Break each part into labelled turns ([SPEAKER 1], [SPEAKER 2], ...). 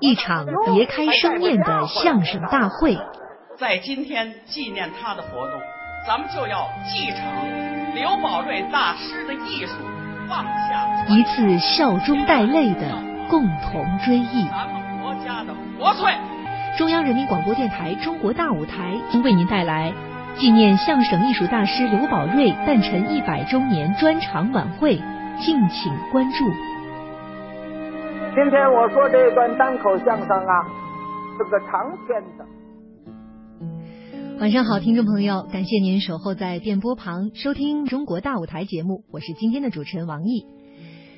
[SPEAKER 1] 一场别开生面的相声大会。
[SPEAKER 2] 在今天纪念他的活动，咱们就要继承刘宝瑞大师的艺术，放下
[SPEAKER 1] 一次笑中带泪的共同追忆。
[SPEAKER 2] 咱们国家的国粹。
[SPEAKER 1] 中央人民广播电台中国大舞台为您带来纪念相声艺术大师刘宝瑞诞辰一百周年专场晚会，敬请关注。
[SPEAKER 3] 今天我说这段单口相声啊，是个长篇的。
[SPEAKER 1] 晚上好，听众朋友，感谢您守候在电波旁收听《中国大舞台》节目，我是今天的主持人王毅。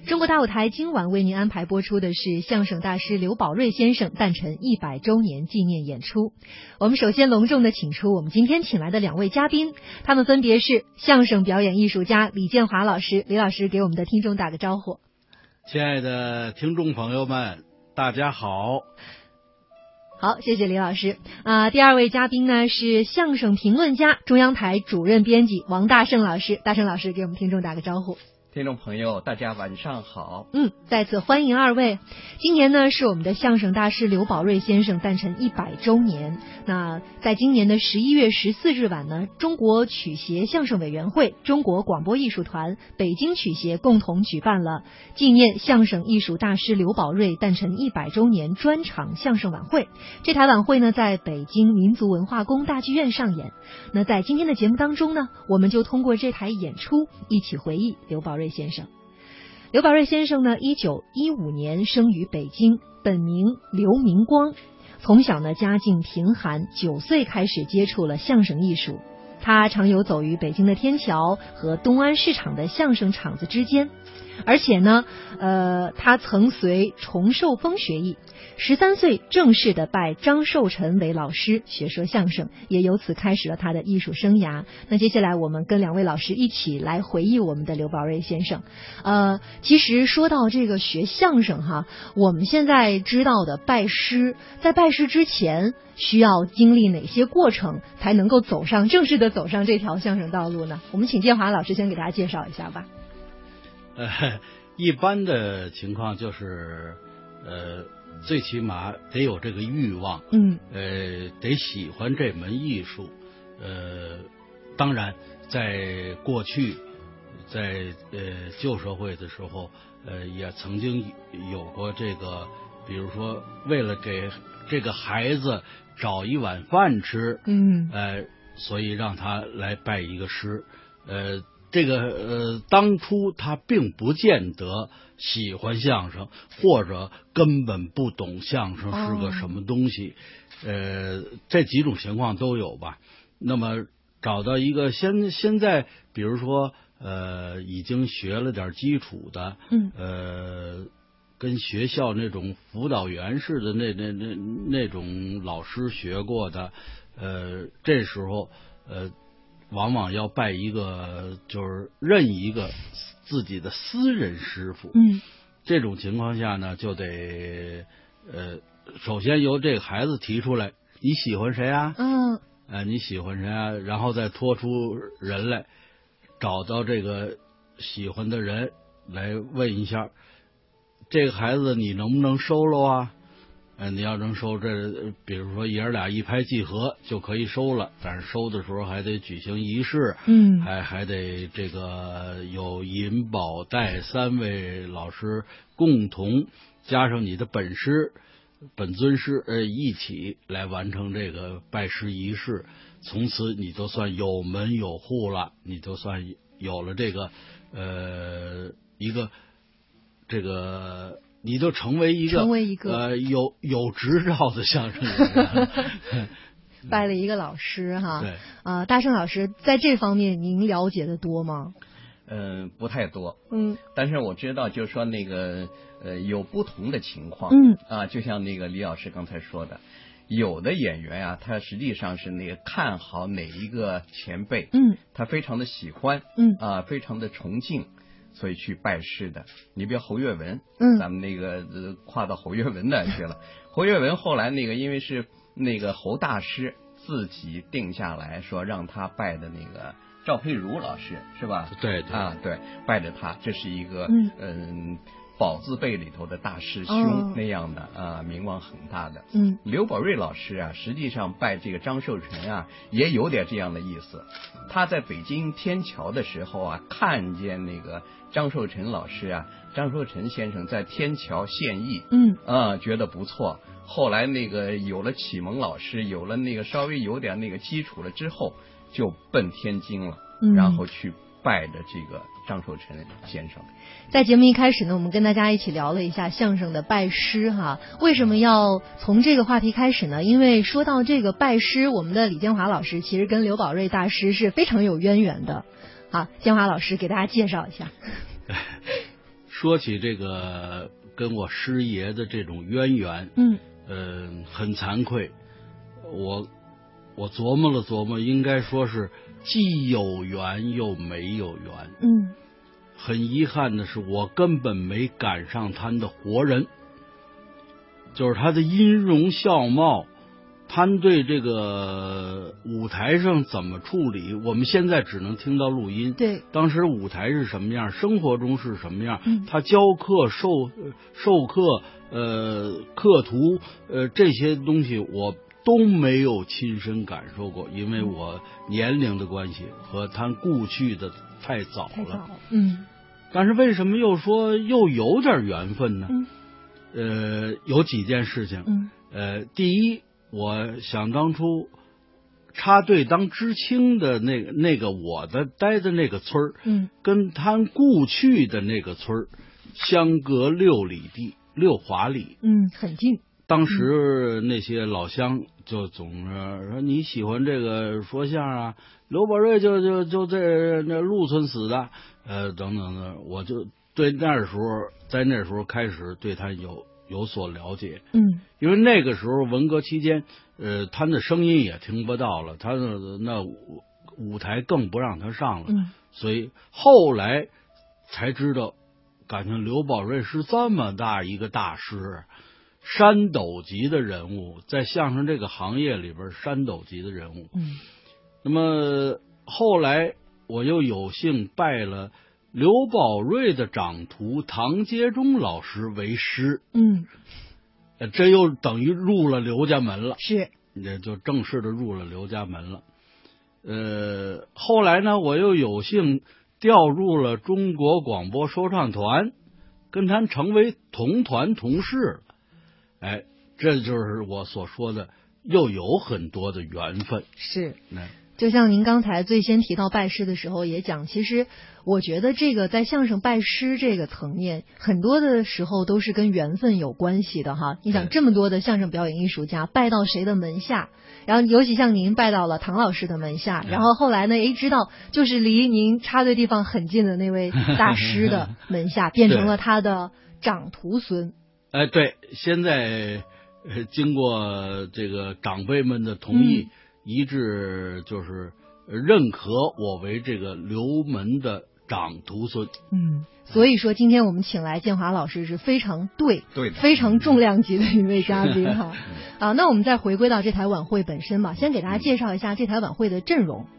[SPEAKER 1] 《中国大舞台》今晚为您安排播出的是相声大师刘宝瑞先生诞辰一百周年纪念演出。我们首先隆重的请出我们今天请来的两位嘉宾，他们分别是相声表演艺术家李建华老师，李老师给我们的听众打个招呼。
[SPEAKER 4] 亲爱的听众朋友们，大家好。
[SPEAKER 1] 好，谢谢李老师啊、呃！第二位嘉宾呢是相声评论家、中央台主任编辑王大胜老师。大胜老师给我们听众打个招呼。
[SPEAKER 5] 听众朋友，大家晚上好。
[SPEAKER 1] 嗯，再次欢迎二位。今年呢是我们的相声大师刘宝瑞先生诞辰一百周年。那在今年的十一月十四日晚呢，中国曲协相声委员会、中国广播艺术团、北京曲协共同举办了纪念相声艺术大师刘宝瑞诞辰一百周年专场相声晚会。这台晚会呢在北京民族文化宫大剧院上演。那在今天的节目当中呢，我们就通过这台演出一起回忆刘宝瑞。先生，刘宝瑞先生呢，一九一五年生于北京，本名刘明光。从小呢，家境贫寒，九岁开始接触了相声艺术。他常游走于北京的天桥和东安市场的相声场子之间，而且呢，呃，他曾随崇寿峰学艺，十三岁正式的拜张寿臣为老师学说相声，也由此开始了他的艺术生涯。那接下来我们跟两位老师一起来回忆我们的刘宝瑞先生。呃，其实说到这个学相声哈，我们现在知道的拜师，在拜师之前。需要经历哪些过程才能够走上正式的走上这条相声道路呢？我们请建华老师先给大家介绍一下吧。
[SPEAKER 4] 呃，一般的情况就是，呃，最起码得有这个欲望，
[SPEAKER 1] 嗯，
[SPEAKER 4] 呃，得喜欢这门艺术，呃，当然，在过去，在呃旧社会的时候，呃，也曾经有过这个，比如说为了给这个孩子。找一碗饭吃，
[SPEAKER 1] 嗯，
[SPEAKER 4] 呃，所以让他来拜一个师，呃，这个呃，当初他并不见得喜欢相声，或者根本不懂相声是个什么东西，哦、呃，这几种情况都有吧。那么找到一个现现在，比如说呃，已经学了点基础的，
[SPEAKER 1] 嗯，
[SPEAKER 4] 呃。跟学校那种辅导员似的那那那那种老师学过的，呃，这时候呃，往往要拜一个就是认一个自己的私人师傅。
[SPEAKER 1] 嗯，
[SPEAKER 4] 这种情况下呢，就得呃，首先由这个孩子提出来你喜欢谁啊？
[SPEAKER 1] 嗯，
[SPEAKER 4] 呃，你喜欢谁啊？然后再拖出人来，找到这个喜欢的人来问一下。这个孩子你能不能收了啊？嗯，你要能收这，比如说爷儿俩一拍即合就可以收了，但是收的时候还得举行仪式，
[SPEAKER 1] 嗯，
[SPEAKER 4] 还还得这个有银宝带三位老师共同加上你的本师、本尊师呃一起来完成这个拜师仪式，从此你就算有门有户了，你就算有了这个呃一个。这个，你就成为一个
[SPEAKER 1] 成为一个
[SPEAKER 4] 呃有有执照的相声演员，
[SPEAKER 1] 拜了一个老师哈。
[SPEAKER 4] 对
[SPEAKER 1] 啊、呃，大圣老师在这方面您了解的多吗？
[SPEAKER 5] 嗯、呃，不太多。
[SPEAKER 1] 嗯，
[SPEAKER 5] 但是我知道，就是说那个呃，有不同的情况。
[SPEAKER 1] 嗯
[SPEAKER 5] 啊，就像那个李老师刚才说的，有的演员啊，他实际上是那个看好哪一个前辈，
[SPEAKER 1] 嗯，
[SPEAKER 5] 他非常的喜欢，
[SPEAKER 1] 嗯
[SPEAKER 5] 啊，非常的崇敬。所以去拜师的，你比如侯月文，
[SPEAKER 1] 嗯，
[SPEAKER 5] 咱们那个、呃、跨到侯月文那去了。侯月文后来那个，因为是那个侯大师自己定下来说让他拜的那个赵佩茹老师，是吧？
[SPEAKER 4] 对对
[SPEAKER 5] 啊，对，拜着他，这是一个
[SPEAKER 1] 嗯、
[SPEAKER 5] 呃，宝字辈里头的大师
[SPEAKER 1] 哦
[SPEAKER 5] 兄那样的啊，名望很大的。
[SPEAKER 1] 嗯
[SPEAKER 5] 刘宝瑞老师啊，实际上拜这个张寿臣啊，也有点这样的意思。他在北京天桥的时候啊，看见那个张寿臣老师啊，张寿臣先生在天桥献艺，
[SPEAKER 1] 嗯
[SPEAKER 5] 啊、觉得不错。后来那个有了启蒙老师，有了那个稍微有点那个基础了之后，就奔天津了，
[SPEAKER 1] 嗯，
[SPEAKER 5] 然后去拜的这个张寿臣先生。
[SPEAKER 1] 在节目一开始呢，我们跟大家一起聊了一下相声的拜师哈。为什么要从这个话题开始呢？因为说到这个拜师，我们的李建华老师其实跟刘宝瑞大师是非常有渊源的。好，建华老师给大家介绍一下。
[SPEAKER 4] 说起这个跟我师爷的这种渊源，
[SPEAKER 1] 嗯
[SPEAKER 4] 嗯、很惭愧，我我琢磨了琢磨，应该说是既有缘又没有缘。
[SPEAKER 1] 嗯
[SPEAKER 4] 很遗憾的是，我根本没赶上他的活人，就是他的音容笑貌，他对这个舞台上怎么处理，我们现在只能听到录音。
[SPEAKER 1] 对，
[SPEAKER 4] 当时舞台是什么样，生活中是什么样，
[SPEAKER 1] 嗯
[SPEAKER 4] 他教课、授呃授课、呃课图呃这些东西我。都没有亲身感受过，
[SPEAKER 1] 嗯
[SPEAKER 4] 因为我年龄的关系和他故去的太早了。
[SPEAKER 1] 太早了。嗯
[SPEAKER 4] 但是为什么又说又有点缘分呢？
[SPEAKER 1] 嗯
[SPEAKER 4] 呃，有几件事情。
[SPEAKER 1] 嗯
[SPEAKER 4] 呃，第一，我想当初插队当知青的那个那个我的待的那个村儿，
[SPEAKER 1] 嗯
[SPEAKER 4] 跟他故去的那个村儿相隔六里地，六华里。
[SPEAKER 1] 嗯，很近。
[SPEAKER 4] 当时那些老乡就总是说你喜欢这个说相声啊，刘宝瑞就就就在那陆村死的，呃，等等的，我就对那时候在那时候开始对他有有所了解，
[SPEAKER 1] 嗯
[SPEAKER 4] 因为那个时候文革期间，呃，他的声音也听不到了，他的那舞舞台更不让他上了，
[SPEAKER 1] 嗯
[SPEAKER 4] 所以后来才知道，感情刘宝瑞是这么大一个大师，山斗级的人物，在相声这个行业里边，山斗级的人物。
[SPEAKER 1] 嗯
[SPEAKER 4] 那么后来我又有幸拜了刘宝瑞的长徒唐杰忠老师为师，
[SPEAKER 1] 嗯，
[SPEAKER 4] 呃这又等于入了刘家门了。
[SPEAKER 1] 是。
[SPEAKER 4] 也就正式的入了刘家门了。呃，后来呢，我又有幸调入了中国广播说唱团，跟他们成为同团同事了。哎，这就是我所说的，又有很多的缘分。
[SPEAKER 1] 是
[SPEAKER 4] 哎，
[SPEAKER 1] 就像您刚才最先提到拜师的时候也讲，其实我觉得这个在相声拜师这个层面，很多的时候都是跟缘分有关系的哈。你想
[SPEAKER 4] 对
[SPEAKER 1] 这么多的相声表演艺术家拜到谁的门下，然后尤其像您拜到了唐老师的门下，
[SPEAKER 4] 嗯
[SPEAKER 1] 然后后来呢，诶，知道就是离您插队地方很近的那位大师 的门下，变成了他的长徒孙。
[SPEAKER 4] 哎，对，现在、呃、经过这个长辈们的同意，
[SPEAKER 1] 嗯
[SPEAKER 4] 一致就是认可我为这个刘门的长徒孙。
[SPEAKER 1] 嗯，所以说今天我们请来建华老师是非常对
[SPEAKER 5] 对的，
[SPEAKER 1] 非常重量级的一位嘉宾哈。啊，那我们再回归到这台晚会本身吧，先给大家介绍一下这台晚会的阵容。
[SPEAKER 5] 嗯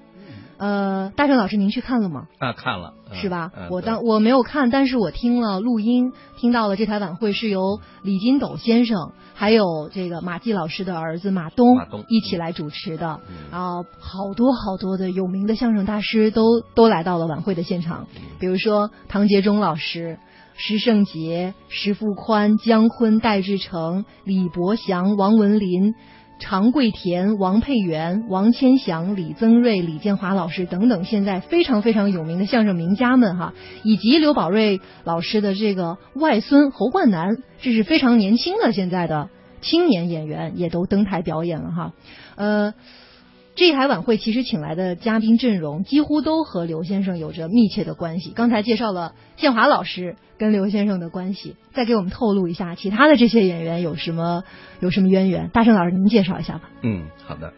[SPEAKER 1] 呃，大正老师，您去看了吗？
[SPEAKER 5] 啊，看了、嗯
[SPEAKER 1] 是吧？
[SPEAKER 5] 嗯
[SPEAKER 1] 我
[SPEAKER 5] 对
[SPEAKER 1] 当我没有看，但是我听了录音，听到了这台晚会是由李金斗先生还有这个马季老师的儿子马东
[SPEAKER 5] 马东
[SPEAKER 1] 一起来主持的。
[SPEAKER 5] 嗯
[SPEAKER 1] 然后好多好多的有名的相声大师都都来到了晚会的现场，
[SPEAKER 5] 嗯
[SPEAKER 1] 比如说唐杰忠老师、石圣杰、石富宽、姜昆、戴志诚、李伯祥、王文林。常贵田、王佩元、王千祥、李增瑞、李建华老师等等，现在非常非常有名的相声名家们哈，以及刘宝瑞老师的这个外孙侯冠南，这是非常年轻的现在的青年演员，也都登台表演了哈。呃，这台晚会其实请来的嘉宾阵容几乎都和刘先生有着密切的关系。刚才介绍了建华老师跟刘先生的关系，再给我们透露一下其他的这些演员有什么 有什么渊源？大圣老师，您介绍一下吧。
[SPEAKER 5] 嗯，好的。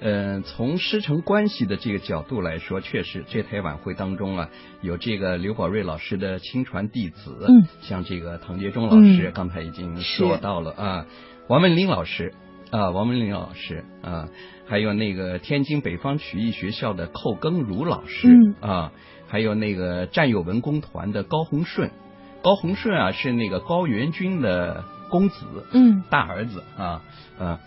[SPEAKER 5] 呃，从师承关系的这个角度来说，确实这台晚会当中啊，有这个刘宝瑞老师的亲传弟子，
[SPEAKER 1] 嗯，
[SPEAKER 5] 像这个唐杰忠老师，
[SPEAKER 1] 嗯
[SPEAKER 5] 刚才已经
[SPEAKER 1] 是
[SPEAKER 5] 说到了啊，王文林老师啊，王文林老师啊，还有那个天津北方曲艺学校的寇耕如老师、
[SPEAKER 1] 嗯
[SPEAKER 5] 啊，还有那个战友文工团的高洪顺，高洪顺啊是那个高元君的公子，
[SPEAKER 1] 嗯
[SPEAKER 5] 大儿子啊，呃，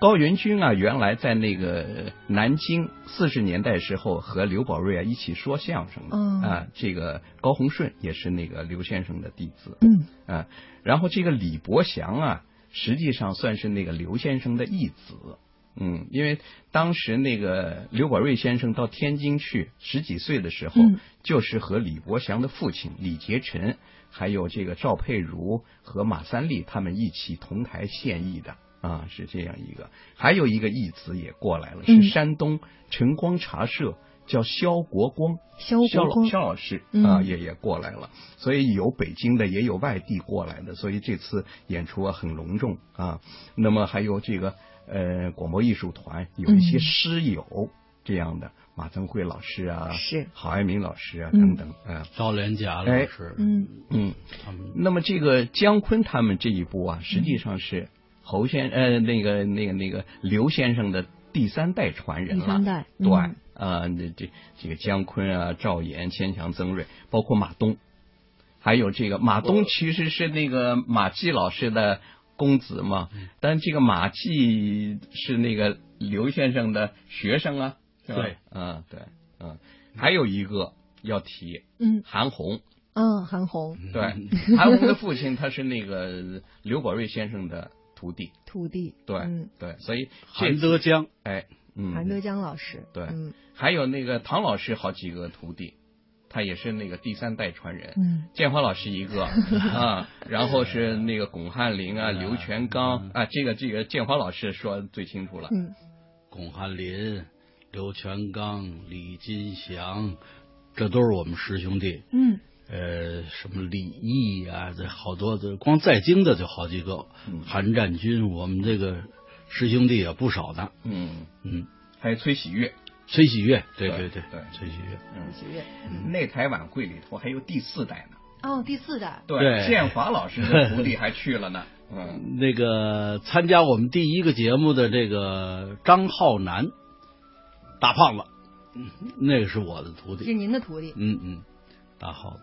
[SPEAKER 5] 高元君啊，原来在那个呃南京四十年代时候和刘宝瑞啊一起说相声的、
[SPEAKER 1] 嗯
[SPEAKER 5] 啊，这个高洪顺也是那个刘先生的弟子
[SPEAKER 1] 嗯
[SPEAKER 5] 啊，然后这个李伯祥啊，实际上算是那个刘先生的义子。嗯，因为当时那个刘宝瑞先生到天津去，十几岁的时候，
[SPEAKER 1] 嗯
[SPEAKER 5] 就是和李伯祥的父亲李杰臣，还有这个赵佩茹和马三立他们一起同台献艺的啊，是这样一个。还有一个义子也过来了，
[SPEAKER 1] 嗯
[SPEAKER 5] 是山东晨光茶社叫肖国光，
[SPEAKER 1] 萧
[SPEAKER 5] 肖
[SPEAKER 1] 国
[SPEAKER 5] 老
[SPEAKER 1] 公
[SPEAKER 5] 肖老师
[SPEAKER 1] 嗯
[SPEAKER 5] 啊、也也过来了，所以有北京的，也有外地过来的，所以这次演出啊很隆重啊。那么还有这个呃广播艺术团有一些
[SPEAKER 1] 嗯
[SPEAKER 5] 师友这样的，马增辉老师啊，
[SPEAKER 1] 是
[SPEAKER 5] 郝爱民老师啊
[SPEAKER 1] 嗯
[SPEAKER 5] 等等啊。
[SPEAKER 4] 赵连甲老
[SPEAKER 5] 哎
[SPEAKER 4] 师，
[SPEAKER 1] 嗯
[SPEAKER 5] 嗯，
[SPEAKER 4] 他们
[SPEAKER 5] 那么这个姜昆他们这一波啊，实
[SPEAKER 1] 嗯
[SPEAKER 5] 际上是侯先呃那个那个那个刘先生的第三代传人
[SPEAKER 1] 第
[SPEAKER 5] 了。
[SPEAKER 1] 三代
[SPEAKER 5] 对
[SPEAKER 1] 嗯
[SPEAKER 5] 啊、那这这个姜昆啊、赵岩、牵强、曾瑞，包括马东，还有这个马
[SPEAKER 4] 哦
[SPEAKER 5] 东其实是那个马季老师的公子嘛，
[SPEAKER 4] 嗯
[SPEAKER 5] 但这个马季是那个刘先生的学生啊，是吧
[SPEAKER 4] 对，
[SPEAKER 5] 嗯，对，嗯，还有一个要提
[SPEAKER 1] 嗯
[SPEAKER 5] 韩红，
[SPEAKER 1] 嗯，韩红
[SPEAKER 5] 对， 韩红的
[SPEAKER 1] 嗯
[SPEAKER 5] 父亲他是那个刘宝瑞先生的徒弟，
[SPEAKER 1] 徒弟
[SPEAKER 5] 对，
[SPEAKER 1] 嗯
[SPEAKER 5] 对，所以这
[SPEAKER 4] 韩德江，
[SPEAKER 5] 哎，嗯，
[SPEAKER 1] 韩德江老师
[SPEAKER 5] 对
[SPEAKER 1] 嗯
[SPEAKER 5] 还有那个唐老师好几个徒弟，他也是那个第三代传人。
[SPEAKER 1] 嗯
[SPEAKER 5] 建华老师一 个啊，然后是那个巩汉林啊、
[SPEAKER 1] 嗯
[SPEAKER 5] 刘全刚啊，这个这个建华老师说最清楚了。
[SPEAKER 1] 嗯
[SPEAKER 4] 巩汉林、刘全刚、李金祥，这都是我们师兄弟。
[SPEAKER 1] 嗯
[SPEAKER 4] 呃，什么李毅啊，这好多的，光在京的就好几个。
[SPEAKER 5] 嗯
[SPEAKER 4] 韩占军，我们这个师兄弟也不少呢。
[SPEAKER 5] 嗯，
[SPEAKER 4] 嗯，
[SPEAKER 5] 还有崔喜悦，
[SPEAKER 4] 崔喜悦，对
[SPEAKER 5] 对
[SPEAKER 4] 对
[SPEAKER 5] 对
[SPEAKER 4] 崔喜悦，
[SPEAKER 5] 嗯，
[SPEAKER 1] 喜悦
[SPEAKER 5] 那台晚会里头还有第四代呢。
[SPEAKER 1] 哦第四代
[SPEAKER 4] 对
[SPEAKER 5] 建华老师 的徒弟还去了呢。嗯，
[SPEAKER 4] 那个参加我们第一个节目的这个张浩南，大胖子，嗯那个是我的徒
[SPEAKER 1] 是
[SPEAKER 4] 弟。
[SPEAKER 1] 您的徒弟
[SPEAKER 4] 嗯嗯，大浩，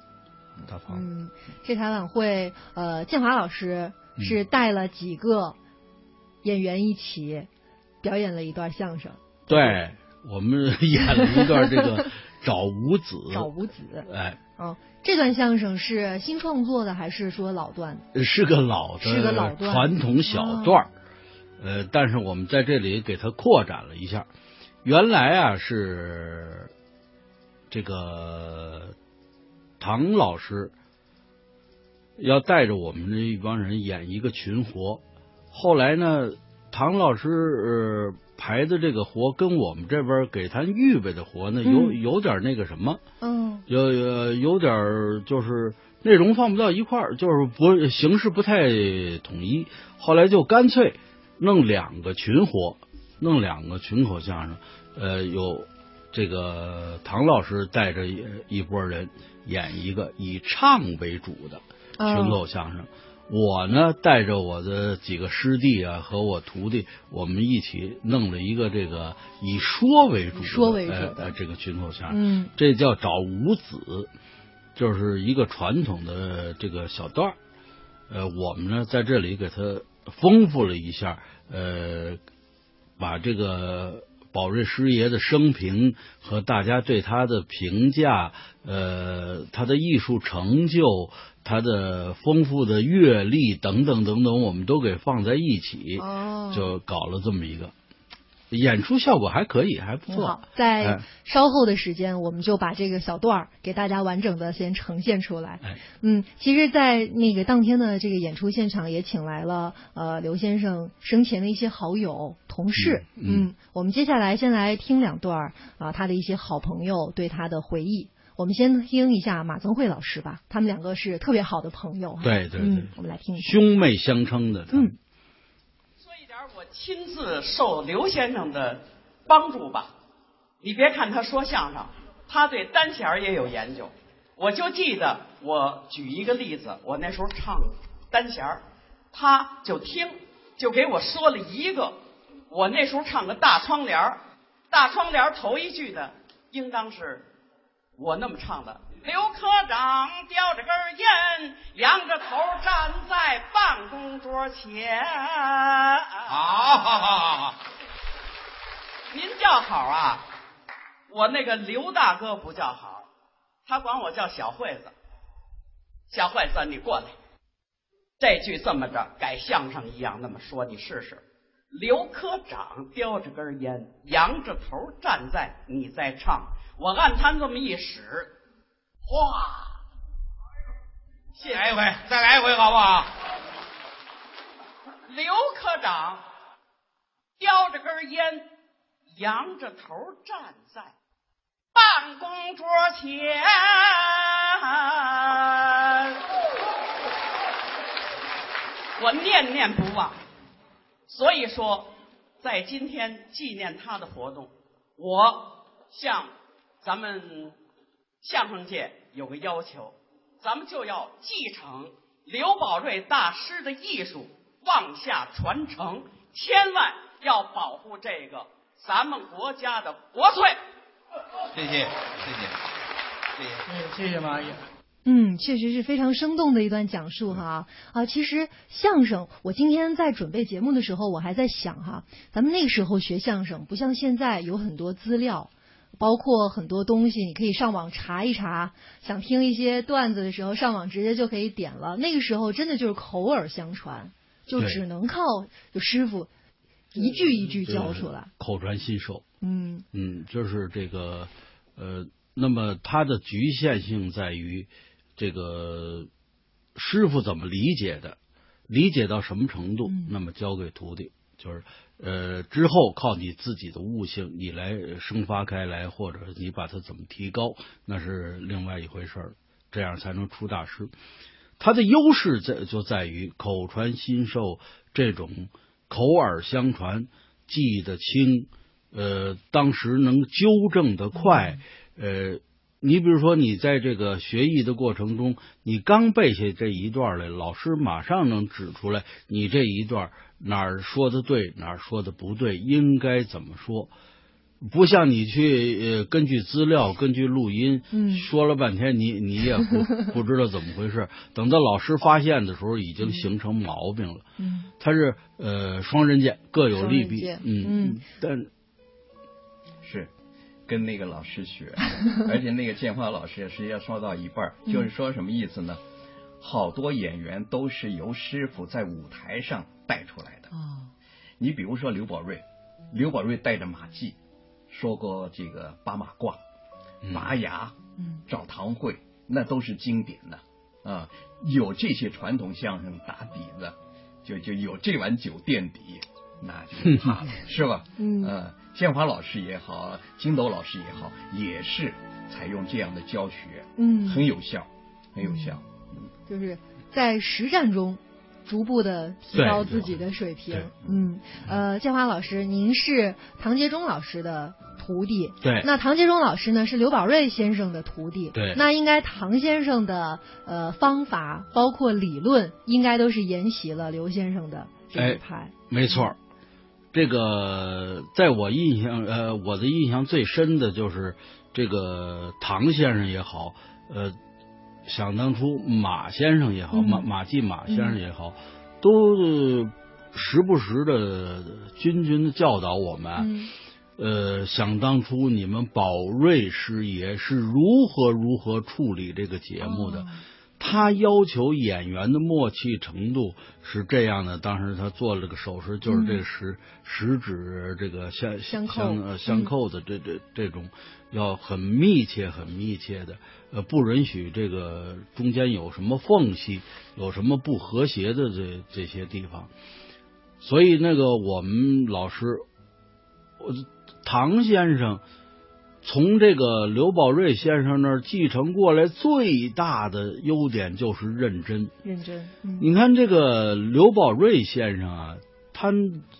[SPEAKER 4] 大胖子，
[SPEAKER 1] 嗯这台晚会呃建华老师是
[SPEAKER 5] 嗯
[SPEAKER 1] 带了几个演员一起表演了一段相声
[SPEAKER 4] 对我们演了一段这个找五子，
[SPEAKER 1] 找五子
[SPEAKER 4] 哎，
[SPEAKER 1] 哦这段相声是新创作的还是说老段
[SPEAKER 4] 是个老的
[SPEAKER 1] 是个老段啊
[SPEAKER 4] 传统小段儿，呃，但是我们在这里给它扩展了一下。原来啊是这个唐老师要带着我们这一帮人演一个群活，后来呢，唐老师、呃、排的这个活跟我们这边给他预备的活呢，有
[SPEAKER 1] 嗯
[SPEAKER 4] 有点那个什么。
[SPEAKER 1] 嗯
[SPEAKER 4] 有有有点儿就是内容放不到一块儿，就是不形式不太统一。后来就干脆弄两个群活，弄两个群口相声。呃，有这个唐老师带着一一波人演一个以唱为主的
[SPEAKER 1] 哦
[SPEAKER 4] 群口相声。我呢，带着我的几个师弟啊和我徒弟，我们一起弄了一个这个以说为主
[SPEAKER 1] 以
[SPEAKER 4] 的
[SPEAKER 1] 说为主
[SPEAKER 4] 呃
[SPEAKER 1] 的
[SPEAKER 4] 呃这个群口相声。
[SPEAKER 1] 嗯
[SPEAKER 4] 这叫找五子，就是一个传统的这个小段儿。呃，我们呢在这里给它丰富了一下，呃，把这个宝瑞师爷的生平和大家对他的评价，呃，他的艺术成就，他的丰富的阅历等等等等，我们都给放在一起，
[SPEAKER 1] 哦
[SPEAKER 4] 就搞了这么一个。演出效果还可以，还不
[SPEAKER 1] 挺
[SPEAKER 4] 错
[SPEAKER 1] 好。，在
[SPEAKER 4] 哎
[SPEAKER 1] 稍后的时间，我们就把这个小段儿给大家完整的先呈现出来
[SPEAKER 4] 哎。
[SPEAKER 1] 嗯，其实，在那个当天的这个演出现场，也请来了呃刘先生生前的一些好友、同事。
[SPEAKER 4] 嗯
[SPEAKER 1] 嗯，我们接下来先来听两段儿啊，他的一些好朋友对他的回忆。我们先听一下马增慧老师吧，他们两个是特别好的朋友啊。
[SPEAKER 4] 对对对
[SPEAKER 1] 嗯，我们来听一下。
[SPEAKER 4] 兄妹相称的，他们
[SPEAKER 1] 嗯
[SPEAKER 2] 说一点我亲自受刘先生的帮助吧。你别看他说相声，他对单弦儿也有研究。我就记得我举一个例子，我那时候唱单弦儿，他就听，就给我说了一个。我那时候唱个大窗帘儿，大窗帘儿头一句的应当是我那么唱的，刘科长叼着根烟，仰着头站在办公桌前。
[SPEAKER 6] 好好好好好，
[SPEAKER 2] 您叫好啊，我那个刘大哥不叫好，他管我叫小惠子。小惠子，你过来。这句这么着，改相声一样那么说，你试试。刘科长叼着根烟，仰着头站在，你在唱，我按他这么一使，哗！谢谢
[SPEAKER 6] 来一回，哎再来一回好不好？
[SPEAKER 2] 刘科长叼着根烟，仰着头站在办公桌前。我念念不忘，所以说，在今天纪念他的活动，我向咱们相声界有个要求，咱们就要继承刘宝瑞大师的艺术，往下传承，千万要保护这个咱们国家的国粹。
[SPEAKER 6] 谢谢，谢谢，谢谢，
[SPEAKER 7] 嗯，谢谢马爷。
[SPEAKER 1] 嗯，确实是非常生动的一段讲述哈啊！其实相声，我今天在准备节目的时候，我还在想哈，咱们那个时候学相声，不像现在有很多资料，包括很多东西，你可以上网查一查。想听一些段子的时候，上网直接就可以点了。那个时候真的就是口耳相传，就只能靠就师傅一句一句教出来，
[SPEAKER 4] 口传心授。
[SPEAKER 1] 嗯
[SPEAKER 4] 嗯，就是这个呃，那么它的局限性在于。这个师傅怎么理解的？理解到什么程度？
[SPEAKER 1] 嗯、
[SPEAKER 4] 那么交给徒弟，就是呃，之后靠你自己的悟性，你来生发开来，或者你把它怎么提高，那是另外一回事儿。这样才能出大师。它的优势在就在于口传心授这种口耳相传，记得清，呃，当时能纠正的快，呃。你比如说，你在这个学艺的过程中，你刚背下这一段来，老师马上能指出来你这一段哪儿说的对，哪儿说的不对，应该怎么说。不像你去呃，根据资料，根据录音，
[SPEAKER 1] 嗯，
[SPEAKER 4] 说了半天你，你你也不不知道怎么回事。等到老师发现的时候，已经形成毛病了。
[SPEAKER 1] 嗯，
[SPEAKER 4] 它是呃双刃剑，各有利弊。
[SPEAKER 1] 嗯
[SPEAKER 4] 嗯，但
[SPEAKER 5] 是。跟那个老师学，而且那个建华老师实际上说到一半，就是说什么意思呢？好多演员都是由师傅在舞台上带出来的。
[SPEAKER 1] 哦，
[SPEAKER 5] 你比如说刘宝瑞，刘宝瑞带着马季说过这个八马褂、拔牙、
[SPEAKER 1] 嗯，
[SPEAKER 5] 找堂会，那都是经典的啊、嗯。有这些传统相声打底子，就就有这碗酒垫底，那就怕了，是吧？
[SPEAKER 1] 嗯。
[SPEAKER 5] 呃建华老师也好，金斗老师也好，也是采用这样的教学，
[SPEAKER 1] 嗯，
[SPEAKER 5] 很有效，很有效，
[SPEAKER 1] 就是在实战中逐步的提高自己的水
[SPEAKER 4] 对
[SPEAKER 1] 平
[SPEAKER 4] 对。
[SPEAKER 1] 嗯，呃，建华老师，您是唐杰忠老师的徒弟，
[SPEAKER 4] 对
[SPEAKER 1] 那唐杰忠老师呢是刘宝瑞先生的徒弟，
[SPEAKER 4] 对
[SPEAKER 1] 那应该唐先生的呃方法，包括理论，应该都是沿袭了刘先生的
[SPEAKER 4] 哎
[SPEAKER 1] 这一派。
[SPEAKER 4] 没错儿，这个在我印象呃，我的印象最深的就是这个唐先生也好，呃，想当初马先生也好，
[SPEAKER 1] 嗯
[SPEAKER 4] 马马季马先生也好，都呃时不时的谆谆的教导我们。
[SPEAKER 1] 嗯
[SPEAKER 4] 呃，想当初你们宝瑞师爷是如何如何处理这个节目的，
[SPEAKER 1] 哦
[SPEAKER 4] 他要求演员的默契程度是这样的，当时他做了个手势，就是这个食、食指这个相
[SPEAKER 1] 相扣
[SPEAKER 4] 相呃相
[SPEAKER 1] 嗯
[SPEAKER 4] 扣的这这这种，要很密切很密切的，呃，不允许这个中间有什么缝隙，有什么不和谐的这这些地方。所以那个我们老师，我唐先生从这个刘宝瑞先生那儿继承过来最大的优点就是认真。
[SPEAKER 1] 认真，嗯
[SPEAKER 4] 你看这个刘宝瑞先生啊，他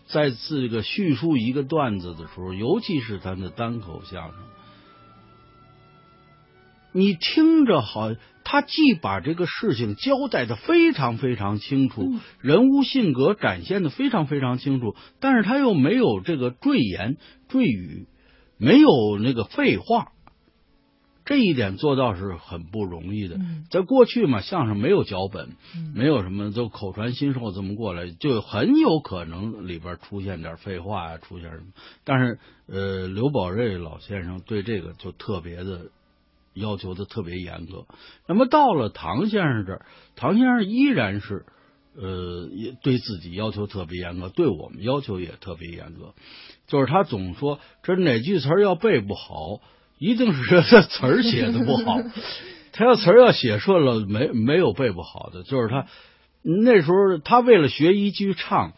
[SPEAKER 4] 在这个叙述一个段子的时候，尤其是他的单口相声，你听着好，他既把这个事情交代的非常非常清楚，
[SPEAKER 1] 嗯
[SPEAKER 4] 人物性格展现的非常非常清楚，但是他又没有这个赘言赘语，没有那个废话，这一点做到是很不容易的
[SPEAKER 1] 嗯。
[SPEAKER 4] 在过去嘛，相声没有脚本，
[SPEAKER 1] 嗯
[SPEAKER 4] 没有什么都口传心授这么过来，就很有可能里边出现点废话呀，出现什么。但是呃，刘宝瑞老先生对这个就特别的要求的特别严格。那么到了唐先生这儿，唐先生依然是呃，也对自己要求特别严格，对我们要求也特别严格。就是他总说这哪句词儿要背不好，一定是这词儿写的不好。他要词儿要写顺了，没没有背不好的。就是他那时候，他为了学一句唱，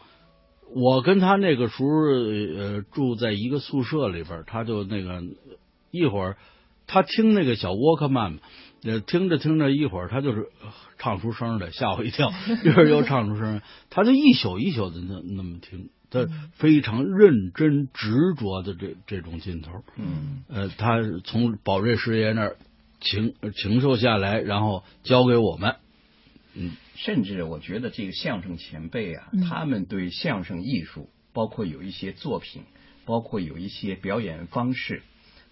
[SPEAKER 4] 我跟他那个时候呃住在一个宿舍里边儿，他就那个一会儿他听那个小沃克曼，呃，听着听着一会儿他就是呃唱出声儿来，吓我一跳，一会儿又唱出声儿来，他就一宿一宿的那那么听。他非常认真执着的这这种劲头儿，
[SPEAKER 5] 嗯，
[SPEAKER 4] 呃，他从宝瑞师爷那儿请呃请受下来，然后交给我们。嗯
[SPEAKER 5] 甚至我觉得这个相声前辈啊，
[SPEAKER 1] 嗯
[SPEAKER 5] 他们对相声艺术，包括有一些作品，包括有一些表演方式，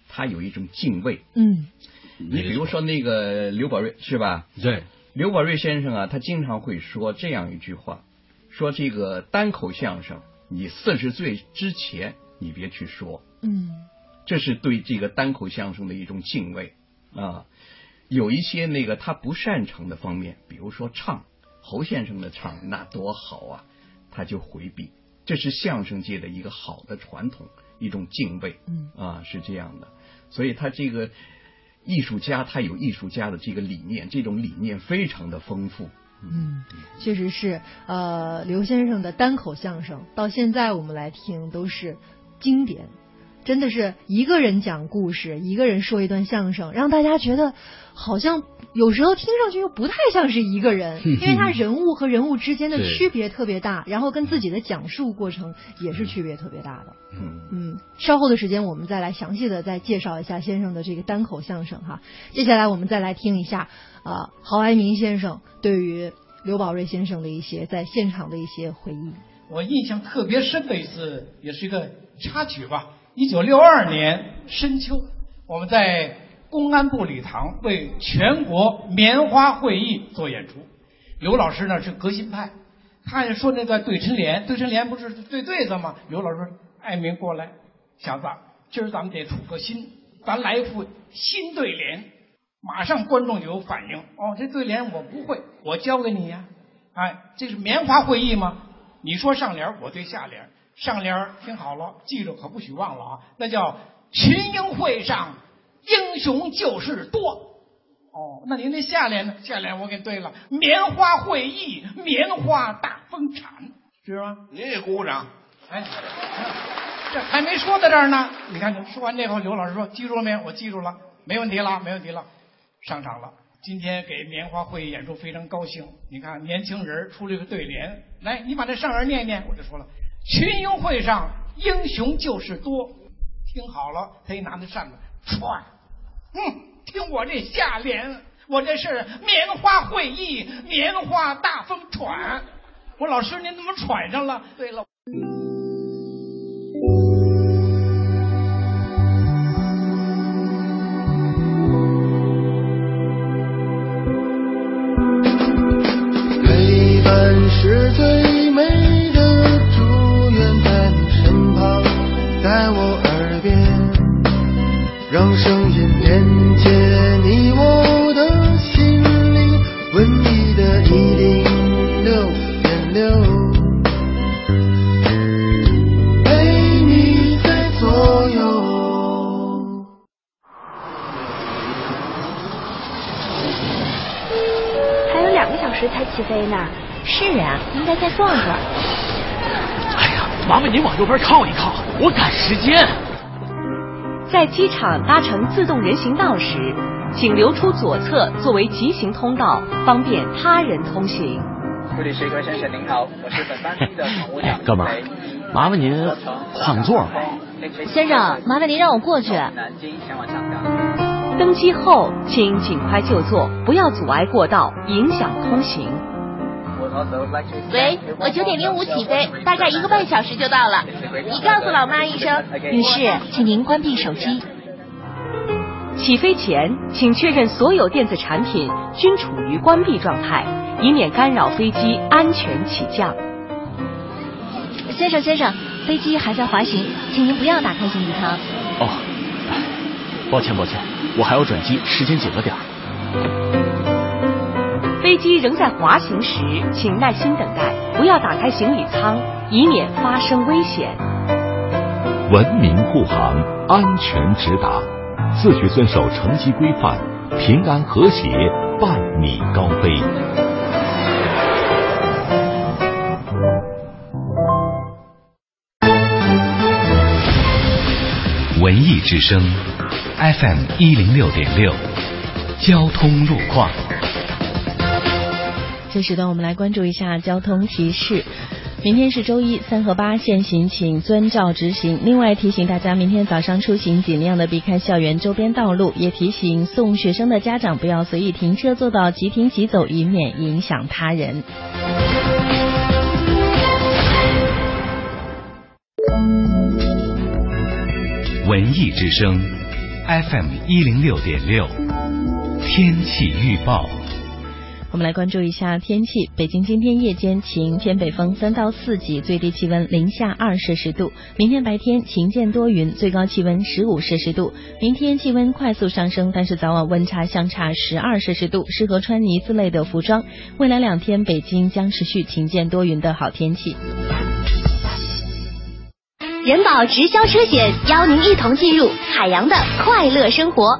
[SPEAKER 5] 他有一种敬畏。
[SPEAKER 1] 嗯
[SPEAKER 5] 你比如说那个刘宝瑞是吧？
[SPEAKER 4] 对，
[SPEAKER 5] 刘宝瑞先生啊，他经常会说这样一句话，说这个单口相声，你四十岁之前你别去说，
[SPEAKER 1] 嗯
[SPEAKER 5] 这是对这个单口相声的一种敬畏啊。有一些那个他不擅长的方面，比如说唱，侯先生的唱那多好啊，他就回避，这是相声界的一个好的传统，一种敬畏。
[SPEAKER 1] 嗯
[SPEAKER 5] 啊，是这样的。所以他这个艺术家，他有艺术家的这个理念，这种理念非常的丰富。
[SPEAKER 1] 嗯，确实是。呃，刘先生的单口相声到现在我们来听都是经典，真的是一个人讲故事，一个人说一段相声，让大家觉得好像有时候听上去又不太像是一个人，因为他人物和人物之间的
[SPEAKER 4] 对
[SPEAKER 1] 区别特别大，然后跟自己的讲述过程也是区别特别大的。
[SPEAKER 5] 嗯，
[SPEAKER 1] 嗯，稍后的时间我们再来详细的再介绍一下先生的这个单口相声哈。接下来我们再来听一下呃郝爱民先生对于刘宝瑞先生的一些在现场的一些回忆。
[SPEAKER 8] 我印象特别深的一次，也是一个插曲吧。一九六二年深秋，我们在公安部礼堂为全国棉花会议做演出。刘老师呢是革新派，他也说那段对抻联，对抻联不是对对子吗？刘老师说：“爱民过来，小子，今儿咱们得出个新，咱来一副新对联。”马上观众就有反应，哦，这对联我不会，我教给你呀、哎，这是棉花会议吗？你说上联儿，我对下联儿。上联儿听好了，记住可不许忘了啊！那叫群英会上英雄救世多。哦，那您那下联呢？下联我给对了，棉花会议，棉花大丰产，知道吗？
[SPEAKER 7] 您也 鼓掌，
[SPEAKER 8] 哎，这还没说到这儿呢。你看，你说完这后，刘老师说：“记住了没有？”我记住了，没问题了，没问题了。上场了，今天给棉花会演出非常高兴。你看，年轻人出了个对联，来，你把这上联念念。我就说了，群英会上英雄就是多。听好了，他一拿那扇子歘，嗯，听我这下联，我这是棉花会议，棉花大风喘。我说老师，您怎么喘上了？对了。
[SPEAKER 9] 陪伴是最美的祝愿，在你身旁，在我耳边，让声音连接你我的心灵，文艺的一零六点六。陪你在左右。
[SPEAKER 10] 还有两个小时才起飞呢。是啊，应该再逛逛。
[SPEAKER 11] 哎呀，麻烦您往右边靠一靠，我赶时间。
[SPEAKER 10] 在机场搭乘自动人行道时，请留出左侧作为急行通道，方便他人通行。
[SPEAKER 12] 这里是格先生您好，我是本班机 的乘务长
[SPEAKER 11] 哥们儿麻烦您换座儿。
[SPEAKER 10] 先生麻烦您让我过去
[SPEAKER 12] 南京前往香港。
[SPEAKER 10] 登机后，请尽快就座，不要阻碍过道，影响通行。
[SPEAKER 12] 喂，我九点零五起飞，大概一个半小时就到了。你告诉老妈一声。
[SPEAKER 10] 女士，请您关闭手机。起飞前，请确认所有电子产品均处于关闭状态，以免干扰飞机安全起降。
[SPEAKER 13] 先生，先生，飞机还在滑行，请您不要打开行李舱。
[SPEAKER 14] 哦，哎抱歉，抱歉，我还要转机，时间紧了点
[SPEAKER 10] 儿。飞机仍在滑行时，请耐心等待，不要打开行李舱，以免发生危险。
[SPEAKER 11] 文明护航，安全直达，自觉遵守乘机规范，平安和谐伴你高飞。文艺之声，FM 一零六点六，交通路况。
[SPEAKER 15] 这时段我们来关注一下交通提示。明天是周一，三和八限行，请遵照执行。另外提醒大家，明天早上出行尽量的避开校园周边道路，也提醒送学生的家长不要随意停车，做到即停即走，以免影响他人。
[SPEAKER 11] 文艺之声，FM 一零六点六，天气预报。
[SPEAKER 15] 我们来关注一下天气。北京今天夜间晴，偏北风三到四级，最低气温零下二摄氏度。明天白天晴间多云，最高气温十五摄氏度。明天气温快速上升，但是早晚温差相差十二摄氏度，适合穿呢子类的服装。未来两天北京将持续晴间多云的好天气。
[SPEAKER 9] 人保直销车险邀您一同进入海洋的快乐生活。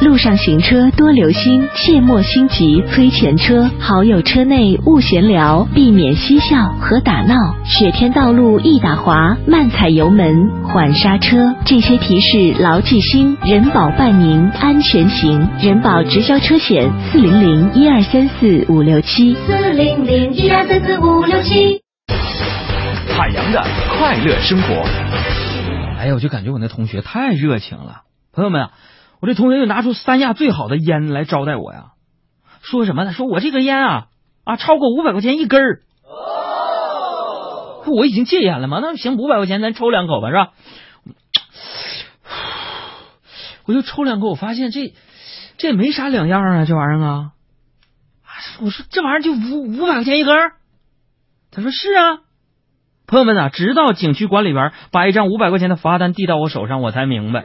[SPEAKER 12] 路上行车多留心，切莫心急催前车。好友车内勿闲聊，避免嬉笑和打闹。雪天道路易打滑，慢踩油门缓刹车。这些提示牢记心，人保伴您安全行。人保直销车险四零零一二三四五六七
[SPEAKER 9] 四零零一二三四五六七。
[SPEAKER 11] 海洋的快乐生活。
[SPEAKER 16] 哎呀，我就感觉我那同学太热情了。朋友们、啊，我这同学就拿出三亚最好的烟来招待我呀，说什么呢？说我这个烟啊啊超过五百块钱一根儿。不，我已经戒烟了嘛，那行，五百块钱咱抽两口吧，是吧？我就抽两口，我发现这这也没啥两样啊，这玩意儿啊。我说这玩意儿就五五百块钱一根儿，他说是啊。朋友们啊，直到景区管理员把一张五百块钱的罚单递到我手上，我才明白。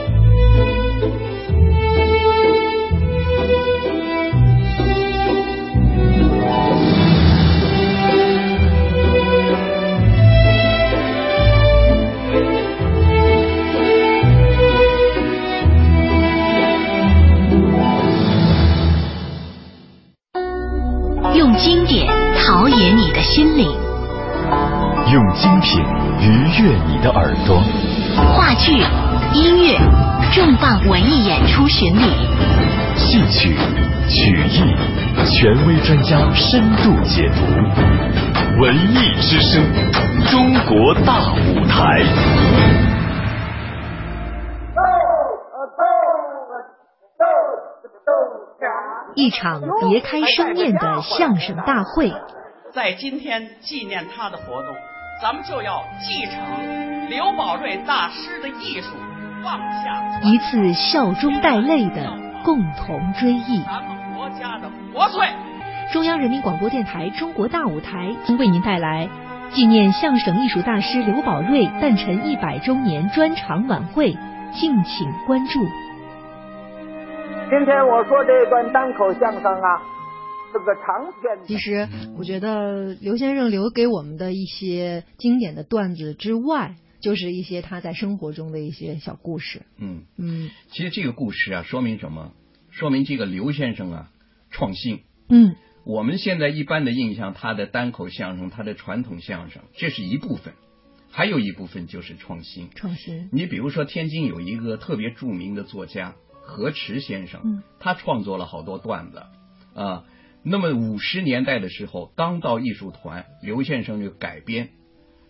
[SPEAKER 12] 用经典陶冶你的心灵，
[SPEAKER 11] 用精品愉悦你的耳朵。
[SPEAKER 12] 话剧、音乐、重磅文艺演出巡礼，
[SPEAKER 11] 戏曲、曲艺，权威专家深度解读。文艺之声，中国大舞台。
[SPEAKER 17] 一场别开生面的相声大会，
[SPEAKER 2] 在今天纪念他的活动，咱们就要继承刘宝瑞大师的艺术，放下
[SPEAKER 17] 一次笑中带泪的共同追忆。
[SPEAKER 2] 咱们国家的国粹。
[SPEAKER 17] 中央人民广播电台中国大舞台为您带来纪念相声艺术大师刘宝瑞诞辰一百周年专场晚会，敬请关注。
[SPEAKER 3] 今天我说这段单口相声啊，是个长篇。
[SPEAKER 17] 其实我觉得刘先生留给我们的一些经典的段子之外，就是一些他在生活中的一些小故事。
[SPEAKER 5] 嗯
[SPEAKER 17] 嗯，
[SPEAKER 5] 其实这个故事啊，说明什么？说明这个刘先生啊，创新。
[SPEAKER 17] 嗯，
[SPEAKER 5] 我们现在一般的印象，它的单口相声，它的传统相声，这是一部分，还有一部分就是创新。
[SPEAKER 1] 创新。
[SPEAKER 5] 你比如说，天津有一个特别著名的作家何池先生，
[SPEAKER 1] 嗯，
[SPEAKER 5] 他创作了好多段子啊、呃。那么五十年代的时候，刚到艺术团，刘先生就改编，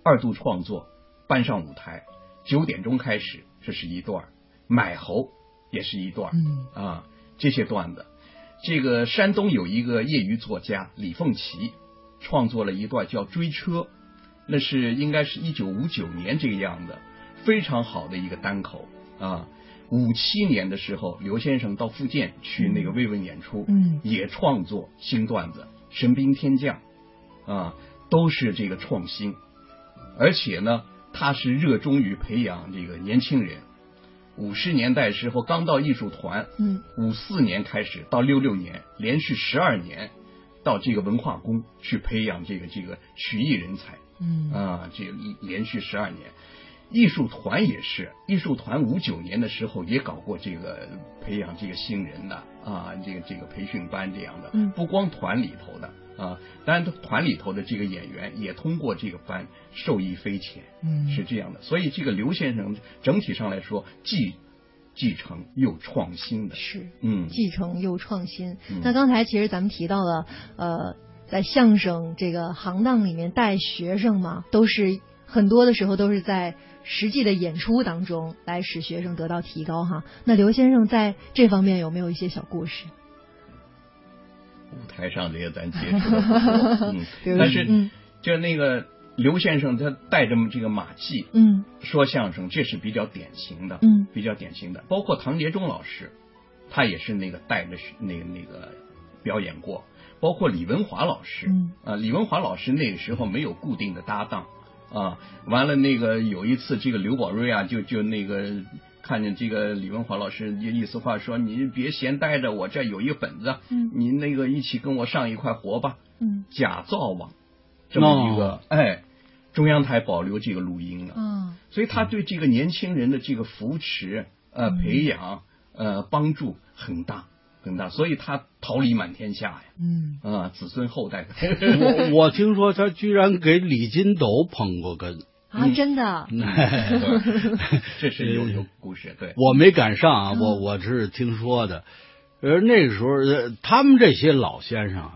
[SPEAKER 5] 二度创作，搬上舞台。九点钟开始，这是一段；买猴也是一段，
[SPEAKER 1] 嗯
[SPEAKER 5] 啊，这些段子。这个山东有一个业余作家李凤岐，创作了一段叫《追车》，那是应该是一九五九年这个样子，非常好的一个单口啊。五七年的时候，刘先生到福建去那个慰问演出，
[SPEAKER 1] 嗯，
[SPEAKER 5] 也创作新段子《神兵天将》，啊，都是这个创新，而且呢，他是热衷于培养这个年轻人。五十年代时候刚到艺术团，
[SPEAKER 1] 嗯，
[SPEAKER 5] 五四年开始到六六年，连续十二年到这个文化宫去培养这个这个曲艺人才，
[SPEAKER 1] 嗯
[SPEAKER 5] 啊，这个一连续十二年，艺术团也是，艺术团五九年的时候也搞过这个培养这个新人的啊，这个这个培训班这样的，
[SPEAKER 1] 嗯
[SPEAKER 5] 不光团里头的啊，当然团里头的这个演员也通过这个班受益匪浅，
[SPEAKER 1] 嗯
[SPEAKER 5] 是这样的，所以这个刘先生整体上来说既继承又创新的，
[SPEAKER 1] 是
[SPEAKER 5] 嗯，
[SPEAKER 1] 继承又创新。
[SPEAKER 5] 嗯
[SPEAKER 1] 那刚才其实咱们提到了，呃，在相声这个行当里面带学生嘛，都是很多的时候都是在实际的演出当中来使学生得到提高哈。那刘先生在这方面有没有一些小故事？
[SPEAKER 5] 舞台上这些咱接触的不 多，嗯
[SPEAKER 1] 比如，
[SPEAKER 5] 但是、
[SPEAKER 1] 嗯
[SPEAKER 5] 就那个刘先生他带着这个马戏，
[SPEAKER 1] 嗯，
[SPEAKER 5] 说相声这是比较典型的，
[SPEAKER 1] 嗯，
[SPEAKER 5] 比较典型的，包括唐杰忠老师，他也是那个带着学那个那个表演过，包括李文华老师，
[SPEAKER 1] 嗯，
[SPEAKER 5] 啊，李文华老师那个时候没有固定的搭档，啊，完了那个有一次，这个刘宝瑞啊，就就那个看见这个李文华老师，就意思话说，你别闲待着，我这有一个本子，
[SPEAKER 1] 嗯
[SPEAKER 5] 您那个一起跟我上一块活吧。
[SPEAKER 1] 嗯
[SPEAKER 5] 假造网这
[SPEAKER 1] 哦
[SPEAKER 5] 么一个，哎，中央台保留这个录音了，
[SPEAKER 1] 啊，
[SPEAKER 5] 所以他对这个年轻人的这个扶持、呃
[SPEAKER 1] 嗯
[SPEAKER 5] 培养、呃帮助很大很大，所以他桃李满天下呀，
[SPEAKER 1] 嗯
[SPEAKER 5] 啊、子孙后代。
[SPEAKER 4] 我我听说他居然给李金斗捧过哏，
[SPEAKER 1] 啊，真的，
[SPEAKER 5] 这是有有故事，对。
[SPEAKER 4] 呃我没赶上啊，
[SPEAKER 1] 嗯
[SPEAKER 4] 我我是听说的。呃，那个时候呃他们这些老先生啊，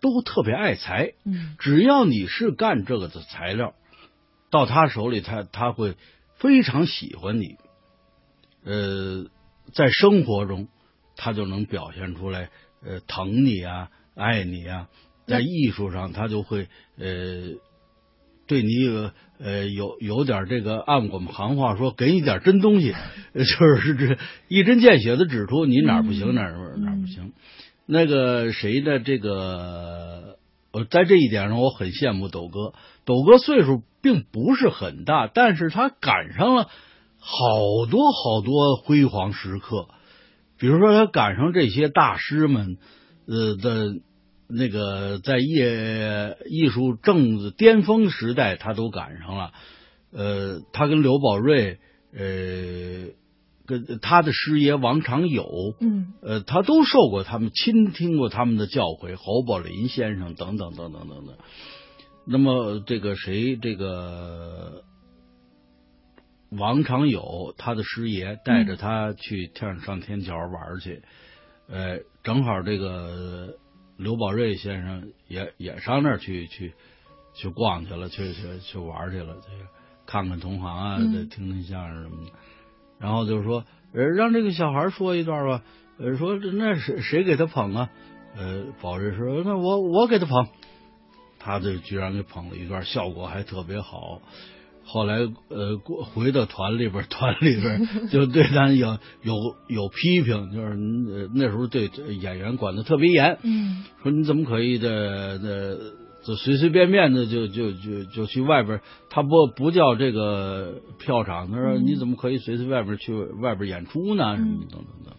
[SPEAKER 4] 都特别爱财，
[SPEAKER 1] 嗯
[SPEAKER 4] 只要你是干这个的材料，到他手里他，他会非常喜欢你。呃，在生活中，他就能表现出来，呃，疼你啊，爱你啊。在艺术上，他就会呃，对你有呃有有点这个，按我们行话说，给你点真东西， 呃就是这一针见血的指出你哪儿不行，
[SPEAKER 1] 嗯
[SPEAKER 4] 哪儿哪儿不
[SPEAKER 1] 嗯
[SPEAKER 4] 行。那个谁的这个，我呃在这一点上我很羡慕斗哥。斗哥岁数并不是很大，但是他赶上了好多好多辉煌时刻。比如说，他赶上这些大师们，呃的，那个在业艺术正子巅峰时代，他都赶上了。呃，他跟刘宝瑞，呃，跟他的师爷王长友，
[SPEAKER 1] 嗯
[SPEAKER 4] 呃，他都受过他们亲听过他们的教诲，侯宝林先生等等等等等等。那么这个谁，这个王长友，他的师爷带着他去天上天桥玩儿去，呃，正好这个刘宝瑞先生也也上那儿去去去逛去了，去去去玩儿去了，去看看同行啊，
[SPEAKER 1] 嗯
[SPEAKER 4] 再听听相声什么的。然后就说，呃，让这个小孩儿说一段吧。呃，说那谁谁给他捧啊？呃，宝瑞说，那我我给他捧。他就居然给捧了一段，效果还特别好。后来呃，过回到团里边儿，团里边儿就对咱有有有批评，就是呃那时候对演员管的特别严，
[SPEAKER 1] 嗯
[SPEAKER 4] 说你怎么可以的的就随随便便的就就就就去外边儿？他不不叫这个票场，他说
[SPEAKER 1] 嗯
[SPEAKER 4] 你怎么可以随随外边儿去外边儿演出呢？什么等等等。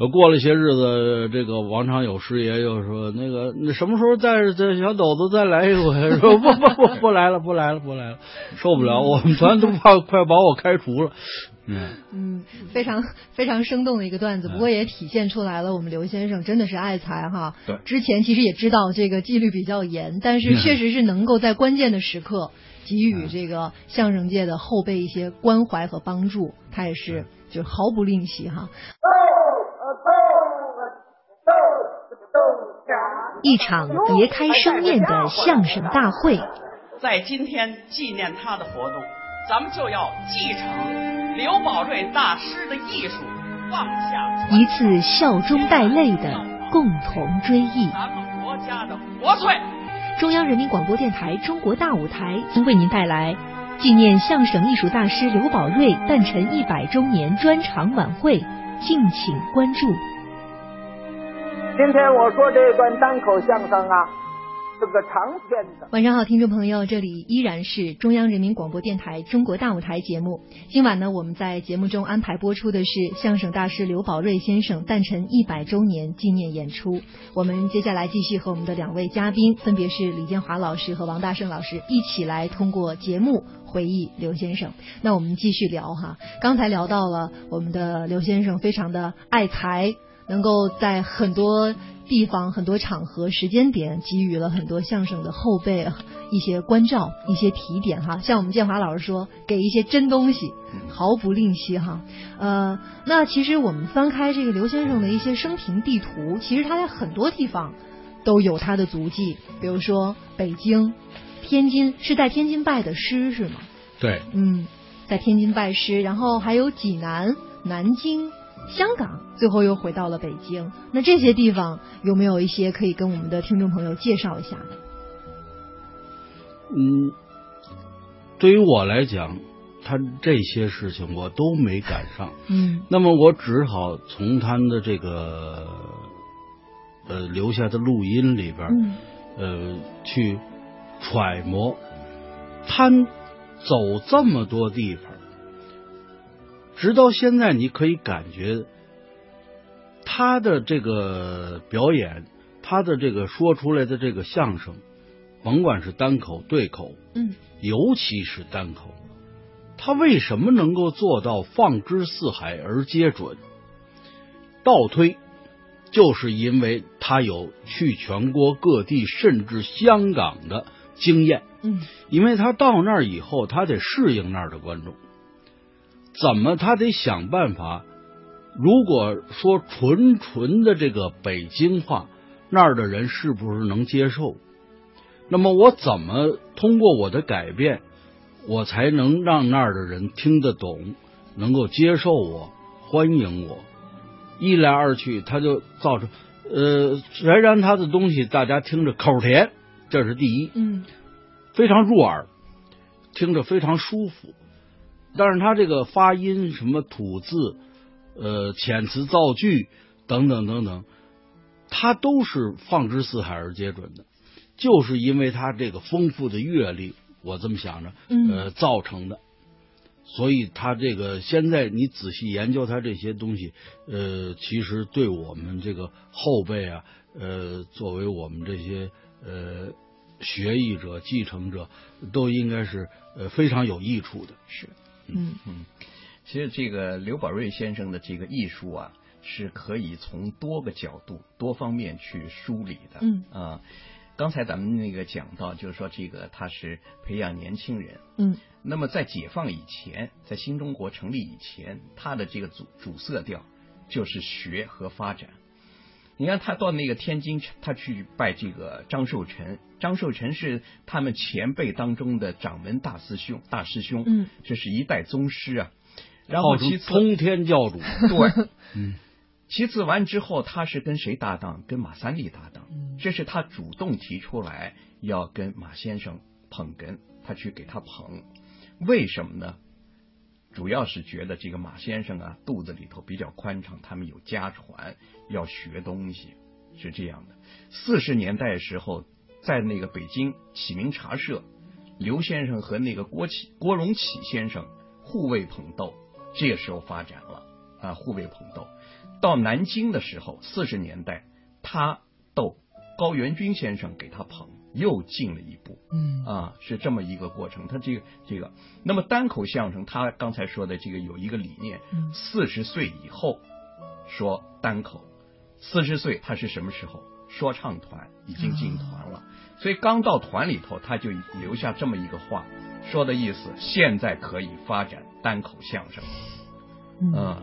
[SPEAKER 4] 呃，过了些日子，这个王长友师爷又说：“那个，你什么时候再这小斗子再来一回？”说：“不不不，不来了，不来了，不来了，受不了，我们团都怕快把我开除了。”嗯
[SPEAKER 1] 嗯，非常非常生动的一个段子，不过也体现出来了我们刘先生真的是爱才哈。
[SPEAKER 4] 对，
[SPEAKER 1] 之前其实也知道这个纪律比较严，但是确实是能够在关键的时刻给予这个相声界的后辈一些关怀和帮助，他也是就毫不吝惜哈。
[SPEAKER 10] 一场别开生面的相声大会，
[SPEAKER 2] 在今天纪念他的活动，咱们就要继承刘宝瑞大师的艺术，放下
[SPEAKER 10] 一次笑中带泪的共同追忆。
[SPEAKER 2] 咱们国家的国粹。
[SPEAKER 10] 中央人民广播电台中国大舞台为您带来纪念相声艺术大师刘宝瑞诞辰一百周年专场晚会，敬请关注。
[SPEAKER 3] 今天我说这段单口相声啊，是个长篇 的。
[SPEAKER 1] 晚上好，听众朋友，这里依然是中央人民广播电台中国大舞台节目。今晚呢，我们在节目中安排播出的是相声大师刘宝瑞先生诞辰一百周年纪念演出。我们接下来继续和我们的两位嘉宾，分别是李建华老师和王大胜老师，一起来通过节目。回忆刘先生，那我们继续聊哈。刚才聊到了我们的刘先生非常的爱才，能够在很多地方、很多场合、时间点给予了很多相声的后辈一些关照、一些提点哈。像我们建华老师说，给一些真东西，毫不吝惜哈。呃，那其实我们翻开这个刘先生的一些生平地图，其实他在很多地方都有他的足迹，比如说北京、天津，是在天津拜的师是吗？
[SPEAKER 4] 对，
[SPEAKER 1] 嗯，在天津拜师，然后还有济南、南京。香港，最后又回到了北京。那这些地方有没有一些可以跟我们的听众朋友介绍一下的？
[SPEAKER 4] 嗯，对于我来讲，他这些事情我都没赶上。
[SPEAKER 1] 嗯，
[SPEAKER 4] 那么我只好从他的这个呃留下的录音里边，
[SPEAKER 1] 嗯、
[SPEAKER 4] 呃，去揣摩他走这么多地方。直到现在，你可以感觉他的这个表演，他的这个说出来的这个相声，甭管是单口、对口，
[SPEAKER 1] 嗯，
[SPEAKER 4] 尤其是单口，他为什么能够做到放之四海而皆准？倒推，就是因为他有去全国各地，甚至香港的经验，
[SPEAKER 1] 嗯，
[SPEAKER 4] 因为他到那儿以后，他得适应那儿的观众。怎么他得想办法？如果说纯纯的这个北京话，那儿的人是不是能接受？那么我怎么通过我的改变，我才能让那儿的人听得懂，能够接受我，欢迎我？一来二去，他就造成呃，虽然他的东西大家听着口甜，这是第一，
[SPEAKER 1] 嗯，
[SPEAKER 4] 非常入耳，听着非常舒服。但是他这个发音、什么吐字、呃遣词造句等等等等，他都是放之四海而皆准的，就是因为他这个丰富的阅历，我这么想着，呃造成的。所以他这个现在你仔细研究他这些东西，呃，其实对我们这个后辈啊，呃，作为我们这些呃。学艺者、继承者都应该是呃非常有益处的。
[SPEAKER 1] 是，嗯
[SPEAKER 5] 嗯，其实这个刘宝瑞先生的这个艺术啊，是可以从多个角度、多方面去梳理的。
[SPEAKER 1] 嗯
[SPEAKER 5] 啊，刚才咱们那个讲到，就是说这个他是培养年轻人。
[SPEAKER 1] 嗯，
[SPEAKER 5] 那么在解放以前，在新中国成立以前，他的这个主主色调就是学和发展。你看他到那个天津，他去拜这个张寿臣。张寿臣是他们前辈当中的掌门大师兄，大师兄，
[SPEAKER 1] 嗯，
[SPEAKER 5] 这是一代宗师啊。然后其次，
[SPEAKER 4] 通天教主，
[SPEAKER 5] 对，
[SPEAKER 4] 嗯。
[SPEAKER 5] 其次完之后，他是跟谁搭档？跟马三立搭档。这是他主动提出来要跟马先生捧哏，他去给他捧。为什么呢？主要是觉得这个马先生啊，肚子里头比较宽敞，他们有家传，要学东西，是这样的。四十年代的时候，在那个北京启明茶社，刘先生和那个郭启郭荣启先生互为捧逗，这个时候发展了啊，互为捧逗。到南京的时候，四十年代，他到高元钧先生给他捧，又进了一步。
[SPEAKER 16] 嗯
[SPEAKER 5] 啊，是这么一个过程。他这个这个，那么单口相声，他刚才说的这个有一个理念：四十岁以后说单口，四十岁他是什么时候？说唱团已经进团了，所以刚到团里头，他就留下这么一个话，说的意思：现在可以发展单口相声。嗯。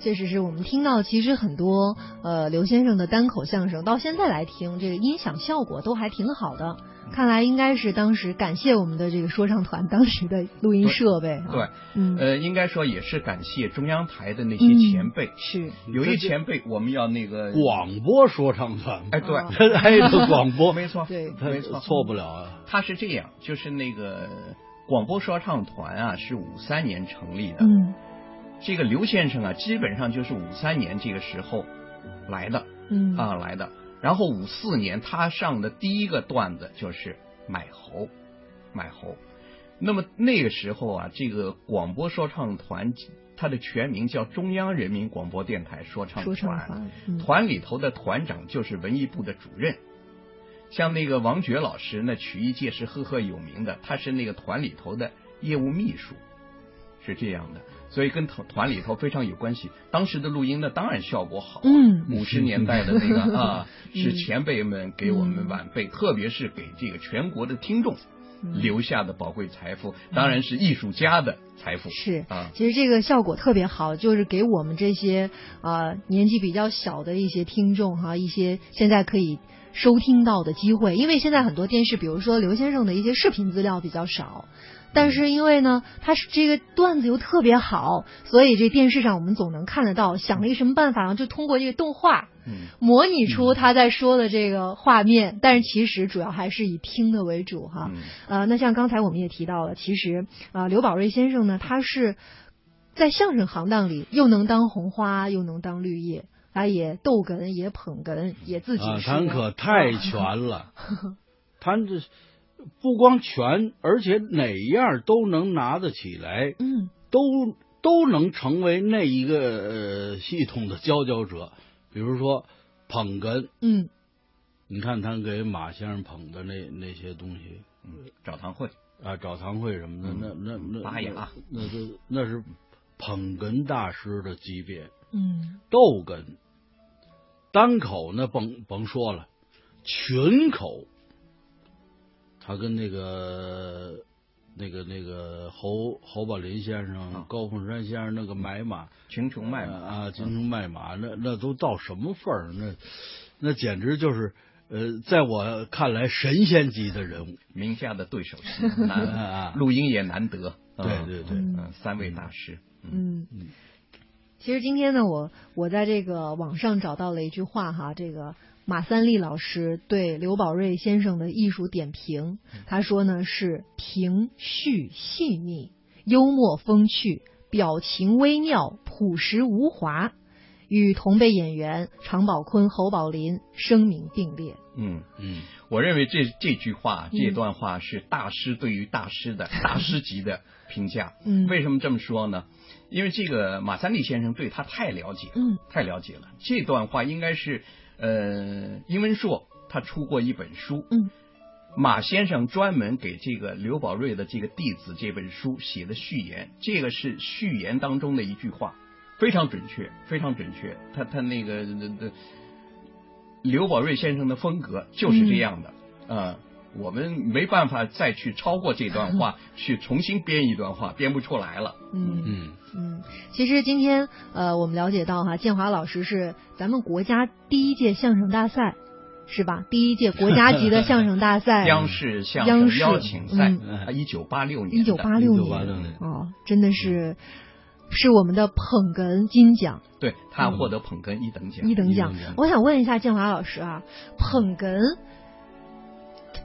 [SPEAKER 1] 确实是我们听到，其实很多呃刘先生的单口相声，到现在来听，这个音响效果都还挺好的。看来应该是当时感谢我们的这个说唱团当时的录音设备、啊
[SPEAKER 5] 对。对，
[SPEAKER 1] 嗯，
[SPEAKER 5] 呃，应该说也是感谢中央台的那些前辈。嗯、
[SPEAKER 1] 是，
[SPEAKER 5] 有一前辈我们要那个
[SPEAKER 4] 广播说唱团。
[SPEAKER 5] 哎， 对，
[SPEAKER 4] 哎，广 播
[SPEAKER 5] 没错，
[SPEAKER 1] 对，
[SPEAKER 5] 没错，
[SPEAKER 4] 错不了啊。
[SPEAKER 5] 他是这样，就是那个广播说唱团啊，是五三年成立的。
[SPEAKER 1] 嗯。
[SPEAKER 5] 这个刘先生啊，基本上就是五三年这个时候来的，
[SPEAKER 1] 嗯
[SPEAKER 5] 啊来的。然后五四年他上的第一个段子就是买猴，买猴。那么那个时候啊，这个广播说唱团，它的全名叫中央人民广播电台说唱说
[SPEAKER 1] 团，唱团,嗯、
[SPEAKER 5] 团里头的团长就是文艺部的主任。像那个王珏老师呢，曲艺界是赫赫有名的，他是那个团里头的业务秘书，是这样的。所以跟团团里头非常有关系。当时的录音呢，当然效果好。
[SPEAKER 1] 嗯，
[SPEAKER 5] 五十年代的那个啊，是前辈们给我们晚辈，特别是给这个全国的听众留下的宝贵财富，当然是艺术家的财富。
[SPEAKER 1] 嗯是
[SPEAKER 5] 啊，
[SPEAKER 1] 其实这个效果特别好，就是给我们这些啊、呃、年纪比较小的一些听众哈，一些现在可以。收听到的机会，因为现在很多电视，比如说刘先生的一些视频资料比较少，但是因为呢，他是这个段子又特别好，所以这电视上我们总能看得到。想了一什么办法呢？就通过这个动画，模拟出他在说的这个画面，但是其实主要还是以听的为主哈。呃，那像刚才我们也提到了，其实啊、呃，刘宝瑞先生呢，他是在相声行当里又能当红花，又能当绿叶。他也逗哏，也捧哏，也自己
[SPEAKER 4] 啊，他可太 全了。他这不光全，而且哪样都能拿得起来，
[SPEAKER 1] 嗯，
[SPEAKER 4] 都都能成为那一个、呃、系统的佼佼者。比如说捧哏，
[SPEAKER 1] 嗯，
[SPEAKER 4] 你看他给马先生捧的那那些东西，
[SPEAKER 5] 嗯，找堂会
[SPEAKER 4] 啊，找堂会什么的，嗯、那那那
[SPEAKER 5] 八啊雅，
[SPEAKER 4] 那那那是捧哏大师的级别。
[SPEAKER 1] 嗯，
[SPEAKER 4] 逗哏、单口呢，甭甭说了，群口，他跟那个、那个、那个侯侯宝林先生、啊、高凤山先生那个买马
[SPEAKER 5] 群雄卖马
[SPEAKER 4] 啊，群雄卖马，那那都到什么份儿？那那简直就是呃，在我看来，神仙级的人物，
[SPEAKER 5] 名下的对手戏难啊，录音也难得。
[SPEAKER 4] 对对对，嗯、
[SPEAKER 5] 啊，三位大师，
[SPEAKER 1] 嗯。嗯其实今天呢，我我在这个网上找到了一句话哈，这个马三立老师对刘宝瑞先生的艺术点评，他说呢是平叙细腻、幽默风趣、表情微妙、朴实无华，与同辈演员常宝坤、侯宝林声名并列。
[SPEAKER 5] 嗯嗯，我认为这这句
[SPEAKER 1] 嗯
[SPEAKER 5] 话、这段话是大师对于大师 的、嗯、大师级的评价。
[SPEAKER 1] 嗯，
[SPEAKER 5] 为什么这么说呢？因为这个马三立先生对他太了解了，
[SPEAKER 1] 嗯，
[SPEAKER 5] 太了解了。这段话应该是，呃，殷文硕他出过一本书，
[SPEAKER 1] 嗯，
[SPEAKER 5] 马先生专门给这个刘宝瑞的这个弟子这本书写的序言，这个是序言当中的一句话，非常准确，非常准确。他他那个刘宝瑞先生的风格就是这样的，啊、嗯。呃我们没办法再去超过这段 话，去重新编一段话，编不出来了。
[SPEAKER 1] 嗯
[SPEAKER 4] 嗯
[SPEAKER 1] 嗯。其实今天呃，我们了解到哈，建华老师是咱们国家第一届相声大赛，是吧？第一届国家级的相声大 赛，
[SPEAKER 5] 央视相
[SPEAKER 1] 声
[SPEAKER 5] 邀请赛，呃一九八六年，
[SPEAKER 1] 一九八六年，哦，真的是。是我们的捧哏金奖，
[SPEAKER 5] 对他获得捧哏一等奖。
[SPEAKER 1] 嗯一等奖，我想问一下建华老师啊，捧哏。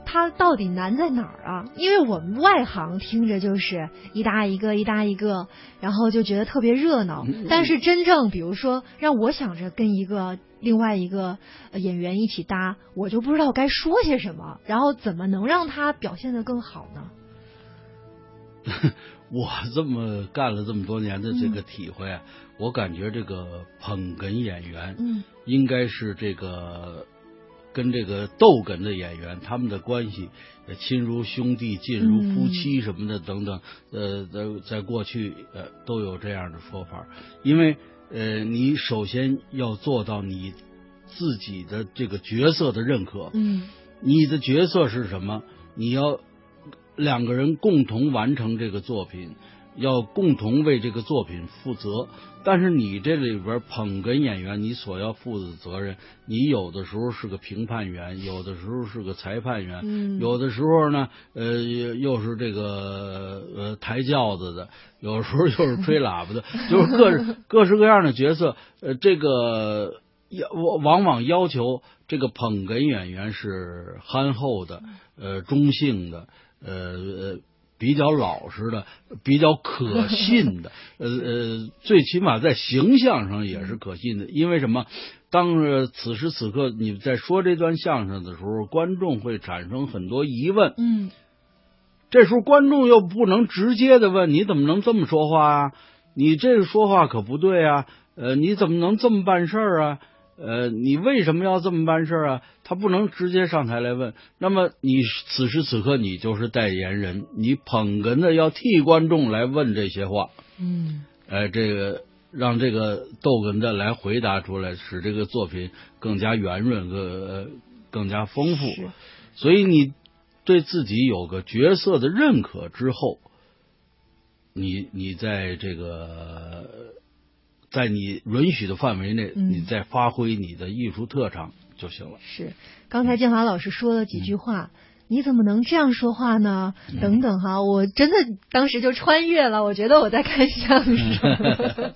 [SPEAKER 1] 它到底难在哪儿啊？因为我们外行听着就是一搭一个一搭一个，然后就觉得特别热闹。但是真正比如说让我想着跟一个另外一个呃演员一起搭，我就不知道该说些什么，然后怎么能让他表现得更好呢？
[SPEAKER 4] 我这么干了这么多年的这个体会啊，我感觉这个捧哏演员，
[SPEAKER 1] 嗯，
[SPEAKER 4] 应该是这个跟这个逗哏的演员他们的关系，呃亲如兄弟，近如夫妻什么的等等，呃，在在过去呃都有这样的说法，因为呃，你首先要做到你自己的这个角色的认可，
[SPEAKER 1] 嗯，
[SPEAKER 4] 你的角色是什么？你要两个人共同完成这个作品，要共同为这个作品负责。但是你这里边捧哏演员，你所要负的责任，你有的时候是个评判员，有的时候是个裁判员，
[SPEAKER 1] 嗯
[SPEAKER 4] 有的时候呢，呃，又是这个呃抬轿子的，有时候又是吹喇叭的， 就是各式各式各样的角色。呃，这个要往往往要求这个捧哏演员是憨厚的，呃，中性的，呃呃，比较老实的，比较可信的，呃呃，最起码在形象上也是可信的。因为什么？当呃此时此刻你们在说这段相声的时候，观众会产生很多疑问，
[SPEAKER 1] 嗯，
[SPEAKER 4] 这时候观众又不能直接的问你怎么能这么说话啊？你这个说话可不对啊！呃，你怎么能这么办事儿啊？呃，你为什么要这么办事儿啊？他不能直接上台来问。那么你此时此刻你就是代言人，你捧哏的要替观众来问这些话，
[SPEAKER 1] 嗯
[SPEAKER 4] 呃，这个让这个逗哏的来回答出来，使这个作品更加圆润，更、呃、更加丰富。所以你对自己有个角色的认可之后，你你在这个在你允许的范围内，
[SPEAKER 1] 嗯
[SPEAKER 4] 你再发挥你的艺术特长就行了。
[SPEAKER 1] 是。刚才建华老师说了几句话。你怎么能这样说话呢？等等哈，我真的当时就穿越了，我觉得我在看 相声。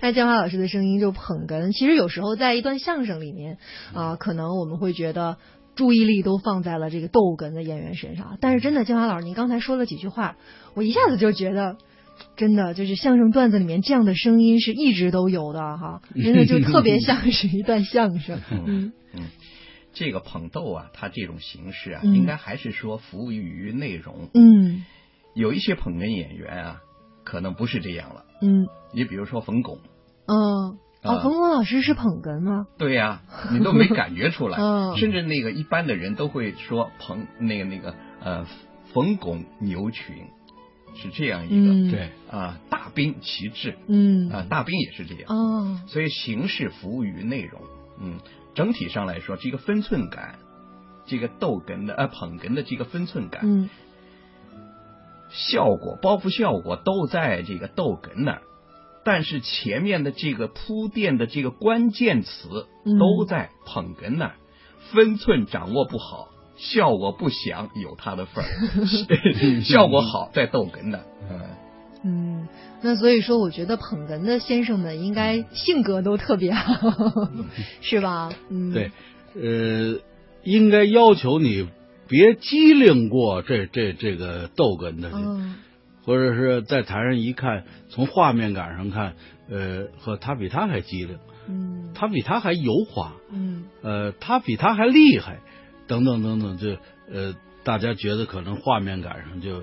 [SPEAKER 1] 那建华老师的声音就捧哏，其实有时候在一段相声里面啊、可能我们会觉得注意力都放在了这个逗哏的演员身上，但是真的，建华老师，您刚才说了几句话，我一下子就觉得。真的就是相声段子里面这样的声音是一直都有的哈，真的就特别像是一段相声。嗯
[SPEAKER 5] 这个捧逗啊，它这种形式啊，
[SPEAKER 1] 嗯
[SPEAKER 5] 应该还是说服务于内容。
[SPEAKER 1] 嗯
[SPEAKER 5] 有一些捧哏演员啊，可能不是这样了。
[SPEAKER 1] 嗯
[SPEAKER 5] 你比如说冯巩，
[SPEAKER 1] 嗯，哦，
[SPEAKER 5] 啊
[SPEAKER 1] 冯巩老师是捧哏吗？
[SPEAKER 5] 对呀、你都没感觉出来，
[SPEAKER 1] 嗯
[SPEAKER 5] 甚至那个一般的人都会说捧那个那个呃冯巩牛群是这样一个，
[SPEAKER 1] 嗯对
[SPEAKER 5] 啊、大兵旗帜，
[SPEAKER 1] 嗯
[SPEAKER 5] 啊、大兵也是这样，
[SPEAKER 1] 哦，
[SPEAKER 5] 所以形式服务于内容，嗯，整体上来说，这个分寸感，这个逗哏的呃捧哏的这个分寸感，
[SPEAKER 1] 嗯
[SPEAKER 5] 效果包袱效果都在这个逗哏那儿，但是前面的这个铺垫的这个关键词
[SPEAKER 1] 嗯
[SPEAKER 5] 都在捧哏那儿，分寸掌握不好。效果不响有他的 份儿，效果好在逗哏那儿，嗯
[SPEAKER 1] 嗯，那所以说，我觉得捧哏的先生们应该性格都特别好， 是吧？嗯，
[SPEAKER 4] 对，，呃，应该要求你别机灵过这这这个逗哏的人。
[SPEAKER 1] 嗯
[SPEAKER 4] 或者是在台上一看，从画面感上看，呃，和他比他还机灵，
[SPEAKER 1] 嗯
[SPEAKER 4] 他比他还油滑，
[SPEAKER 1] 嗯
[SPEAKER 4] 呃，他比他还厉害，等等等等，就呃，大家觉得可能画面感上就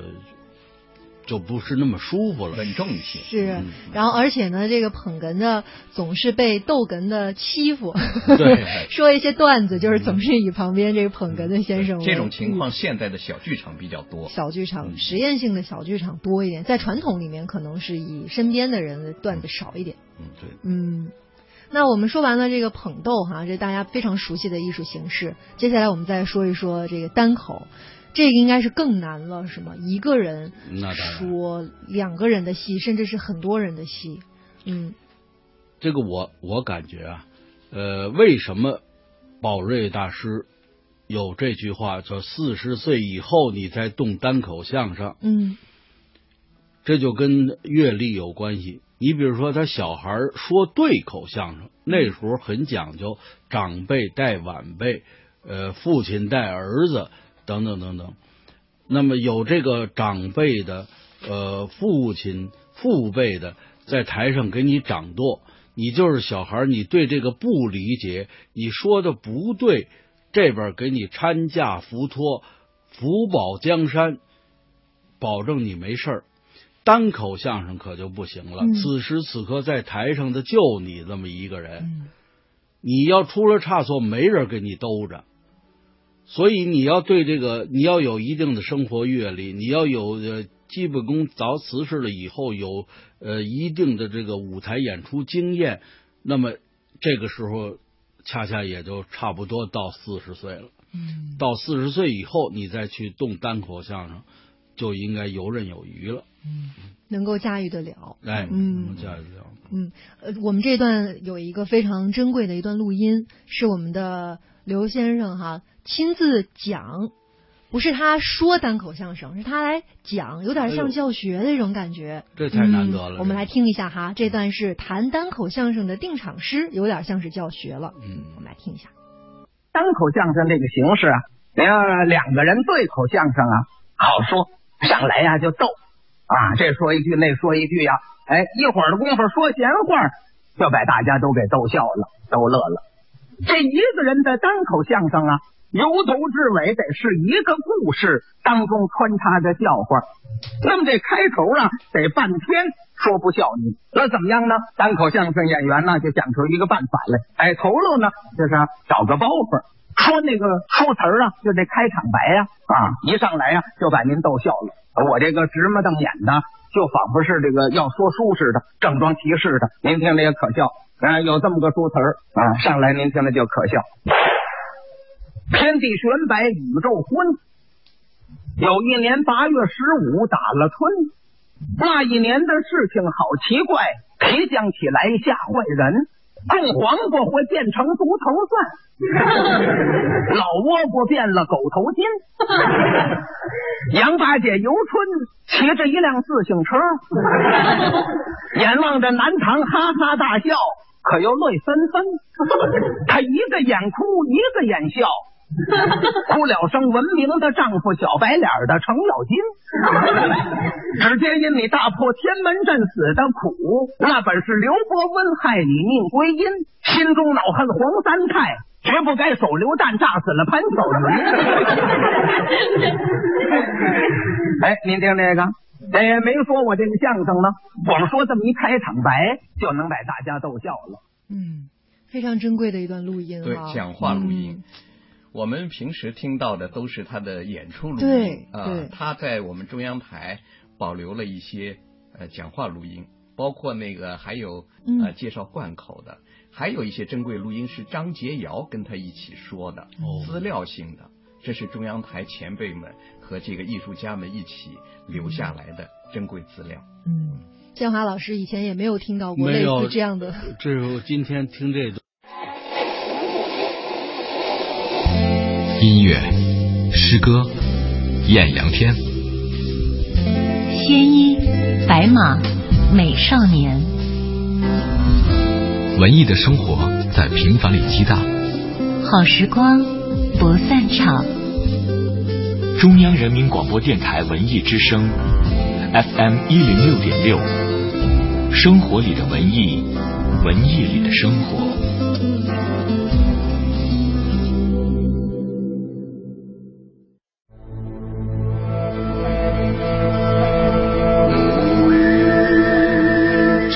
[SPEAKER 4] 就不是那么舒服了，
[SPEAKER 5] 稳重一些。
[SPEAKER 1] 是。然后，而且呢，这个捧哏的总是被逗哏的欺负，
[SPEAKER 5] 对
[SPEAKER 1] 说一些段子，就是总是以旁边嗯这个捧哏的先生为
[SPEAKER 5] 这种情况现在的小剧场比较多，
[SPEAKER 1] 小剧场实验性的小剧场多一点，在传统里面可能是以身边的人的段子少一点。
[SPEAKER 5] 嗯，对。
[SPEAKER 1] 嗯，那我们说完了这个捧逗哈，这大家非常熟悉的艺术形式。接下来我们再说一说这个单口，这个应该是更难了，是吗？一个人
[SPEAKER 4] 那当然
[SPEAKER 1] 说两个人的戏，甚至是很多人的戏。嗯
[SPEAKER 4] 这个我我感觉啊，呃，为什么宝瑞大师有这句话叫“四十岁以后你才动单口相声”？
[SPEAKER 1] 嗯
[SPEAKER 4] 这就跟阅历有关系。你比如说，他小孩儿说对口相声，那时候很讲究长辈带晚辈，呃，父亲带儿子等等等等。那么有这个长辈的，呃，父亲父辈的在台上给你掌舵，你就是小孩儿，你对这个不理解，你说的不对，这边儿给你搀架扶托，福保江山，保证你没事儿。单口相声可就不行了。
[SPEAKER 16] 嗯
[SPEAKER 4] 此时此刻在台上的就你这么一个人，你要出了差错，没人给你兜着。所以你要对这个，你要有一定的生活阅历，你要有呃基本功，凿瓷实了以后有呃一定的这个舞台演出经验，那么这个时候恰恰也就差不多到四十岁了。
[SPEAKER 16] 嗯
[SPEAKER 4] 到四十岁以后，你再去动单口相声，就应该游刃有余了。
[SPEAKER 1] 能够驾驭得了。
[SPEAKER 4] 哎，
[SPEAKER 1] 嗯
[SPEAKER 4] 这样就好
[SPEAKER 1] 嗯，呃，我们这段有一个非常珍贵的一段录音，是我们的刘先生哈亲自讲，不是他说单口相声，是他来讲，有点像教学的那种感觉。
[SPEAKER 4] 哎这太难得了
[SPEAKER 1] 嗯我们来听一下哈，这段是谈单口相声的定场诗，有点像是教学了。
[SPEAKER 4] 嗯，
[SPEAKER 1] 我们来听一下。
[SPEAKER 18] 单口相声这个形式啊，你要两个人对口相声啊，好说，上来呀、就斗啊，这说一句那说一句呀、哎，一会儿的功夫说闲话，就把大家都给逗笑了，逗乐了。这一个人的单口相声啊，由头至尾得是一个故事当中穿插着笑话，那么这开头啊，得半天说不笑你，那怎么样呢？单口相声演员呢就想出一个办法来，哎，头路呢就是啊找个包袱，说那个说词儿啊，就这开场白呀啊一上来呀、就把您逗笑了。我这个直目瞪眼的，就仿佛是这个要说书似的，正装骑士的。您听着也可笑，啊，有这么个说词儿啊，上来您听着就可笑。天地玄白，宇宙昏。有一年八月十五打了春，那一年的事情好奇怪，回想起来吓坏人。种黄瓜会变成猪头蒜， 老窝瓜变了狗头金。杨八姐游春骑着一辆自行车，眼望着南唐哈哈大笑，可又泪纷纷。她一个眼哭，一个眼笑。哭了声文明的丈夫，小白脸的程咬金。只见因你大破天门阵死的苦，那本是刘伯温害你命归阴，心中恼恨黄三太，绝不该手榴弹炸死了潘巧云。 哎，您听这个。哎，没说我这个相声呢，光说这么一开场白就能把大家逗笑了。
[SPEAKER 1] 嗯，非常珍贵的一段录音
[SPEAKER 5] 对
[SPEAKER 1] 哈，嗯
[SPEAKER 5] 讲话录音。我们平时听到的都是他的演出录
[SPEAKER 1] 对
[SPEAKER 5] 音啊、
[SPEAKER 1] 对
[SPEAKER 5] 他在我们中央台保留了一些呃讲话录音，包括那个还有呃
[SPEAKER 16] 嗯
[SPEAKER 5] 介绍贯口的，还有一些珍贵录音是张杰尧跟他一起说的，
[SPEAKER 16] 哦
[SPEAKER 5] 资料性的，这是中央台前辈们和这个艺术家们一起留下来的珍贵资料。
[SPEAKER 1] 嗯，建华老师以前也没有听到过
[SPEAKER 4] 没
[SPEAKER 1] 类
[SPEAKER 4] 有
[SPEAKER 1] 似这样的。
[SPEAKER 4] 这是我今天听这个
[SPEAKER 19] 音乐、诗歌、艳阳天，
[SPEAKER 12] 仙衣白马美少年，
[SPEAKER 19] 文艺的生活在平凡里激荡。
[SPEAKER 12] 好时光不散场。
[SPEAKER 19] 中央人民广播电台文艺之声，FM 一零六点六，生活里的文艺，文艺里的生活。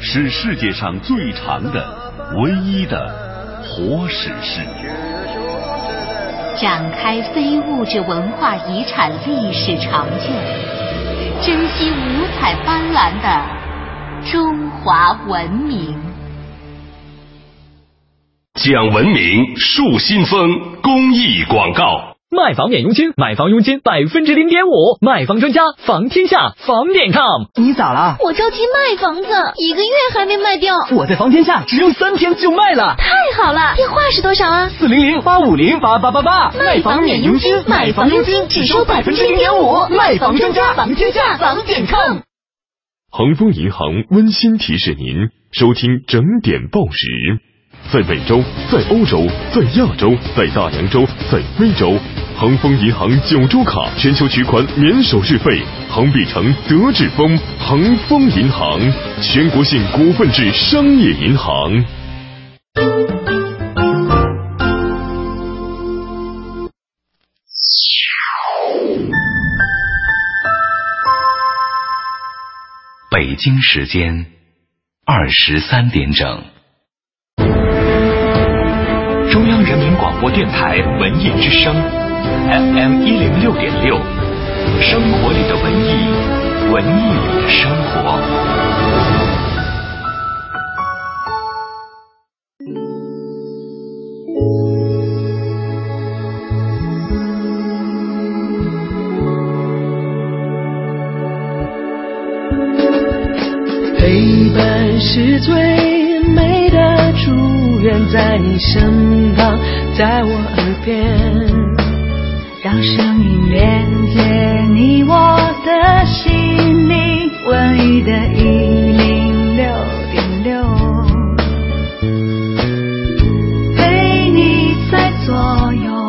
[SPEAKER 11] 是世界上最长的、唯一的活史诗。
[SPEAKER 12] 展开非物质文化遗产历史长卷，珍惜五彩斑斓的中华文明。
[SPEAKER 11] 讲文明树新风公益广告。
[SPEAKER 20] 卖房免佣金，买房佣金百分之零点五，卖房专家房天下房点 com。
[SPEAKER 8] 你咋了？
[SPEAKER 21] 我着急卖房子，一个月还没卖掉。
[SPEAKER 8] 我在房天下只用三天就卖了，
[SPEAKER 21] 太好了！电话是多少啊？
[SPEAKER 8] 四零零八五零八八八八。
[SPEAKER 21] 卖房免佣金，
[SPEAKER 8] 买房佣金只收百分之零点五，卖房专家房天下房点 com。
[SPEAKER 11] 恒丰银行温馨提示您收听整点报时。在美洲，在欧洲，在亚洲，在大洋洲，在非洲，恒丰银行九州卡全球取款免手续费，恒必城德智丰恒丰银行，全国性股份制商业银行。
[SPEAKER 10] 北京时间二十三点整。中央人民广播电台文艺之声，FM 一零六点六，生活里的文艺，文艺里的生活。
[SPEAKER 9] 陪伴是最美的祝。愿在你身旁，在我耳边，让声音连接你我的心灵。文艺的一零六点六，陪你在左右。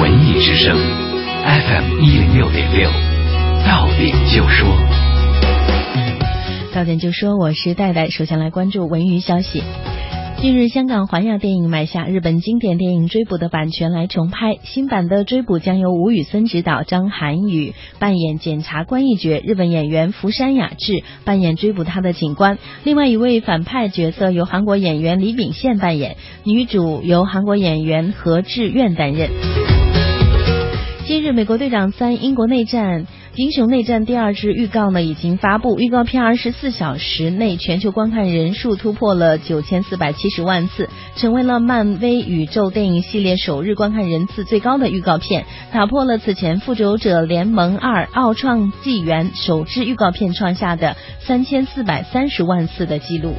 [SPEAKER 10] 文艺之声，FM 一零六点六，到点就说。
[SPEAKER 15] 早点就说，我是戴戴。首先来关注文娱消息。近日，香港环亚电影买下日本经典电影《追捕》的版权来重拍。新版的《追捕》将由吴宇森执导，张涵予扮演检察官一角，日本演员福山雅治扮演追捕他的警官。另外一位反派角色由韩国演员李秉宪扮演，女主由韩国演员何志苑担任。近日，《美国队长三：英国内战》。《英雄内战》第二支预告呢已经发布，预告片二十四小时内全球观看人数突破了九千四百七十万次，成为了漫威宇宙电影系列首日观看人次最高的预告片，打破了此前《复仇者联盟二：奥创纪元》首支预告片创下的三千四百三十万次的记录。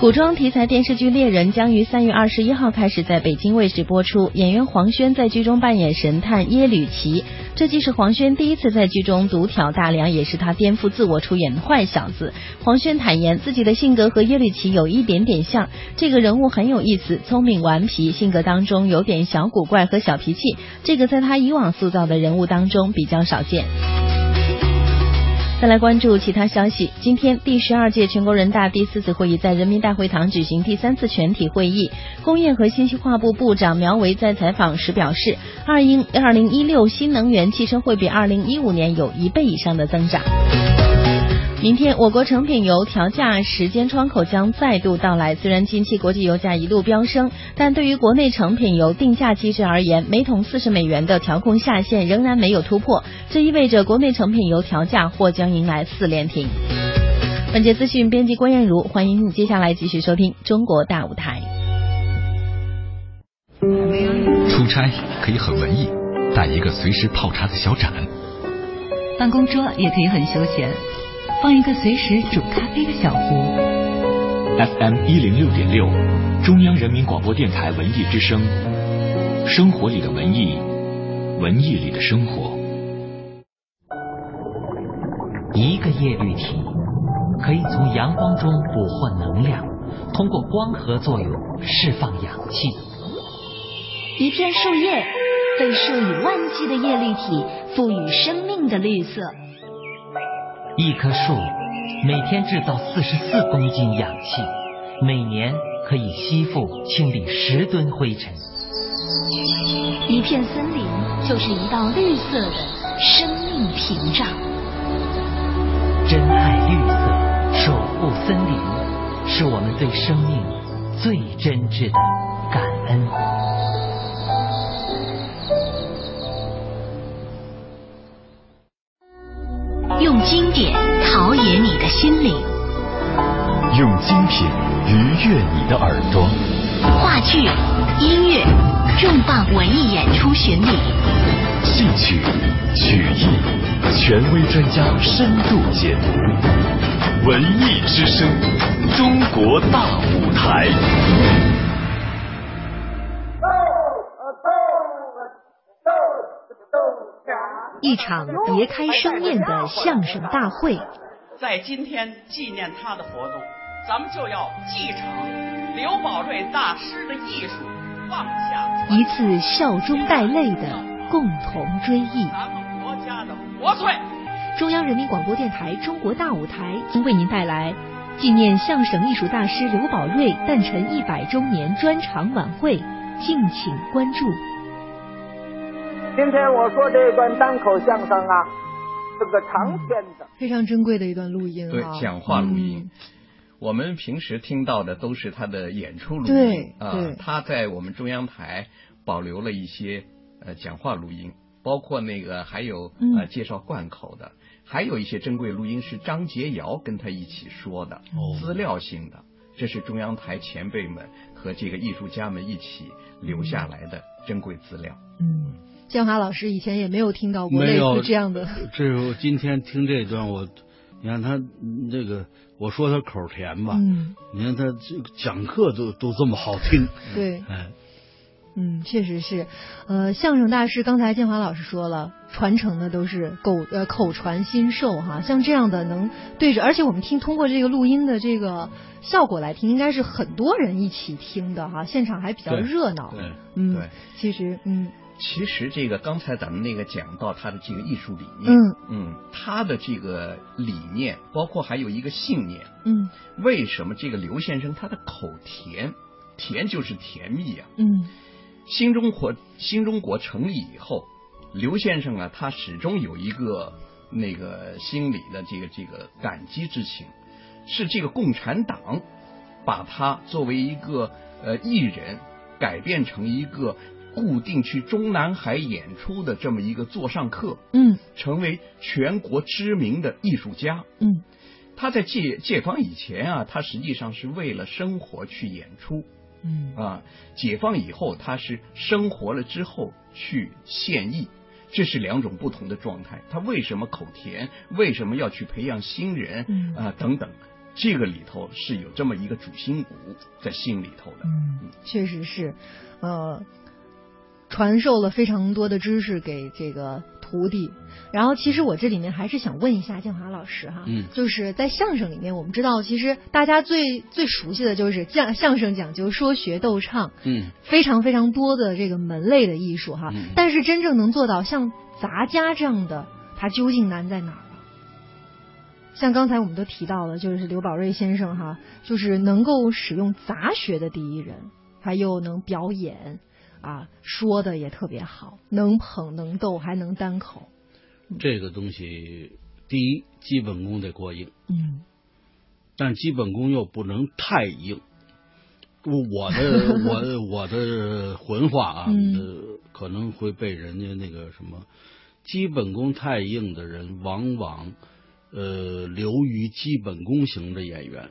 [SPEAKER 15] 古装题材电视剧《猎人》将于三月二十一号开始在北京卫视播出。演员黄轩在剧中扮演神探耶律齐，这既是黄轩第一次在剧中独挑大梁，也是他颠覆自我出演坏小子。黄轩坦言自己的性格和耶律齐有一点点像，这个人物很有意思，聪明顽皮，性格当中有点小古怪和小脾气，这个在他以往塑造的人物当中比较少见。再来关注其他消息。今天，第十二届全国人大第四次会议在人民大会堂举行第三次全体会议。工业和信息化部部长苗圩在采访时表示，二零二零一六新能源汽车会比二零一五年有一倍以上的增长。明天，我国成品油调价时间窗口将再度到来。虽然近期国际油价一路飙升，但对于国内成品油定价机制而言，每桶四十美元的调控下限仍然没有突破，这意味着国内成品油调价或将迎来四连停。本节资讯编辑郭艳茹，欢迎你接下来继续收听《中国大舞台》。
[SPEAKER 22] 出差可以很文艺，带一个随时泡茶的小盏；
[SPEAKER 23] 办公桌也可以很休闲。放一个随时煮咖啡的小壶。
[SPEAKER 10] FM 一零六点六，中央人民广播电台文艺之声，生活里的文艺，文艺里的生活。
[SPEAKER 24] 一个叶绿体可以从阳光中捕获能量，通过光合作用释放氧气。
[SPEAKER 17] 一片树叶被数以万计的叶绿体赋予生命的绿色。
[SPEAKER 24] 一棵树每天制造四十四公斤氧气，每年可以吸附清理十吨灰尘。
[SPEAKER 17] 一片森林就是一道绿色的生命屏障。
[SPEAKER 24] 珍爱绿色，守护森林，是我们对生命最真挚的感恩。
[SPEAKER 25] 用经典陶冶你的心灵，
[SPEAKER 11] 用精品愉悦你的耳朵。
[SPEAKER 25] 话剧、音乐、重磅文艺演出巡礼，
[SPEAKER 11] 戏曲、曲艺，权威专家深度解读。文艺之声，中国大舞台。
[SPEAKER 1] 一场别开生面的相声大会，
[SPEAKER 2] 在今天纪念他的活动，咱们就要继承。刘宝瑞大师的艺术，放下
[SPEAKER 1] 一次笑中带泪的共同追忆。
[SPEAKER 2] 咱们国家的国粹。
[SPEAKER 1] 中央人民广播电台中国大舞台为您带来纪念相声艺术大师刘宝瑞诞辰一百周年专场晚会，敬请关注。
[SPEAKER 3] 今天我说这段单口相声啊，是个长篇的、嗯，
[SPEAKER 1] 非常珍贵的一段录音、啊，
[SPEAKER 5] 对，讲话录音。嗯我们平时听到的都是他的演出录
[SPEAKER 1] 音
[SPEAKER 5] 啊、呃，他在我们中央台保留了一些呃讲话录音，包括那个还有
[SPEAKER 1] 嗯
[SPEAKER 5] 呃介绍贯口的，还有一些珍贵录音是张杰尧跟他一起说的，
[SPEAKER 4] 哦、
[SPEAKER 5] 资料性的，这是中央台前辈们和这个艺术家们一起留下来的珍贵资料。
[SPEAKER 1] 嗯，建华老师以前也没有听到过类似这样 的。
[SPEAKER 4] 这我今天听这段我。你看他这个，我说他口甜吧，
[SPEAKER 1] 嗯、
[SPEAKER 4] 你看他讲课都都这么好听，
[SPEAKER 1] 对，
[SPEAKER 4] 哎，
[SPEAKER 1] 嗯，确实是，呃，相声大师刚才建华老师说了，传承的都是口呃口传心授哈、啊，像这样的能对着，而且我们听通过这个录音的这个效果来听，应该是很多人一起听的哈、啊，现场还比较热闹，
[SPEAKER 5] 对，对
[SPEAKER 1] 嗯，
[SPEAKER 5] 对，
[SPEAKER 1] 其实嗯。
[SPEAKER 5] 其实这个刚才咱们那个讲到他的这个艺术理念，嗯嗯，他的这个理念包括还有一个信念，
[SPEAKER 1] 嗯，
[SPEAKER 5] 为什么这个刘先生他的口甜，甜就是甜蜜啊，
[SPEAKER 1] 嗯，
[SPEAKER 5] 新中国新中国成立以后，刘先生啊，他始终有一个那个心里的这个这个感激之情，是这个共产党把他作为一个呃艺人改变成一个。固定去中南海演出的这么一个座上客，
[SPEAKER 1] 嗯，
[SPEAKER 5] 成为全国知名的艺术家，
[SPEAKER 1] 嗯，
[SPEAKER 5] 他在解解放以前啊，他实际上是为了生活去演出，
[SPEAKER 1] 嗯
[SPEAKER 5] 啊，解放以后他是生活了之后去献艺，这是两种不同的状态。他为什么口甜？为什么要去培养新人？
[SPEAKER 1] 嗯、
[SPEAKER 5] 啊，等等。这个里头是有这么一个主心骨在心里头的，
[SPEAKER 1] 嗯，确实是，呃。传授了非常多的知识给这个徒弟，然后其实我这里面还是想问一下建华老师哈，
[SPEAKER 4] 嗯，
[SPEAKER 1] 就是在相声里面，我们知道其实大家最最熟悉的就是相相声讲究说学逗唱，
[SPEAKER 4] 嗯，
[SPEAKER 1] 非常非常多的这个门类的艺术哈，
[SPEAKER 4] 嗯、
[SPEAKER 1] 但是真正能做到像杂家这样的，它究竟难在哪儿？啊像刚才我们都提到了，就是刘宝瑞先生哈，就是能够使用杂学的第一人，他又能表演。啊，说的也特别好，能捧能逗，还能单口。
[SPEAKER 4] 嗯、这个东西，第一基本功得过硬，
[SPEAKER 1] 嗯，
[SPEAKER 4] 但基本功又不能太硬。我的我我的混话啊，
[SPEAKER 1] 嗯、
[SPEAKER 4] 可能会被人家那个什么，基本功太硬的人，往往呃流于基本功型的演员，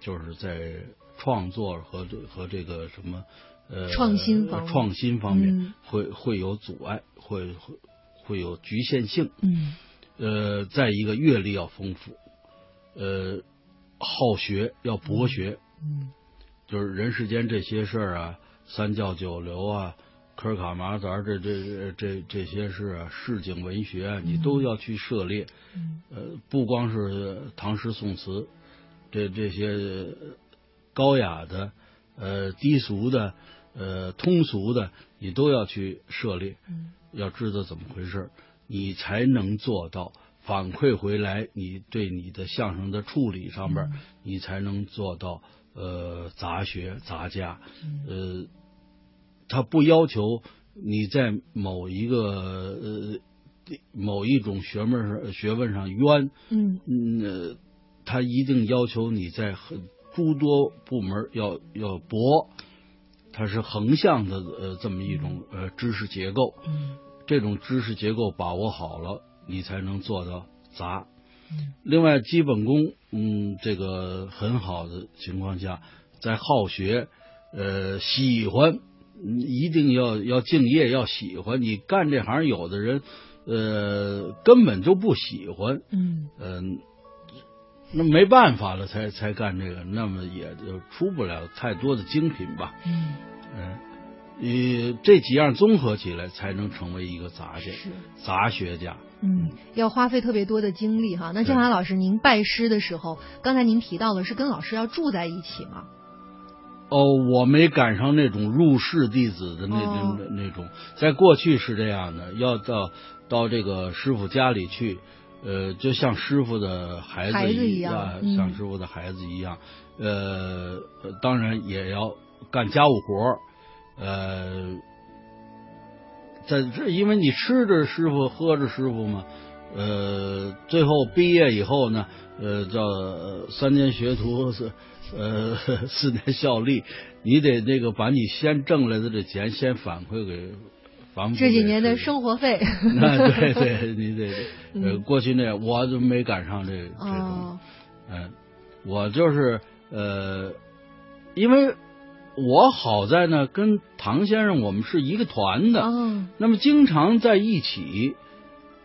[SPEAKER 4] 就是在创作和和这个什么。呃，
[SPEAKER 1] 创新方
[SPEAKER 4] 创新方面、嗯、会会有阻碍，会会会有局限性。
[SPEAKER 1] 嗯，
[SPEAKER 4] 呃，再一个阅历要丰富，呃，好学要博学。
[SPEAKER 1] 嗯，
[SPEAKER 4] 就是人世间这些事儿啊，三教九流啊，科尔卡马扎这这这这些事啊，市井文学啊，你都要去涉猎。
[SPEAKER 1] 嗯，
[SPEAKER 4] 呃，不光是唐诗宋词，这这些高雅的。呃，低俗的，呃，通俗的，你都要去涉猎，
[SPEAKER 1] 嗯、
[SPEAKER 4] 要知道怎么回事，你才能做到反馈回来。你对你的相声的处理上面，
[SPEAKER 1] 嗯、
[SPEAKER 4] 你才能做到呃杂学杂家。
[SPEAKER 1] 嗯、
[SPEAKER 4] 呃，他不要求你在某一个呃某一种学问上学问上冤，
[SPEAKER 1] 嗯
[SPEAKER 4] 嗯、呃，他一定要求你在很。诸多部门要要博，它是横向的呃这么一种呃知识结构。
[SPEAKER 1] 嗯，
[SPEAKER 4] 这种知识结构把握好了，你才能做到杂。
[SPEAKER 1] 嗯
[SPEAKER 4] 另外，基本功，嗯，这个很好的情况下，在好学，呃，喜欢，嗯一定要要敬业，要喜欢。你干这行，有的人，呃，根本就不喜欢，
[SPEAKER 1] 嗯
[SPEAKER 4] 嗯、那没办法了，才才干这个，那么也就出不了太多的精品吧。
[SPEAKER 1] 嗯
[SPEAKER 4] 嗯，呃，这几样综合起来，才能成为一个杂学
[SPEAKER 1] 是
[SPEAKER 4] 杂学家。
[SPEAKER 1] 嗯，要花费特别多的精力哈。那郑涵老师，您拜师的时候，刚才您提到了是跟老师要住在一起吗？
[SPEAKER 4] 哦，我没赶上那种入室弟子的那
[SPEAKER 1] 哦
[SPEAKER 4] 种、那种，在过去是这样的，要到到这个师傅家里去，呃，就像师傅的孩
[SPEAKER 1] 孩
[SPEAKER 4] 子
[SPEAKER 1] 子一
[SPEAKER 4] 样，
[SPEAKER 1] 样
[SPEAKER 4] 啊
[SPEAKER 1] 嗯
[SPEAKER 4] 像师傅的孩子一样，呃，呃当然也要干家务活儿呃，在这因为你吃着师傅，喝着师傅嘛，呃，最后毕业以后呢，呃，叫呃三年学徒是呃四年效力，你得那个把你先挣来的这钱先反馈给反馈
[SPEAKER 1] 这几年
[SPEAKER 4] 给
[SPEAKER 1] 的
[SPEAKER 4] 师
[SPEAKER 1] 生活费。
[SPEAKER 4] 傅那 啊对对，你得呃
[SPEAKER 1] 嗯
[SPEAKER 4] 过去那样，我就没赶上这这种。
[SPEAKER 1] 哦，
[SPEAKER 4] 嗯，我就是呃，因为我好在呢，跟唐先生我们是一个团的，
[SPEAKER 1] 嗯
[SPEAKER 4] 那么经常在一起。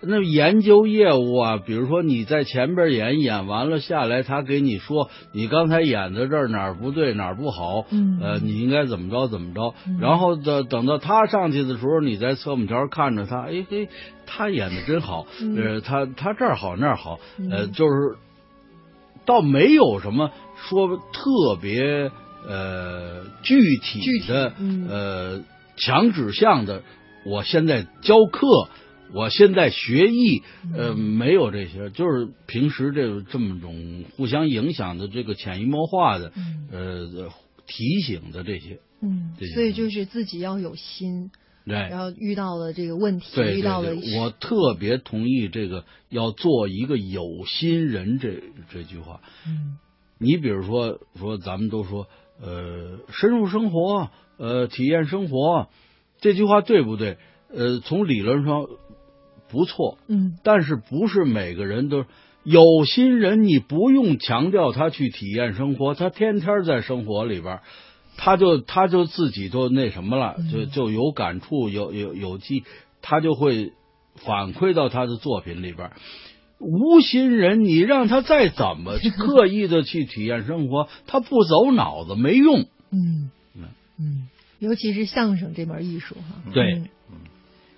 [SPEAKER 4] 那么研究业务啊，比如说你在前边演演完了下来，他给你说你刚才演的这儿哪儿不对哪儿不好，
[SPEAKER 1] 嗯
[SPEAKER 4] 呃，你应该怎么着怎么着，
[SPEAKER 1] 嗯
[SPEAKER 4] 然后等等到他上去的时候，你在侧幕条看着他，哎嘿，他演的真好，
[SPEAKER 1] 嗯
[SPEAKER 4] 呃，他他这儿好那儿好，呃，
[SPEAKER 1] 嗯
[SPEAKER 4] 就是倒没有什么说特别呃具体的
[SPEAKER 1] 嗯
[SPEAKER 4] 呃强指向的。我现在教课，我现在学艺，呃，没有这些，就是平时这这么种互相影响的这个潜移默化的呃提醒的这些，
[SPEAKER 1] 嗯
[SPEAKER 4] 对，
[SPEAKER 1] 所以就是自己要有心，
[SPEAKER 4] 对
[SPEAKER 1] 然。后遇到了这个问题，
[SPEAKER 4] 对
[SPEAKER 1] 遇
[SPEAKER 4] 对
[SPEAKER 1] 到了
[SPEAKER 4] 对，我特别同意这个要做一个有心人这这句话。
[SPEAKER 1] 嗯
[SPEAKER 4] 你比如说说，咱们都说呃，深入生活，呃，体验生活，这句话对不对？呃，从理论上不错，
[SPEAKER 1] 嗯
[SPEAKER 4] 但是不是每个人都有心人？你不用强调他去体验生活，他天天在生活里边儿，他就他就自己就那什么了，就就有感触，有有有记，他就会反馈到他的作品里边儿。无心人，你让他再怎么刻意的去体验生活，他不走脑子没用。
[SPEAKER 1] 嗯嗯，尤其是相声这门艺术哈，
[SPEAKER 4] 对
[SPEAKER 1] 嗯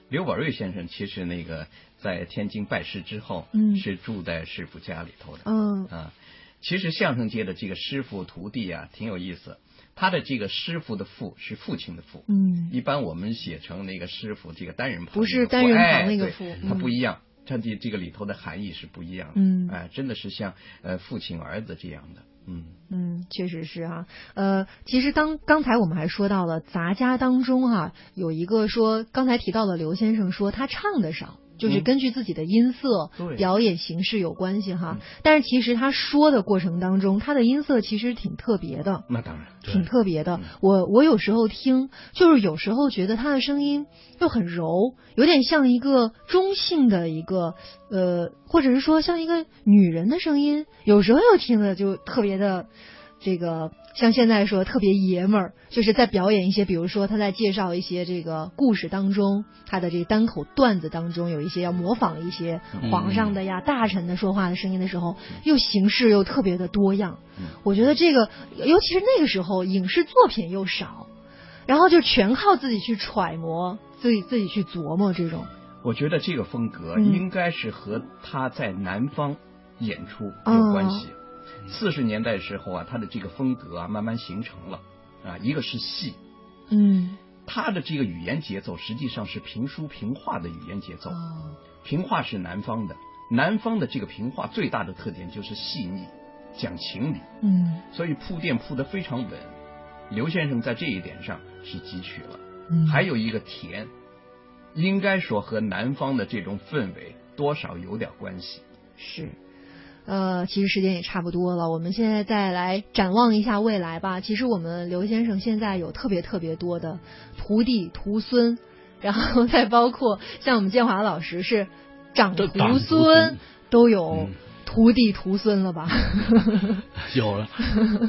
[SPEAKER 5] 刘宝瑞先生其实那个在天津拜师之后，
[SPEAKER 1] 嗯
[SPEAKER 5] 是住在师傅家里头的，
[SPEAKER 1] 嗯
[SPEAKER 5] 啊，其实相声界的这个师傅徒弟啊，挺有意思。他的这个师傅的父是父亲的父，
[SPEAKER 1] 嗯
[SPEAKER 5] 一般我们写成那个师傅这个单人旁那个父，
[SPEAKER 1] 不是单人旁
[SPEAKER 5] 哎
[SPEAKER 1] 那个
[SPEAKER 5] 对
[SPEAKER 1] 父
[SPEAKER 5] 它
[SPEAKER 1] 嗯
[SPEAKER 5] 不一样，它这这个里头的含义是不一样的，
[SPEAKER 1] 嗯
[SPEAKER 5] 哎，真的是像呃父亲儿子这样的，嗯。
[SPEAKER 1] 嗯，确实是哈、呃，其实当刚才我们还说到了杂家当中哈、有一个说刚才提到了刘先生说他唱的少，就是
[SPEAKER 5] 嗯
[SPEAKER 1] 根据自己的音色、
[SPEAKER 5] 对
[SPEAKER 1] 表演形式有关系
[SPEAKER 4] 嗯
[SPEAKER 1] 哈、但是其实他说的过程当中，他的音色其实挺特别的。
[SPEAKER 5] 那当然，
[SPEAKER 1] 挺特别的。我我有时候听，就是有时候觉得他的声音又很柔，有点像一个中性的一个呃，或者是说像一个女人的声音。有时候又听着就特别的这个，像现在说特别爷们儿，就是在表演一些，比如说他在介绍一些这个故事当中，他的这个单口段子当中有一些要模仿一些皇上的呀、大臣的说话的声音的时候，又形式又特别的多样。我觉得这个，尤其是那个时候，影视作品又少，然后就全靠自己去揣摩，自己自己去琢磨这种。
[SPEAKER 5] 我觉得这个风格
[SPEAKER 1] 嗯
[SPEAKER 5] 应该是和他在南方演出
[SPEAKER 1] 哦
[SPEAKER 5] 有关系。四十、年代时候啊，他的这个风格啊慢慢形成了啊，一个是戏，
[SPEAKER 1] 嗯
[SPEAKER 5] 他的这个语言节奏实际上是评书评话的语言节奏。
[SPEAKER 1] 哦
[SPEAKER 5] 评话是南方的，南方的这个评话最大的特点就是细腻，讲情理，
[SPEAKER 1] 嗯
[SPEAKER 5] 所以铺垫铺得非常稳。刘先生在这一点上是汲取了。
[SPEAKER 1] 嗯，
[SPEAKER 5] 还有一个甜，应该说和南方的这种氛围多少有点关系。
[SPEAKER 1] 是。呃，其实时间也差不多了，我们现在再来展望一下未来吧。其实我们刘先生现在有特别特别多的徒弟徒孙，然后再包括像我们建华老师是长徒孙，嗯都有徒弟徒孙了吧？
[SPEAKER 4] 有了，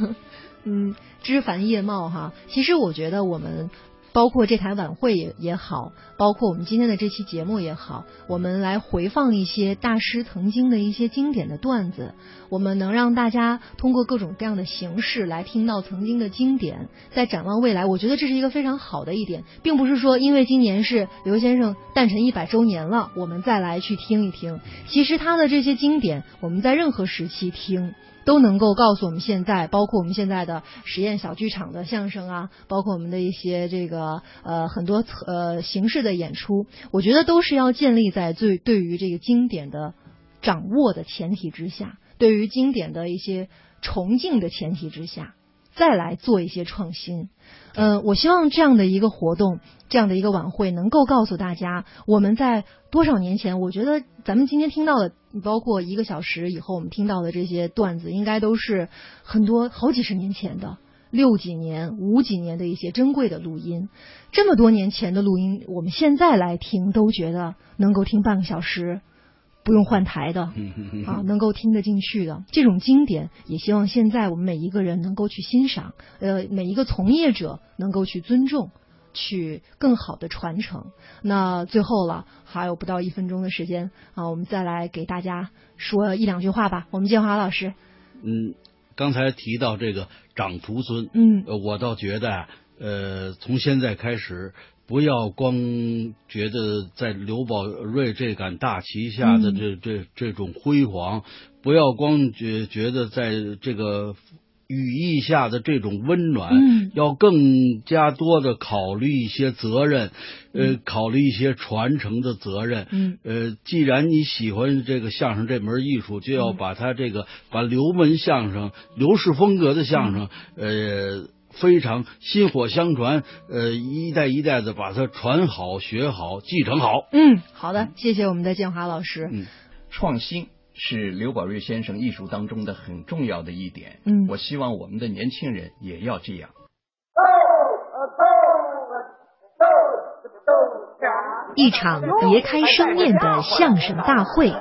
[SPEAKER 1] 嗯，枝繁叶茂哈。其实我觉得我们。包括这台晚会也也好，包括我们今天的这期节目也好，我们来回放一些大师曾经的一些经典的段子，我们能让大家通过各种各样的形式来听到曾经的经典，在展望未来，我觉得这是一个非常好的一点，并不是说因为今年是刘先生诞辰一百周年了，我们再来去听一听，其实他的这些经典，我们在任何时期听。都能够告诉我们现在，包括我们现在的实验小剧场的相声啊，包括我们的一些这个呃很多呃形式的演出，我觉得都是要建立在最对于这个经典的掌握的前提之下，对于经典的一些崇敬的前提之下，再来做一些创新。嗯、呃，我希望这样的一个活动，这样的一个晚会，能够告诉大家，我们在多少年前，我觉得咱们今天听到的，包括一个小时以后我们听到的这些段子，应该都是很多好几十年前的，六几年、五几年的一些珍贵的录音。这么多年前的录音，我们现在来听，都觉得能够听半个小时。不用换台的
[SPEAKER 4] 嗯
[SPEAKER 9] 嗯
[SPEAKER 1] 啊，能够听得进去的这种经典，也希望现在我们每一个人能够去欣赏，呃，每一个从业者能够去尊重，去更好的传承。那最后了，还有不到一分钟的时间啊，我们再来给大家说一两句话吧。我们建华老师，
[SPEAKER 4] 嗯，刚才提到这个长徒孙，
[SPEAKER 1] 嗯、
[SPEAKER 4] 呃，我倒觉得，呃，从现在开始。不要光觉得在刘宝瑞这杆大旗下的
[SPEAKER 1] 嗯
[SPEAKER 4] 这这这种辉煌，不要光觉觉得在这个羽翼下的这种温暖，
[SPEAKER 1] 嗯、
[SPEAKER 4] 要更加多的考虑一些责任，呃，考虑一些传承的责任。
[SPEAKER 1] 嗯，
[SPEAKER 4] 呃，既然你喜欢这个相声这门艺术，就要把它这个把刘门相声、刘氏风格的相声，呃。非常薪火相传，呃，一代一代的把它传好、学好、继承好。
[SPEAKER 1] 嗯，好的，谢谢我们的建华老师。
[SPEAKER 5] 嗯，创新是刘宝瑞先生艺术当中的很重要的一点。
[SPEAKER 1] 嗯，
[SPEAKER 5] 我希望我们的年轻人也要这样。
[SPEAKER 1] 一场别开生面的相声大会，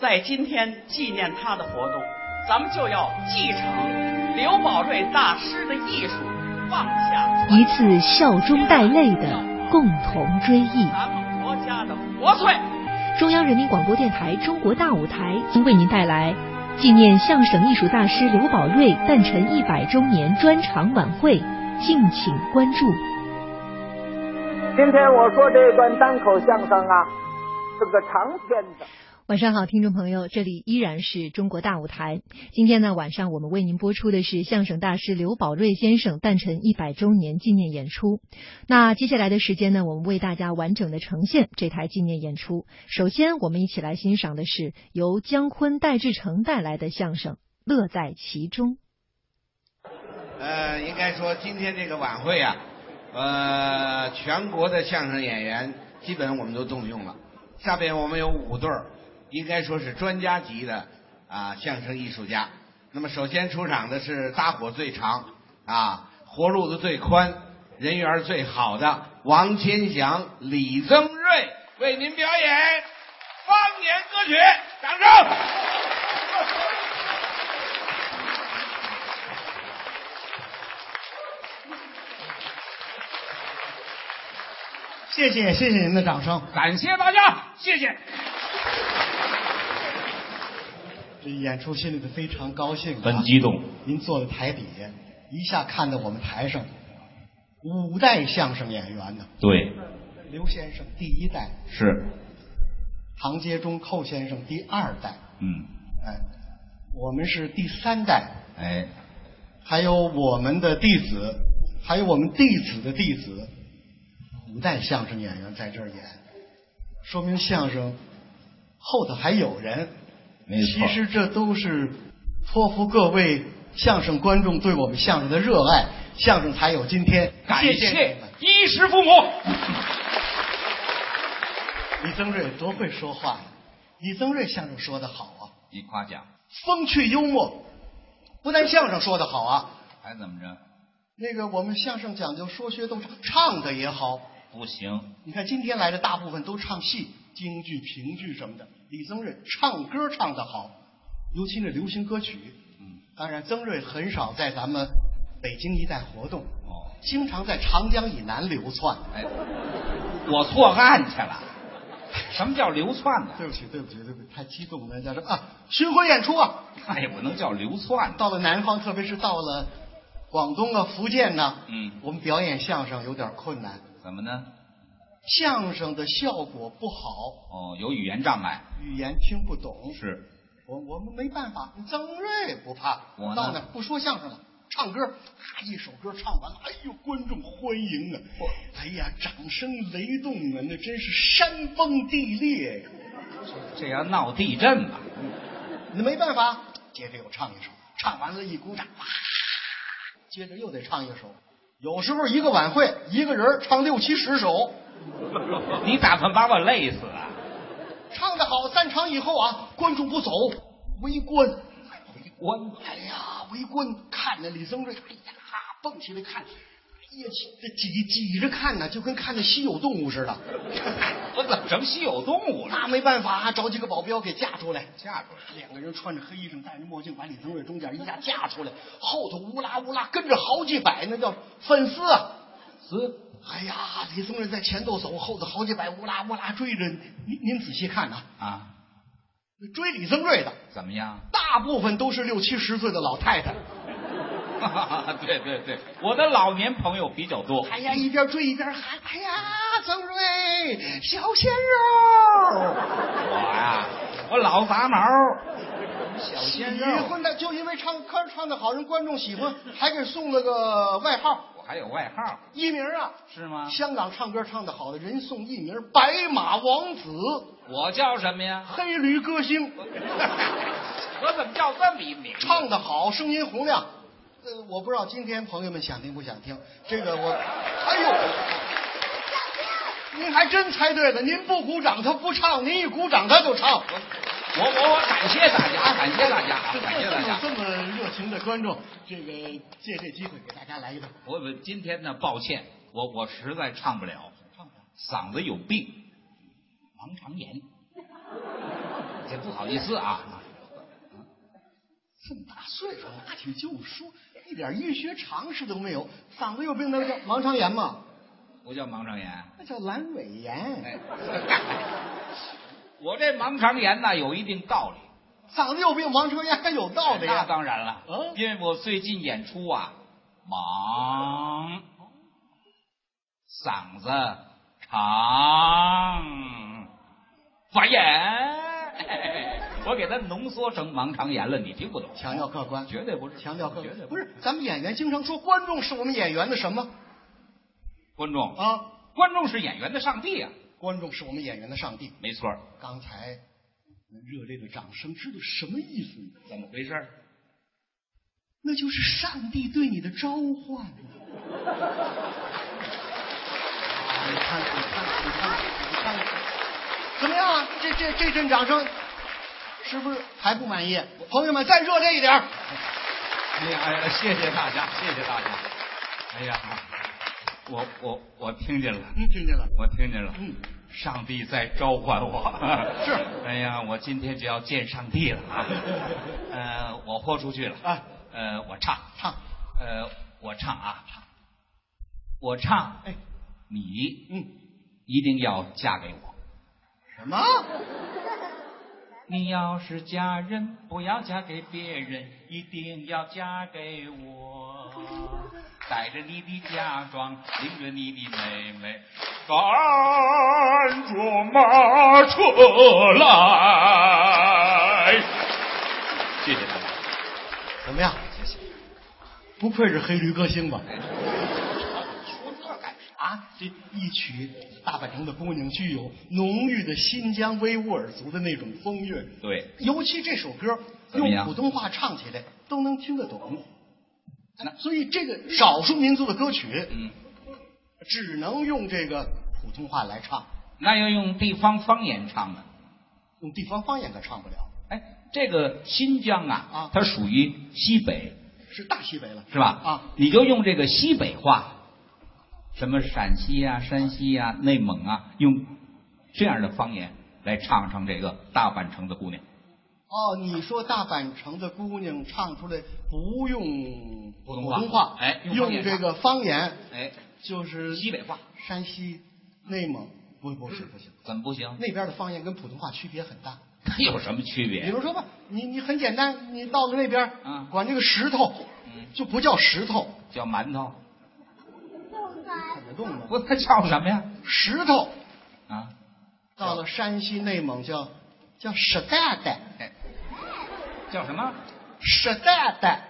[SPEAKER 2] 在今天纪念他的活动，咱们就要继承。刘宝瑞大师的艺术放下，
[SPEAKER 1] 一次笑中带泪的共同追忆。
[SPEAKER 2] 咱们国家的国粹。
[SPEAKER 1] 中央人民广播电台中国大舞台为您带来纪念相声艺术大师刘宝瑞诞辰一百周年专场晚会，敬请关注。
[SPEAKER 3] 今天我说这段单口相声啊，是个长篇的。
[SPEAKER 1] 晚上好，听众朋友，这里依然是中国大舞台。今天呢，晚上我们为您播出的是相声大师刘宝瑞先生诞辰一百周年纪念演出。那接下来的时间呢，我们为大家完整的呈现这台纪念演出。首先，我们一起来欣赏的是由姜昆、戴志诚带来的相声《乐在其中》。
[SPEAKER 6] 呃，应该说今天这个晚会啊，呃，全国的相声演员基本我们都动用了。下边我们有五对儿。应该说是专家级的啊，相声艺术家。那么首先出场的是搭伙最长啊，活路子最宽，人缘最好的王千祥、李增瑞为您表演方言歌曲，掌声！
[SPEAKER 7] 谢谢谢谢您的掌声，
[SPEAKER 6] 感谢大家，谢谢。
[SPEAKER 7] 这演出心里头非常高兴、啊，
[SPEAKER 6] 很激动。
[SPEAKER 7] 您坐在台底下，一下看到我们台上五代相声演员呢。
[SPEAKER 6] 对，
[SPEAKER 7] 刘先生第一代
[SPEAKER 6] 是，
[SPEAKER 7] 唐杰忠、寇先生第二代，
[SPEAKER 6] 嗯，
[SPEAKER 7] 哎，我们是第三代，
[SPEAKER 6] 哎，
[SPEAKER 7] 还有我们的弟子，还有我们弟子的弟子，五代相声演员在这儿演，说明相声后头还有人。其实这都是托付各位相声观众对我们相声的热爱，相声才有今天。
[SPEAKER 6] 感
[SPEAKER 7] 谢谢
[SPEAKER 6] 衣食父母。
[SPEAKER 7] 李增瑞多会说话呀！李增瑞相声说的好啊！
[SPEAKER 6] 你夸奖。
[SPEAKER 7] 风趣幽默。不但相声说的好啊，
[SPEAKER 26] 还怎么着？
[SPEAKER 7] 那个我们相声讲究说学逗唱，唱的也好。
[SPEAKER 26] 不行，
[SPEAKER 7] 你看今天来的大部分都唱戏，京剧、评剧什么的。李增瑞唱歌唱得好，尤其那流行歌曲。嗯，当然增瑞很少在咱们北京一带活动，
[SPEAKER 26] 哦，
[SPEAKER 7] 经常在长江以南流窜。
[SPEAKER 26] 哎，我错案去了。什么叫流窜呢？
[SPEAKER 7] 对不起，对不起，对不起，太激动了，叫什么啊？巡回演出啊！
[SPEAKER 26] 那也不哎能叫流窜。
[SPEAKER 7] 到了南方，特别是到了广东啊、福建呐、
[SPEAKER 26] 嗯，
[SPEAKER 7] 我们表演相声有点困难。
[SPEAKER 26] 怎么呢？
[SPEAKER 7] 相声的效果不好，
[SPEAKER 26] 哦，有语言障碍。
[SPEAKER 7] 语言听不懂。
[SPEAKER 26] 是，
[SPEAKER 7] 我我们没办法。曾瑞不怕，
[SPEAKER 26] 我呢
[SPEAKER 7] 到那儿不说相声了。唱歌，咔一首歌唱完了，哎呦，观众欢迎啊！哎呀，掌声雷动啊，那真是山崩地裂呀！
[SPEAKER 26] 这要闹地震了。
[SPEAKER 7] 那没办法，接着又唱一首，唱完了，一鼓掌，哇！接着又得唱一首，有时候一个晚会一个人唱六七十首，
[SPEAKER 26] 你打算把我累死啊？
[SPEAKER 7] 唱得好，散场以后啊，观众不走，围观，
[SPEAKER 26] 围观，
[SPEAKER 7] 哎呀，围观看那李增瑞，哎呀，蹦起来看，哎呀， 这挤挤着看呢、就跟看那稀有动物似的。
[SPEAKER 26] 我怎么成稀有动物了？
[SPEAKER 7] 那没办法，啊找几个保镖给架出来。
[SPEAKER 26] 嫁出来
[SPEAKER 7] 两个人穿着黑衣裳，戴着墨镜，把李增瑞中间一下架出来，后头乌拉乌拉跟着好几百，那叫粉丝啊！
[SPEAKER 26] 死
[SPEAKER 7] 哎呀，李增瑞在前头走，后头好几百乌拉乌拉追着。您您仔细看呐、
[SPEAKER 26] 啊？
[SPEAKER 7] 追李增瑞的
[SPEAKER 26] 怎么样？
[SPEAKER 7] 大部分都是六七十岁的老太太。
[SPEAKER 26] 对对对，我的老年朋友比较多。
[SPEAKER 7] 哎呀，一边追一边喊：“哎呀，增瑞，小鲜肉！”
[SPEAKER 26] 我呀，我老杂毛，小鲜肉，
[SPEAKER 7] 喜欢的就因为唱歌唱的好，人观众喜欢，还给送了个外号
[SPEAKER 26] 我还有外号
[SPEAKER 7] 艺名啊。
[SPEAKER 26] 是吗？
[SPEAKER 7] 香港唱歌唱的好的人送艺名“白马王子”，
[SPEAKER 26] 我叫什么呀？
[SPEAKER 7] 黑驴歌星，
[SPEAKER 26] 我怎么叫这么一名？
[SPEAKER 7] 唱的好，声音洪亮。呃，我不知道今天朋友们想听不想听这个我，哎呦，您还真猜对了，您不鼓掌他不唱，您一鼓掌他就唱。
[SPEAKER 26] 我我我感谢大家，感谢大家，啊，感谢大家。
[SPEAKER 7] 这么热情的观众，这个借这机会给大家来一段。
[SPEAKER 26] 我我今天呢，抱歉，我我实在唱不了，
[SPEAKER 7] 唱不了
[SPEAKER 26] 嗓子有病，盲肠炎， 这不好意思啊。
[SPEAKER 7] 这么大岁数了，大体就说一点医学常识都没有，嗓子有病，那叫盲肠炎嘛，
[SPEAKER 26] 不叫盲肠炎，
[SPEAKER 7] 那叫阑尾炎。
[SPEAKER 26] 哎，我这盲肠炎呢有一定道理，
[SPEAKER 7] 嗓子有病，盲肠炎还有道理啊
[SPEAKER 26] 那
[SPEAKER 7] 呀？
[SPEAKER 26] 当然了，
[SPEAKER 7] 嗯
[SPEAKER 26] 因为我最近演出啊，忙，嗓子长，发炎，我给它浓缩成盲肠炎了，你听不懂，
[SPEAKER 7] 强调客观，
[SPEAKER 26] 绝对不是，
[SPEAKER 7] 强调客
[SPEAKER 11] 绝对
[SPEAKER 7] 观，
[SPEAKER 11] 不
[SPEAKER 7] 不
[SPEAKER 11] 是
[SPEAKER 7] 是咱们演员经常说观众是我们演员的什么
[SPEAKER 26] 观众，
[SPEAKER 7] 啊？
[SPEAKER 26] 观众是演员的上帝啊，
[SPEAKER 7] 观众是我们演员的上帝。
[SPEAKER 26] 没错儿，
[SPEAKER 7] 刚才热烈的掌声，知道什么意思吗？
[SPEAKER 26] 怎么回事儿？
[SPEAKER 7] 那就是上帝对你的召唤啊。你看，你看，你看，你看，怎么样啊？这这这阵掌声，是不是还不满意？朋友们，再热烈一点儿！
[SPEAKER 26] 哎呀，哎呀，谢谢大家，谢谢大家。哎呀，我我我听见了，
[SPEAKER 7] 嗯，听见了。
[SPEAKER 26] 我听见了，
[SPEAKER 7] 嗯，
[SPEAKER 26] 上帝在召唤我。
[SPEAKER 7] 是
[SPEAKER 26] 哎呀，我今天就要见上帝了 啊！呃，我豁出去了
[SPEAKER 7] 啊！
[SPEAKER 26] 呃，我唱
[SPEAKER 7] 唱，
[SPEAKER 26] 呃，我唱啊，我唱，
[SPEAKER 7] 哎，
[SPEAKER 26] 你
[SPEAKER 7] 嗯，
[SPEAKER 26] 一定要嫁给我。
[SPEAKER 7] 什么？
[SPEAKER 26] 你要是嫁人，不要嫁给别人，一定要嫁给我。带着你的嫁妆，领着你的妹妹，赶着马车来。谢谢大家。
[SPEAKER 7] 怎么样？不愧是黑驴歌星吧？
[SPEAKER 26] 哎
[SPEAKER 7] 啊，这一曲《大阪城的姑娘》具有浓郁的新疆维吾尔族的那种风韵，
[SPEAKER 26] 对，
[SPEAKER 7] 尤其这首歌
[SPEAKER 26] 怎么样
[SPEAKER 7] 用普通话唱起来都能听得懂哎
[SPEAKER 26] 那，
[SPEAKER 7] 所以这个少数民族的歌曲
[SPEAKER 26] 嗯，
[SPEAKER 7] 只能用这个普通话来唱，
[SPEAKER 26] 那要用地方方言唱呢？啊
[SPEAKER 7] 用地方方言可唱不了。
[SPEAKER 26] 哎，这个新疆啊，啊它属于西北，
[SPEAKER 7] 是大西北了，
[SPEAKER 26] 是吧？啊，你就用这个西北话，什么陕西啊、山西啊、内蒙啊，用这样的方言来唱唱这个大阪城的姑娘。
[SPEAKER 7] 哦，你说大阪城的姑娘唱出来不用
[SPEAKER 26] 普
[SPEAKER 7] 通
[SPEAKER 26] 通话
[SPEAKER 7] 话，
[SPEAKER 26] 哎用方
[SPEAKER 7] 用
[SPEAKER 26] 言
[SPEAKER 7] 这
[SPEAKER 26] 唱
[SPEAKER 7] 个方言，
[SPEAKER 26] 哎，
[SPEAKER 7] 就是
[SPEAKER 26] 西北话，
[SPEAKER 7] 山西、内蒙，不不是不行，
[SPEAKER 26] 怎么不行？
[SPEAKER 7] 那边的方言跟普通话区别很 大。
[SPEAKER 26] 它有什么区别？啊
[SPEAKER 7] 比如说吧，你你很简单，你到了那边，管这个石头就不叫石头，
[SPEAKER 26] 嗯叫馒头，
[SPEAKER 7] 怎么动呢？
[SPEAKER 26] 不，它叫什么呀？
[SPEAKER 7] 石头
[SPEAKER 26] 啊，
[SPEAKER 7] 到了山西、内蒙叫叫石蛋蛋，
[SPEAKER 26] 哎叫什么？
[SPEAKER 7] 石蛋蛋，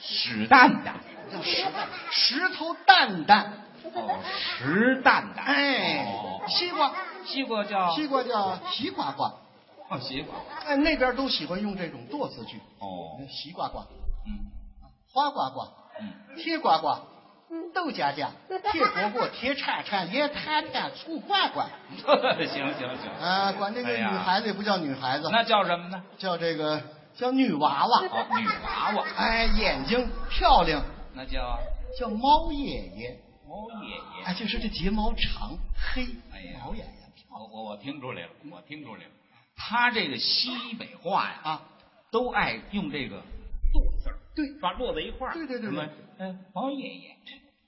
[SPEAKER 26] 屎蛋蛋，
[SPEAKER 7] 叫石石头蛋蛋，
[SPEAKER 26] 哦石蛋蛋。
[SPEAKER 7] 哎
[SPEAKER 26] 哦，
[SPEAKER 7] 西瓜
[SPEAKER 26] 西瓜叫
[SPEAKER 7] 西瓜叫西瓜瓜，
[SPEAKER 26] 哦，西瓜。
[SPEAKER 7] 哎，那边都喜欢用这种剁词句，
[SPEAKER 26] 哦，
[SPEAKER 7] 西瓜瓜，
[SPEAKER 26] 嗯，
[SPEAKER 7] 花瓜瓜，嗯，铁瓜瓜，豆荚荚，铁蝈蝈，铁叉叉，野摊摊，醋罐罐。
[SPEAKER 26] 行行行
[SPEAKER 7] 啊，管这个
[SPEAKER 26] 哎
[SPEAKER 7] 女
[SPEAKER 26] 呀
[SPEAKER 7] 孩子也不叫女孩子，
[SPEAKER 26] 那叫什么呢？
[SPEAKER 7] 叫这个叫女娃娃。
[SPEAKER 26] 哦女娃娃
[SPEAKER 7] 哎，眼睛漂亮，
[SPEAKER 26] 那叫
[SPEAKER 7] 叫猫爷爷。
[SPEAKER 26] 猫爷爷。
[SPEAKER 7] 哎，就是这睫毛长黑，
[SPEAKER 26] 哎呀，
[SPEAKER 7] 毛眼
[SPEAKER 26] 我我我听出来了，我听出来了，他这个西北话呀，啊，都爱用这个剁字儿，
[SPEAKER 7] 对，
[SPEAKER 26] 把落在一块儿，
[SPEAKER 7] 对对对
[SPEAKER 26] 什么
[SPEAKER 7] 对
[SPEAKER 26] 嗯，毛爷爷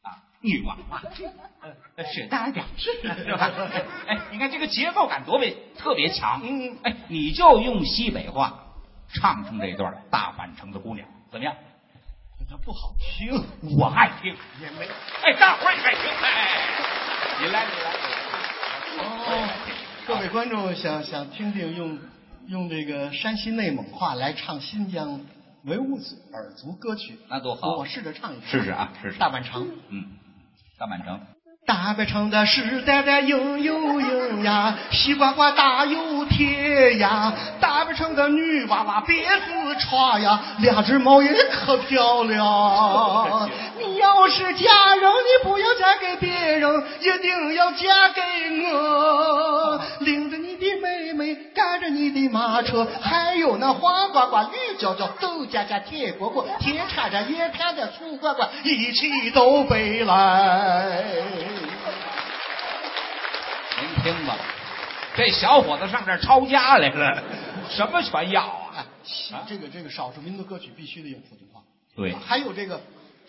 [SPEAKER 26] 啊，女娃娃，呃，是大点儿，是吧？哎，你看这个结构感多为特别强，嗯，哎，你就用西北话唱唱这段《大阪城的姑娘》，怎么样？
[SPEAKER 7] 它不好听，
[SPEAKER 26] 我爱听，
[SPEAKER 7] 也没
[SPEAKER 26] 哎，大伙儿也爱听，哎，你来，你来。哦
[SPEAKER 7] 各位观众想想听听用用这个山西内蒙话来唱新疆维吾尔族歌曲，
[SPEAKER 26] 那多好
[SPEAKER 7] 我试着唱一唱。
[SPEAKER 26] 试试啊，试试。
[SPEAKER 7] 大阪城，
[SPEAKER 26] 嗯，大阪城，
[SPEAKER 7] 大白城的石呆呆硬又硬呀，西瓜瓜大又甜呀。大白城的女娃娃别自穿呀，两只猫也可漂亮。你要是嫁人，你不要嫁给别人，一定要嫁给我。领着你的妹妹，赶着你的马车，还有那黄瓜瓜、绿椒椒、豆荚荚、铁蝈蝈、铁叉叉、野叉的醋瓜瓜，一起都背来。
[SPEAKER 26] 您听吧，这小伙子上这儿抄家来了， 什么全要啊？
[SPEAKER 7] 这个这个少数民族歌曲必须得用普通话，
[SPEAKER 26] 对
[SPEAKER 7] 还有这个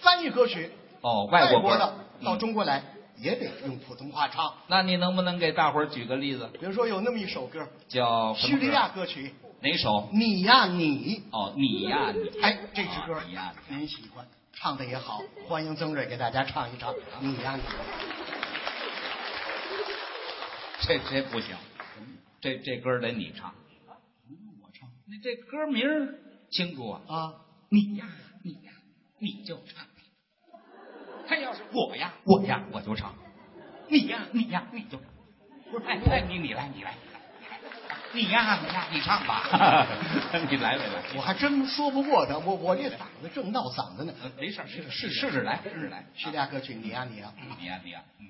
[SPEAKER 7] 翻译歌曲，
[SPEAKER 26] 哦，
[SPEAKER 7] 外
[SPEAKER 26] 国
[SPEAKER 7] 国
[SPEAKER 26] 歌
[SPEAKER 7] 的到中国来也得用普通话唱。
[SPEAKER 26] 那你能不能给大伙儿举个例子？
[SPEAKER 7] 比如说有那么一首歌，
[SPEAKER 26] 叫什
[SPEAKER 7] 叙
[SPEAKER 26] 么歌啊
[SPEAKER 7] 利亚歌曲
[SPEAKER 26] 哪首
[SPEAKER 7] 《？你呀你》。
[SPEAKER 26] 哦，你呀你。
[SPEAKER 7] 哎，这支歌您喜欢，唱的也好，欢迎曾蕊给大家唱一唱《你呀你
[SPEAKER 26] 这这不行，这这歌得你唱。我唱。那这歌名儿清楚啊？
[SPEAKER 7] 啊，
[SPEAKER 26] 你呀你呀，你就唱。他要是我呀我呀我就唱，你呀你呀你就唱。不是，哎哎你你来你来。你呀，你呀，你唱吧， 你来来来，》，
[SPEAKER 7] 我还真说不过他，我我这嗓子正闹嗓子呢。
[SPEAKER 26] 呃没事，试试试试来，试试 来，
[SPEAKER 7] 叙利亚歌曲《你呀你呀》。
[SPEAKER 26] 你呀你呀，嗯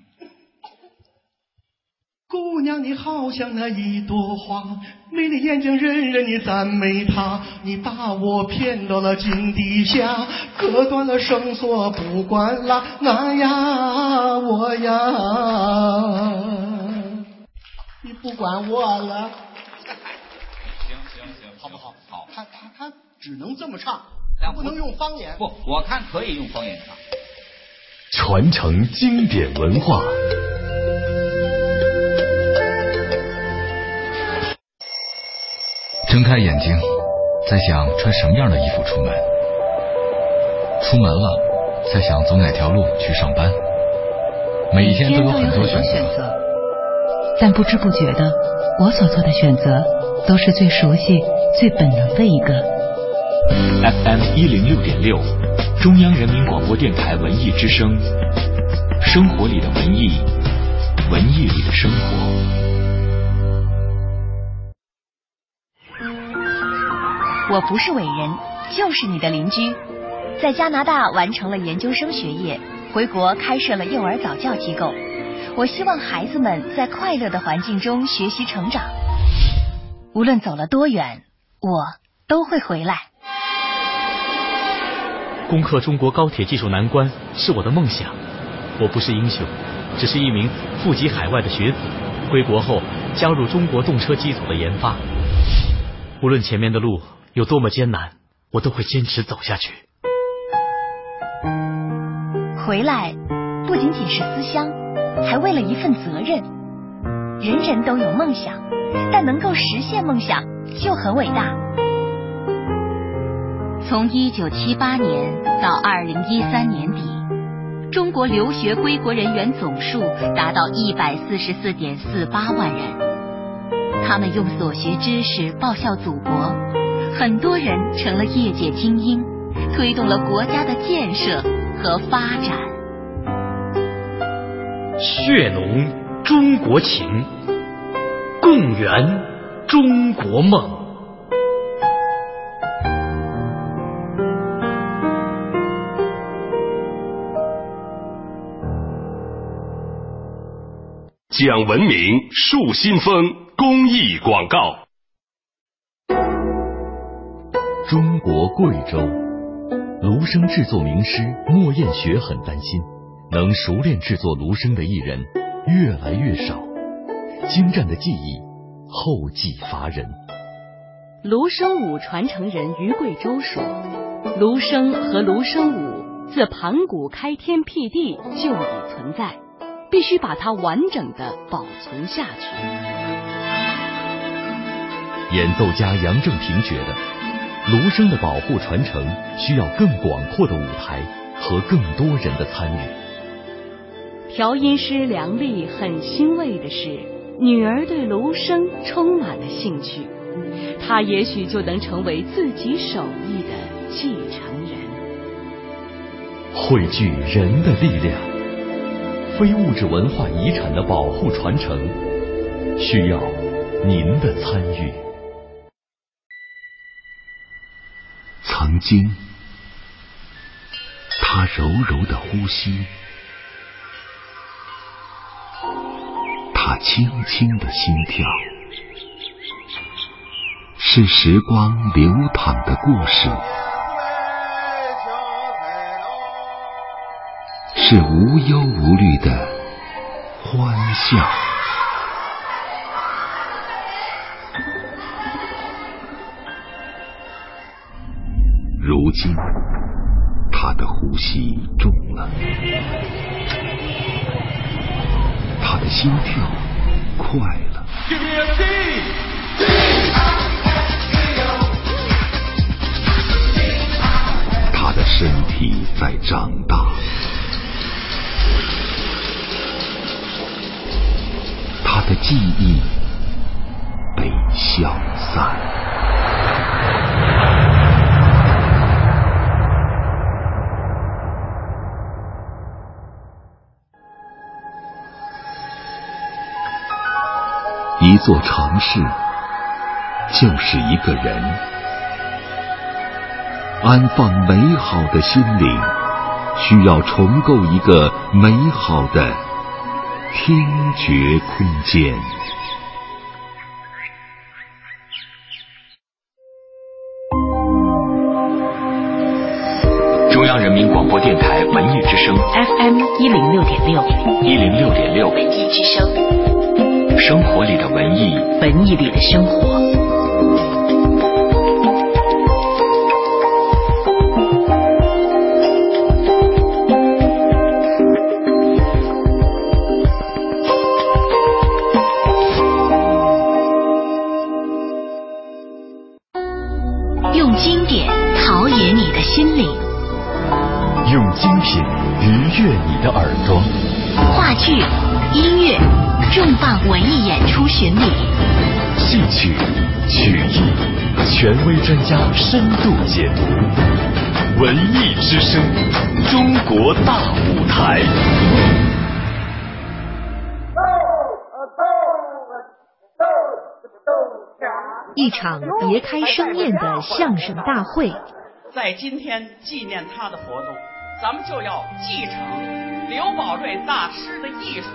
[SPEAKER 7] 姑娘，你好像那一朵花，美丽眼睛人人你赞美她，你把我骗到了井底下，割断了绳索不管啦，那呀我呀，你不管我了，
[SPEAKER 26] 行行行，好不好？好，
[SPEAKER 7] 他他他只能这么唱，
[SPEAKER 26] 但
[SPEAKER 7] 不能用方言。
[SPEAKER 26] 不，我看可以用方言唱。
[SPEAKER 11] 传承经典文化。
[SPEAKER 27] 睁开眼睛，在想穿什么样的衣服出门；出门了，在想走哪条路去上班。每一天都有很多选择，
[SPEAKER 28] 择，但不知不觉的，我所做的选择都是最熟悉、最本能的一个。
[SPEAKER 19] FM 一零六点六，中央人民广播电台文艺之声，生活里的文艺，文艺里的生活。
[SPEAKER 29] 我不是伟人，就是你的邻居。在加拿大完成了研究生学业，回国开设了幼儿早教机构。我希望孩子们在快乐的环境中学习成长，无论走了多远，
[SPEAKER 30] 我都会回来。
[SPEAKER 8] 攻克中国高铁技术难关是我的梦想。我不是英雄，只是一名赴及海外的学子。归国后，加入中国动车机组的研发。无论前面的路有多么艰难，我都会坚持走下去。
[SPEAKER 30] 回来不仅仅是思乡，还为了一份责任。人人都有梦想，但能够实现梦想就很伟大。
[SPEAKER 12] 从一九七八年到二零一三年底，中国留学归国人员总数达到一百四十四点四八万人。他们用所学知识报效祖国，很多人成了业界精英，推动了国家的建设和发展。
[SPEAKER 8] 血浓。中国情，共圆中国梦。
[SPEAKER 24] 讲文明树新风公益广告。
[SPEAKER 11] 中国贵州，芦笙制作名师莫艳雪很担心，能熟练制作芦笙的艺人。越来越少，精湛的技艺后继乏人。
[SPEAKER 10] 芦笙舞传承人于贵洲说：“芦笙和芦笙舞自盘古开天辟地就已存在，必须把它完整的保存下去。”
[SPEAKER 11] 演奏家杨正平觉得，芦笙的保护传承需要更广阔的舞台和更多人的参与。
[SPEAKER 10] 调音师梁丽很欣慰的是，女儿对芦笙充满了兴趣，她也许就能成为自己手艺的继承人。
[SPEAKER 11] 汇聚人的力量，非物质文化遗产的保护传承，需要您的参与。
[SPEAKER 24] 曾经，他柔柔的呼吸。他轻轻的心跳，是时光流淌的故事，是无忧无虑的欢笑。如今，他的呼吸重了。他的心跳快了，他的身体在长大，他的记忆被消散。一座城市就是一个人，安放美好的心灵，需要重构一个美好的听觉空间。
[SPEAKER 31] 中央人民广播电台文艺之声
[SPEAKER 32] ，FM 一零六点六，
[SPEAKER 31] 一零六点六，
[SPEAKER 32] 文艺之声。
[SPEAKER 31] 生活里的文艺，
[SPEAKER 32] 文艺里的生活。
[SPEAKER 12] 用经典陶冶你的心灵，
[SPEAKER 11] 用精品愉悦你的耳朵。
[SPEAKER 12] 话剧、音乐。重磅文艺演出巡礼，
[SPEAKER 11] 戏曲、曲艺，权威专家深度解读，文艺之声，中国大舞台。
[SPEAKER 17] 一场别开生面的相声大会，
[SPEAKER 2] 在今天纪念他的活动，咱们就要继承刘宝瑞大师的艺术。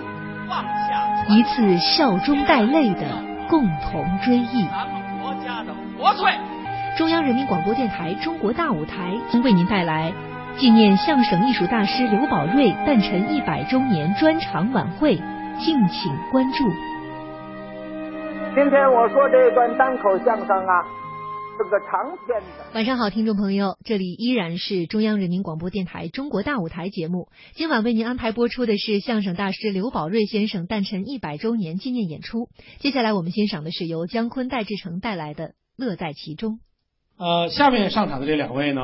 [SPEAKER 2] 放下
[SPEAKER 17] 一次笑中带泪的共同追忆。
[SPEAKER 2] 咱们国家的国粹。
[SPEAKER 1] 中央人民广播电台中国大舞台为您带来纪念相声艺术大师刘宝瑞诞辰一百周年专场晚会，敬请关注。
[SPEAKER 3] 今天我说这段单口相声啊，是个长篇的。
[SPEAKER 1] 晚上好，听众朋友，这里依然是中央人民广播电台中国大舞台节目。今晚为您安排播出的是相声大师刘宝瑞先生诞辰一百周年纪念演出。接下来我们欣赏的是由姜昆、戴志诚带来的《乐在其中》。
[SPEAKER 33] 呃，下面上场的这两位呢，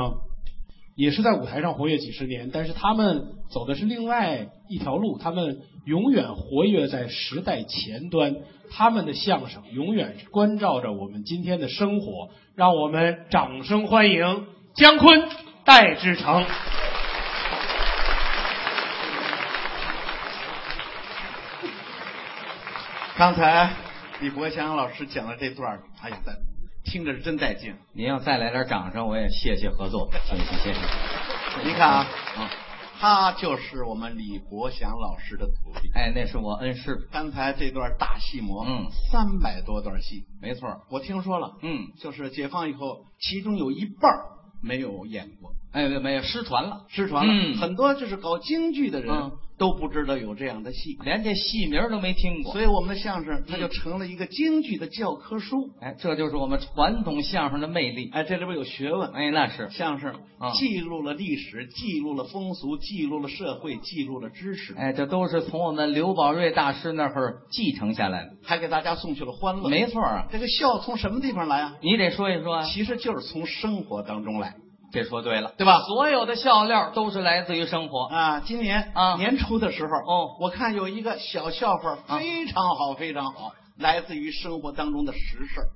[SPEAKER 33] 也是在舞台上活跃几十年，但是他们走的是另外一条路，他们永远活跃在时代前端，他们的相声永远关照着我们今天的生活，让我们掌声欢迎姜昆、戴志诚。
[SPEAKER 8] 刚才李国祥老师讲的这段，哎呀，听着是真带劲。
[SPEAKER 9] 您要再来点掌声，我也谢谢合 作，谢谢谢谢。
[SPEAKER 8] 您看啊，
[SPEAKER 9] 嗯
[SPEAKER 8] 啊，他就是我们李国祥老师的徒弟。
[SPEAKER 9] 哎，那是我恩师。
[SPEAKER 8] 刚才这段大戏模，
[SPEAKER 9] 嗯，
[SPEAKER 8] 三百多段戏，
[SPEAKER 9] 没错，
[SPEAKER 8] 我听说了，
[SPEAKER 9] 嗯，
[SPEAKER 8] 就是解放以后，其中有一半儿没有演过，
[SPEAKER 9] 哎，没有失传了，
[SPEAKER 8] 失传了，
[SPEAKER 9] 嗯
[SPEAKER 8] 很多就是搞京剧的人。啊
[SPEAKER 9] 嗯
[SPEAKER 8] 都不知道有这样的戏，
[SPEAKER 9] 连这戏名都没听过。
[SPEAKER 8] 所以我们的相声它就成了一个京剧的教科书。
[SPEAKER 9] 哎，这就是我们传统相声的魅力。
[SPEAKER 8] 哎，这里边有学问。
[SPEAKER 9] 哎，那是
[SPEAKER 8] 相声
[SPEAKER 9] 嗯
[SPEAKER 8] 记录了历史，记录了风俗，记录了社会，记录了知识，
[SPEAKER 9] 哎，这都是从我们刘宝瑞大师那儿继承下来的。
[SPEAKER 8] 还给大家送去了欢乐。
[SPEAKER 9] 没错啊，
[SPEAKER 8] 这个笑从什么地方来啊？
[SPEAKER 9] 你得说一说啊。
[SPEAKER 8] 其实就是从生活当中来，
[SPEAKER 9] 这说对了，
[SPEAKER 8] 对吧？
[SPEAKER 9] 所有的笑料都是来自于生活。
[SPEAKER 8] 啊，今年
[SPEAKER 9] 啊
[SPEAKER 8] 年初的时候，
[SPEAKER 9] 哦，啊
[SPEAKER 8] 我看有一个小笑话非常好，非常好，来自于生活当中的实事儿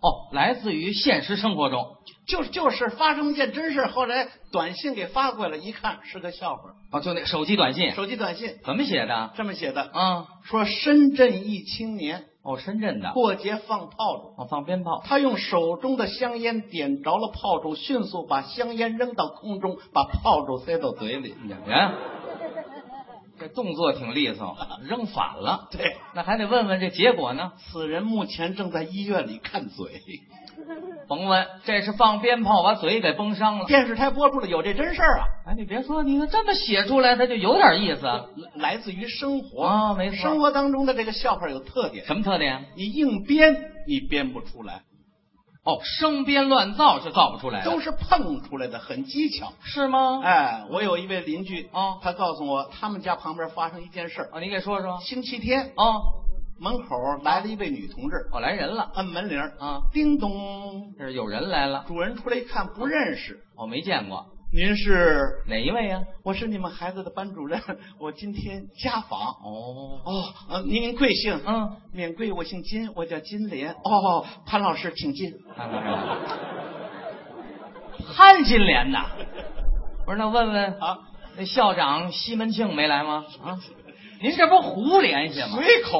[SPEAKER 9] 哦，来自于现实生活中。
[SPEAKER 8] 就是就是发生一件真事儿，后来短信给发过来，一看是个笑话儿。
[SPEAKER 9] 哦，就那手机短信，
[SPEAKER 8] 手机短信
[SPEAKER 9] 怎么写的？
[SPEAKER 8] 这么写的
[SPEAKER 9] 啊，
[SPEAKER 8] 说深圳一青年
[SPEAKER 9] 哦，深圳的，
[SPEAKER 8] 过节放炮竹，
[SPEAKER 9] 哦，放鞭炮。
[SPEAKER 8] 他用手中的香烟点着了炮竹，迅速把香烟扔到空中，把炮竹塞到嘴里。
[SPEAKER 9] 人，这动作挺利 索，扔反了。
[SPEAKER 8] 对，
[SPEAKER 9] 那还得问问这结果呢？
[SPEAKER 8] 此人目前正在医院里看嘴。
[SPEAKER 9] 甭问，这是放鞭炮把嘴给崩伤了。
[SPEAKER 8] 电视台播出了有这真事儿啊，
[SPEAKER 9] 哎，你别说，你这么写出来，它就有点意思啊。
[SPEAKER 8] 来自于生活
[SPEAKER 9] 啊没错
[SPEAKER 8] 生活当中的这个笑话有特点，
[SPEAKER 9] 什么特点？
[SPEAKER 8] 你硬编你编不出来，
[SPEAKER 9] 哦，生编乱造是造不出来的，
[SPEAKER 8] 都是碰出来的，很技巧。
[SPEAKER 9] 是吗？
[SPEAKER 8] 哎，我有一位邻居
[SPEAKER 9] 哦
[SPEAKER 8] 他告诉我他们家旁边发生一件事儿。
[SPEAKER 9] 哦，你给说说。
[SPEAKER 8] 星期天
[SPEAKER 9] 哦，
[SPEAKER 8] 门口来了一位女同志，
[SPEAKER 9] 哦，来人了，
[SPEAKER 8] 按门铃儿
[SPEAKER 9] 啊，
[SPEAKER 8] 叮咚，
[SPEAKER 9] 这是有人来了，
[SPEAKER 8] 主人出来一看不认识，
[SPEAKER 9] 我、没见过，
[SPEAKER 8] 您是？
[SPEAKER 9] 哪一位呀、
[SPEAKER 8] 我是你们孩子的班主任，我今天家访。
[SPEAKER 9] 哦，
[SPEAKER 8] 哦，呃，您贵姓？
[SPEAKER 9] 嗯，
[SPEAKER 8] 免贵，我姓金，我叫金莲。哦，潘老师，请进。
[SPEAKER 9] 看看看，潘金莲 呐，不是那问问
[SPEAKER 8] 啊，
[SPEAKER 9] 那校长西门庆没来吗？啊，您这不是胡联系吗？
[SPEAKER 8] 随口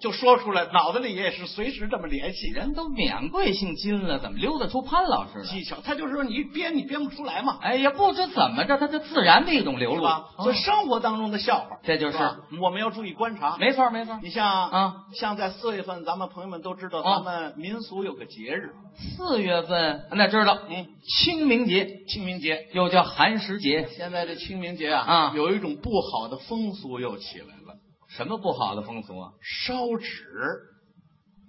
[SPEAKER 8] 就说出来，脑子里也是随时这么联系人，
[SPEAKER 9] 人都免贵姓金了，怎么溜达出潘老师来？
[SPEAKER 8] 技巧。他就是说你一编你编不出来嘛，
[SPEAKER 9] 哎，也不知怎么着，他就自然的一种流
[SPEAKER 8] 是
[SPEAKER 9] 露。
[SPEAKER 8] 吧？所以生活当中的笑话，
[SPEAKER 9] 这就是
[SPEAKER 8] 吧我们要注意观察。
[SPEAKER 9] 没错没错，
[SPEAKER 8] 你像
[SPEAKER 9] 啊，
[SPEAKER 8] 像在四月份，咱们朋友们都知道，
[SPEAKER 9] 啊
[SPEAKER 8] 咱们民俗有个节日，
[SPEAKER 9] 四月份那知道，
[SPEAKER 8] 嗯，
[SPEAKER 9] 清明节
[SPEAKER 8] 清明节。
[SPEAKER 9] 又叫寒食节，
[SPEAKER 8] 现在这清明节啊，
[SPEAKER 9] 啊
[SPEAKER 8] 有一种不好的风俗又起来了，
[SPEAKER 9] 什么不好的风俗啊？
[SPEAKER 8] 烧纸，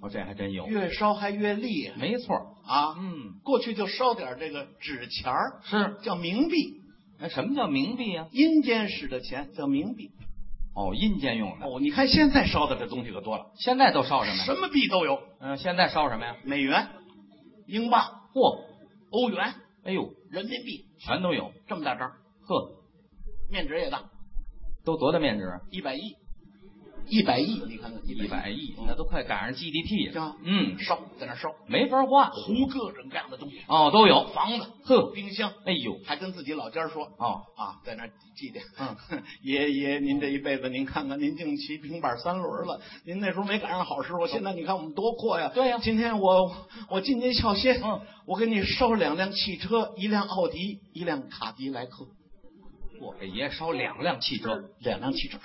[SPEAKER 9] 哦，这还真有，
[SPEAKER 8] 越烧还越厉害
[SPEAKER 9] 没错，
[SPEAKER 8] 啊。
[SPEAKER 9] 嗯，
[SPEAKER 8] 过去就烧点这个纸钱儿，
[SPEAKER 9] 是。
[SPEAKER 8] 叫冥币，
[SPEAKER 9] 那什么叫冥币啊？
[SPEAKER 8] 阴间使的钱叫冥币。
[SPEAKER 9] 哦，阴间用的。
[SPEAKER 8] 哦，你看现在烧的这东西可多了，
[SPEAKER 9] 现在都烧什么
[SPEAKER 8] 什
[SPEAKER 9] 呀？
[SPEAKER 8] 么币都有，
[SPEAKER 9] 嗯、现在烧什么呀？
[SPEAKER 8] 美元、英镑、
[SPEAKER 9] 嚯、
[SPEAKER 8] 欧元、
[SPEAKER 9] 哎呦，
[SPEAKER 8] 人民币，
[SPEAKER 9] 全都有。
[SPEAKER 8] 这么大张，
[SPEAKER 9] 呵，
[SPEAKER 8] 面值也大，
[SPEAKER 9] 都多大面值啊？
[SPEAKER 8] 一百亿，一百亿，你看看
[SPEAKER 9] 一百亿，那都快赶上 GDP 了
[SPEAKER 8] 啊。
[SPEAKER 9] 嗯，
[SPEAKER 8] 烧在那烧，
[SPEAKER 9] 没法花。
[SPEAKER 8] 糊各种各样的东西，
[SPEAKER 9] 哦，都有。
[SPEAKER 8] 房子、
[SPEAKER 9] 呵，
[SPEAKER 8] 冰箱，
[SPEAKER 9] 哎呦，
[SPEAKER 8] 还跟自己老家说
[SPEAKER 9] 哦，
[SPEAKER 8] 啊，在那儿祭奠。
[SPEAKER 9] 嗯，
[SPEAKER 8] 爷爷，您这一辈子，您看看，您净骑平板三轮了，您那时候没赶上好时候，现在你看我们多阔呀！
[SPEAKER 9] 对呀
[SPEAKER 8] 今天我我进您孝心，
[SPEAKER 9] 嗯，
[SPEAKER 8] 我给你烧两辆汽车，一辆奥迪，一辆卡迪莱克，
[SPEAKER 9] 我给爷烧两辆汽车，
[SPEAKER 8] 两辆汽车，唰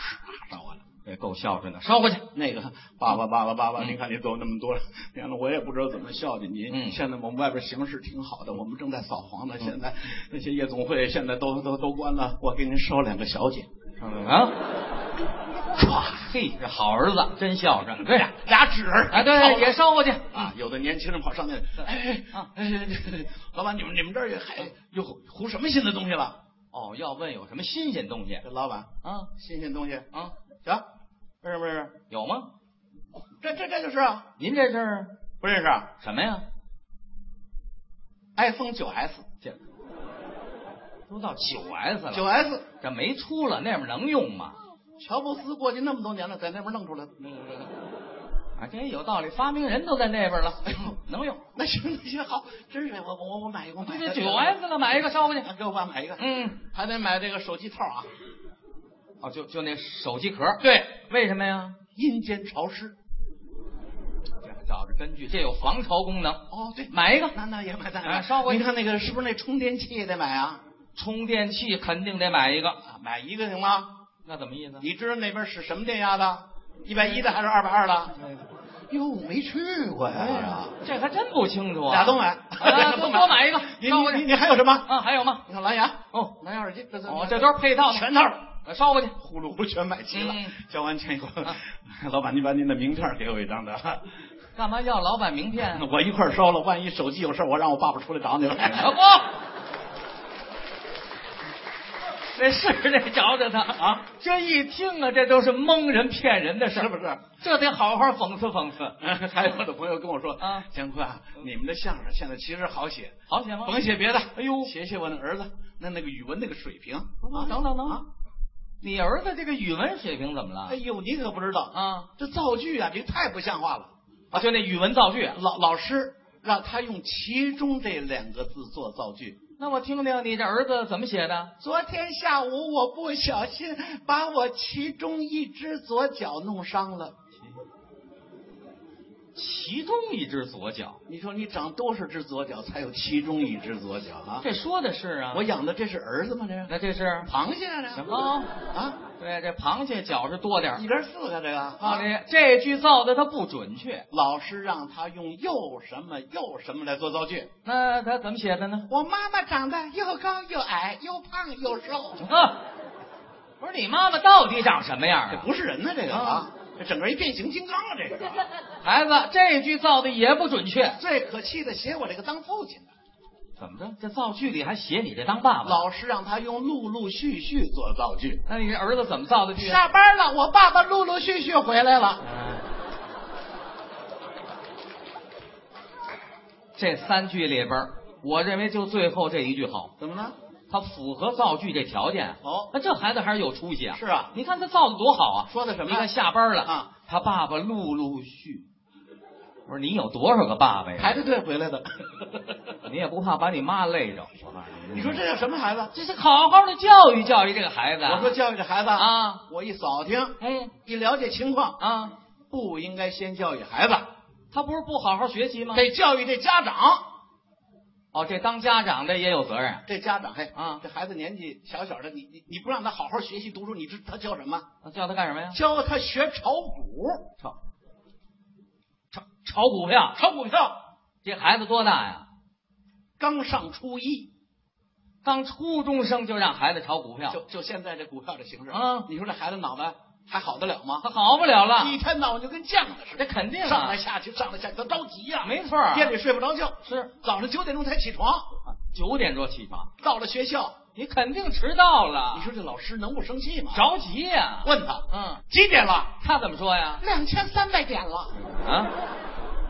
[SPEAKER 8] 烧完了。也哎够孝顺的，捎过去。那个爸爸，爸爸，爸爸，您看你走那么多年了，我也不知道怎么孝敬您。
[SPEAKER 9] 嗯
[SPEAKER 8] 现在我们外边形势挺好的，我们正在扫黄呢。现在那些夜总会现在都都都关了，我给您捎两个小姐。
[SPEAKER 9] 啊，嘿，这好儿子真孝顺，对呀，
[SPEAKER 8] 俩纸儿
[SPEAKER 9] 啊，对，也捎过去。
[SPEAKER 8] 啊，有的年轻人跑商店，哎哎
[SPEAKER 9] 嗯
[SPEAKER 8] 哎，老板，你们你们这儿也还又胡什么新的东西了？
[SPEAKER 9] 哦，要问有什么新鲜东西？
[SPEAKER 8] 这老板
[SPEAKER 9] 啊，
[SPEAKER 8] 新鲜东西啊，行，认识不认识？
[SPEAKER 9] 有吗？
[SPEAKER 8] 这这这就是啊，
[SPEAKER 9] 您这是
[SPEAKER 8] 不认识啊？
[SPEAKER 9] 什么呀
[SPEAKER 8] ？iPhone 九 S，
[SPEAKER 9] 这都到九 S 了，
[SPEAKER 8] 九 S
[SPEAKER 9] 这没出了，那边能用吗？嗯
[SPEAKER 8] 乔布斯过去那么多年了，在那边弄出来的。
[SPEAKER 9] 啊，这有道理，发明人都在那边了，能用。
[SPEAKER 8] 哎那行那行好，真是我我我买一个，买
[SPEAKER 9] 这九 S 了，买一个捎过去，
[SPEAKER 8] 给我爸买一个。
[SPEAKER 9] 嗯，
[SPEAKER 8] 还得买这个手机套啊。
[SPEAKER 9] 哦，就就那手机壳。
[SPEAKER 8] 对，
[SPEAKER 9] 为什么呀？
[SPEAKER 8] 阴间潮湿。
[SPEAKER 9] 找着根据，这有防潮功能。
[SPEAKER 8] 哦，对，
[SPEAKER 9] 买一个，
[SPEAKER 8] 那那也买，
[SPEAKER 9] 啊，捎过去。
[SPEAKER 8] 你哎看那个是不是那充电器也得买啊？
[SPEAKER 9] 充电器肯定得买一个，
[SPEAKER 8] 买一个行吗？
[SPEAKER 9] 那怎么意思？
[SPEAKER 8] 你知道那边使什么电压的？一百一的还是二百二的？哟，没去过呀，
[SPEAKER 9] 哎这还真不清楚啊。
[SPEAKER 8] 俩都买，
[SPEAKER 9] 多多买一个。
[SPEAKER 8] 你你你还有什么？
[SPEAKER 9] 啊，还有吗？
[SPEAKER 8] 你看蓝牙
[SPEAKER 9] 哦，
[SPEAKER 8] 蓝牙耳机，这
[SPEAKER 9] 哦，这都是配套
[SPEAKER 8] 全套。
[SPEAKER 9] 捎过去，
[SPEAKER 8] 呼噜呼全买齐
[SPEAKER 9] 嗯
[SPEAKER 8] 了。交完钱以后，
[SPEAKER 9] 啊
[SPEAKER 8] 老板，您把您的名片给我一张的。
[SPEAKER 9] 干嘛要老板名片 啊？
[SPEAKER 8] 我一块烧了，万一手机有事我让我爸爸出来找你了。
[SPEAKER 9] 啊不，这是得找找他啊！这一听啊，这都是蒙人骗人的事，
[SPEAKER 8] 是不是？
[SPEAKER 9] 这得好好讽刺讽刺。嗯
[SPEAKER 8] 嗯、 还有我的朋友跟我说啊，姜昆啊，你们的相声现在其实好写，
[SPEAKER 9] 好写吗？
[SPEAKER 8] 甭写别的，
[SPEAKER 9] 哎呦，
[SPEAKER 8] 写写我那儿子那那个语文那个水平。
[SPEAKER 9] 啊、等等等。啊你儿子这个语文水平怎么了？
[SPEAKER 8] 哎呦，你可不知道
[SPEAKER 9] 啊！
[SPEAKER 8] 这造句啊，这太不像话了
[SPEAKER 9] 啊！就那语文造句、啊，
[SPEAKER 8] 老老师让他用其中这两个字做造句。
[SPEAKER 9] 那我听听你这儿子怎么写的？
[SPEAKER 8] 昨天下午我不小心把我其中一只左脚弄伤了。
[SPEAKER 9] 其中一只左脚，
[SPEAKER 8] 你说你长多少只左脚才有其中一只左脚啊？
[SPEAKER 9] 这说的是啊，
[SPEAKER 8] 我养的这是儿子吗？这
[SPEAKER 9] 那这是
[SPEAKER 8] 螃蟹啊？
[SPEAKER 9] 什么哦
[SPEAKER 8] 啊？
[SPEAKER 9] 对，这螃蟹脚是多点
[SPEAKER 8] 一边四个这个
[SPEAKER 9] 啊，这这句造的它不准确。
[SPEAKER 8] 老师让他用又什么又什么来做造句，
[SPEAKER 9] 那他怎么写的呢？
[SPEAKER 8] 我妈妈长得又高又矮又胖又瘦。
[SPEAKER 9] 啊，不是你妈妈到底长什么样啊？
[SPEAKER 8] 这不是人呢，这个啊。这整个一变形金刚啊！这个
[SPEAKER 9] 孩子，这句造的也不准确。
[SPEAKER 8] 最可气的，写我这个当父亲的，
[SPEAKER 9] 怎么着？这造句里还写你这当爸爸？
[SPEAKER 8] 老师让他用陆陆续续做造句。
[SPEAKER 9] 那你这儿子怎么造的句？啊
[SPEAKER 8] 下班了，我爸爸陆陆续续回来了。
[SPEAKER 9] 哎这三句里边，我认为就最后这一句好。
[SPEAKER 8] 怎么了？
[SPEAKER 9] 他符合造句这条件
[SPEAKER 8] 哦，
[SPEAKER 9] 那这孩子还是有出息啊！
[SPEAKER 8] 是啊，
[SPEAKER 9] 你看他造的多好啊！
[SPEAKER 8] 说的什么？
[SPEAKER 9] 你看下班了
[SPEAKER 8] 啊，
[SPEAKER 9] 他爸爸陆陆续，不是你有多少个爸爸呀？
[SPEAKER 8] 排着队回来的，
[SPEAKER 9] 你也不怕把你妈累着？我告
[SPEAKER 8] 诉你，你说这叫什么孩子？
[SPEAKER 9] 这是好好的教育教育这个孩子。
[SPEAKER 8] 我说教育这孩子
[SPEAKER 9] 啊，
[SPEAKER 8] 我一扫听，
[SPEAKER 9] 嗯，
[SPEAKER 8] 一了解情况
[SPEAKER 9] 啊，
[SPEAKER 8] 不应该先教育孩子，
[SPEAKER 9] 他不是不好好学习吗？
[SPEAKER 8] 得教育这家长。
[SPEAKER 9] 哦，这当家长的也有责任。
[SPEAKER 8] 这家长，嘿
[SPEAKER 9] 哎啊，
[SPEAKER 8] 这孩子年纪小小的，你你你不让他好好学习读书，你知他教什么？
[SPEAKER 9] 啊教他干什么呀？
[SPEAKER 8] 教他学炒股，
[SPEAKER 9] 炒炒炒股票，
[SPEAKER 8] 炒股票。
[SPEAKER 9] 这孩子多大呀？
[SPEAKER 8] 刚上初一，
[SPEAKER 9] 当初中生就让孩子炒股票，
[SPEAKER 8] 就就现在这股票的形势
[SPEAKER 9] 啊！
[SPEAKER 8] 你说这孩子脑袋还好得了吗？
[SPEAKER 9] 他好不了了，
[SPEAKER 8] 一天到晚就跟酱子似
[SPEAKER 9] 的。这肯定啊
[SPEAKER 8] 上来下去，上来下去，他着急呀。
[SPEAKER 9] 没错，啊
[SPEAKER 8] 夜里睡不着觉，
[SPEAKER 9] 是啊
[SPEAKER 8] 早上九点钟才起床。
[SPEAKER 9] 九点多起床，
[SPEAKER 8] 到了学校，
[SPEAKER 9] 你肯定迟到了。
[SPEAKER 8] 你说这老师能不生气吗？
[SPEAKER 9] 着急呀、
[SPEAKER 8] 啊！问他，
[SPEAKER 9] 嗯，
[SPEAKER 8] 几点了？
[SPEAKER 9] 他怎么说呀？
[SPEAKER 8] 两千三百点了。
[SPEAKER 9] 啊，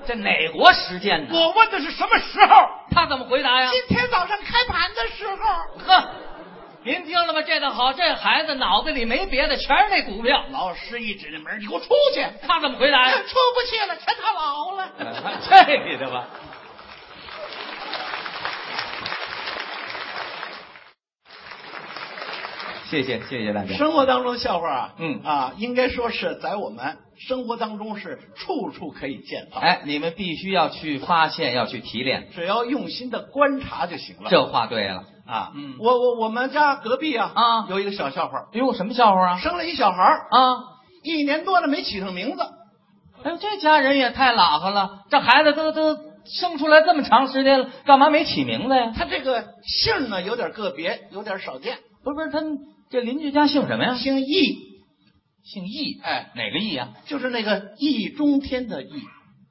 [SPEAKER 9] 这哪国时间呢？
[SPEAKER 8] 我问的是什么时候？
[SPEAKER 9] 他怎么回答呀？
[SPEAKER 8] 今天早上开盘的时候。
[SPEAKER 9] 呵，您听了吗？这倒好，这孩子脑子里没别的，全是那股票。
[SPEAKER 8] 老师一指那门，你给我出去！
[SPEAKER 9] 他怎么回答呀？
[SPEAKER 8] 出不去了，全套牢了。 哎
[SPEAKER 9] 这你的吧。谢谢谢谢大家。
[SPEAKER 8] 生活当中笑话啊，
[SPEAKER 9] 嗯
[SPEAKER 8] 啊，应该说是在我们生活当中是处处可以见到。
[SPEAKER 9] 哎，你们必须要去发现，要去提炼，
[SPEAKER 8] 只要用心的观察就行了。
[SPEAKER 9] 这话对了
[SPEAKER 8] 啊，
[SPEAKER 9] 嗯，
[SPEAKER 8] 我我我们家隔壁啊
[SPEAKER 9] 啊
[SPEAKER 8] 有一个小笑话，
[SPEAKER 9] 哎呦，什么笑话啊？
[SPEAKER 8] 生了一小孩
[SPEAKER 9] 啊，一年多了没起上名字。
[SPEAKER 8] 哎呦，这家人也太喇叭了，这孩子都都生出来这么长时间了，干嘛没起名字呀？
[SPEAKER 9] 他这个姓呢有点个别，有点少见。
[SPEAKER 8] 不是不是，他们这邻居家姓什么呀？
[SPEAKER 9] 姓易，
[SPEAKER 8] 姓易，哎，哪个易呀、
[SPEAKER 9] 就是那个易中天的易，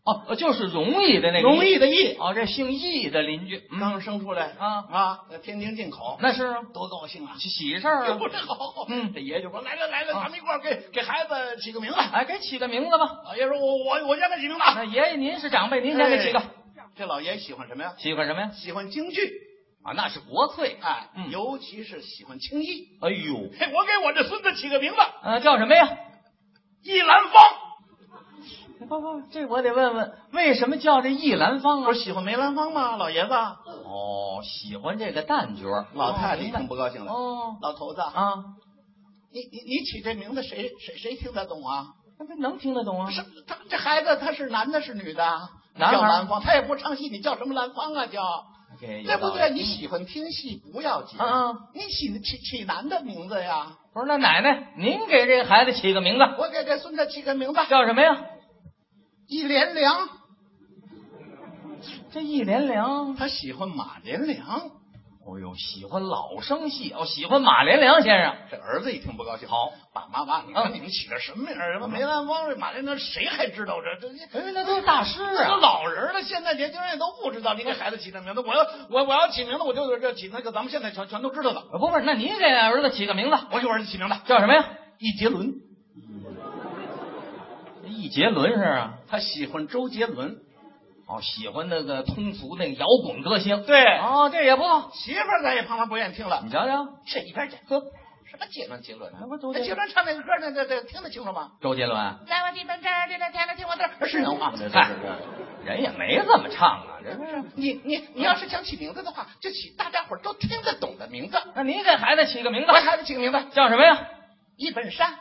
[SPEAKER 8] 哦，就是容易的那个
[SPEAKER 9] 容易的易。
[SPEAKER 8] 哦，这姓易的邻居，
[SPEAKER 9] 刚生出来
[SPEAKER 8] 嗯啊
[SPEAKER 9] 啊，在天津进口，
[SPEAKER 8] 那是啊
[SPEAKER 9] 多高兴啊！
[SPEAKER 8] 喜事儿啊
[SPEAKER 9] 不。是好，
[SPEAKER 8] 嗯
[SPEAKER 9] 这爷就说来 来来来，
[SPEAKER 8] 啊
[SPEAKER 9] 咱们一块儿给给孩子起个名字。
[SPEAKER 8] 哎，给起个名字吧。
[SPEAKER 9] 老爷说，我我我先给起名字。哎
[SPEAKER 8] 那爷爷您是长辈，您先给起个。
[SPEAKER 9] 这老爷喜欢什么呀？
[SPEAKER 8] 喜欢什么呀？
[SPEAKER 9] 喜欢京剧，
[SPEAKER 8] 啊，那是国粹。嗯
[SPEAKER 9] 哎，尤其是喜欢青衣。
[SPEAKER 8] 哎呦，
[SPEAKER 9] 嘿，我给我这孙子起个名字，
[SPEAKER 8] 呃，叫什么呀？
[SPEAKER 9] 一兰芳。
[SPEAKER 8] 哎不不，这我得问问，为什么叫这易兰芳啊？
[SPEAKER 9] 我喜欢梅兰芳吗？老爷子，
[SPEAKER 8] 哦，喜欢这个旦角。
[SPEAKER 9] 老太太
[SPEAKER 8] 哦
[SPEAKER 9] 一听不高兴了。
[SPEAKER 8] 哦，
[SPEAKER 9] 老头子啊，
[SPEAKER 8] 啊，
[SPEAKER 9] 你你你起这名字谁谁谁听得懂啊？
[SPEAKER 8] 那他能听得懂啊？
[SPEAKER 9] 是他这孩子他是男的是女的啊？
[SPEAKER 8] 男孩
[SPEAKER 9] 叫兰芳，他也不唱戏，你叫什么兰芳啊？叫
[SPEAKER 8] 这有
[SPEAKER 9] 对不
[SPEAKER 8] 道理
[SPEAKER 9] 对？你喜欢听戏不要紧，
[SPEAKER 8] 啊啊
[SPEAKER 9] 你起起起男的名字呀。
[SPEAKER 8] 不是，那奶奶，您给这孩子起个名字，
[SPEAKER 9] 我给这孙子起个名字
[SPEAKER 8] 叫什么呀？
[SPEAKER 9] 一连良，
[SPEAKER 8] 这易连良，
[SPEAKER 9] 他喜欢马连良。
[SPEAKER 8] 哦呦，喜欢老生戏，哦，喜欢马连良先生。
[SPEAKER 9] 这儿子一听不高兴，好，爸妈妈，你看你们起的什么名儿？什么梅兰芳、马连良，谁还知道这这这？
[SPEAKER 8] 哎，那都是大师
[SPEAKER 9] 这都
[SPEAKER 8] 啊。
[SPEAKER 9] 老人了，现在年轻人也都不知道你给孩子起的名字。我要我我要起名字，我就这起那个咱们现在全全都知道的。
[SPEAKER 8] 呃不不是，那您给儿子起个名字，
[SPEAKER 9] 我给我儿子起名字
[SPEAKER 8] 叫什么呀？
[SPEAKER 9] 易杰伦，嗯
[SPEAKER 8] 易杰伦是啊。
[SPEAKER 9] 他喜欢周杰伦，
[SPEAKER 8] 哦，喜欢那个通俗那个摇滚歌星。
[SPEAKER 9] 对
[SPEAKER 8] 哦，这也不错。
[SPEAKER 9] 媳妇儿咱也旁边不愿意听了
[SPEAKER 8] 你。瞧瞧，
[SPEAKER 9] 这一边去，
[SPEAKER 8] 呵，
[SPEAKER 9] 什么杰伦杰伦啊？
[SPEAKER 8] 那不周
[SPEAKER 9] 那杰
[SPEAKER 8] 杰
[SPEAKER 9] 伦唱那个歌，那那那听得清楚吗？
[SPEAKER 8] 周杰伦啊？
[SPEAKER 9] 来我这边这儿，这边天来听我这儿，是人话。
[SPEAKER 8] 这这这，啊人也没怎么唱啊，这
[SPEAKER 9] 哎你你你要是想起名字的话，就起大家伙儿都听得懂的名字。
[SPEAKER 8] 那您给孩子起个名字
[SPEAKER 9] 我，孩子起个名字
[SPEAKER 8] 叫什么呀？
[SPEAKER 9] 一本山，，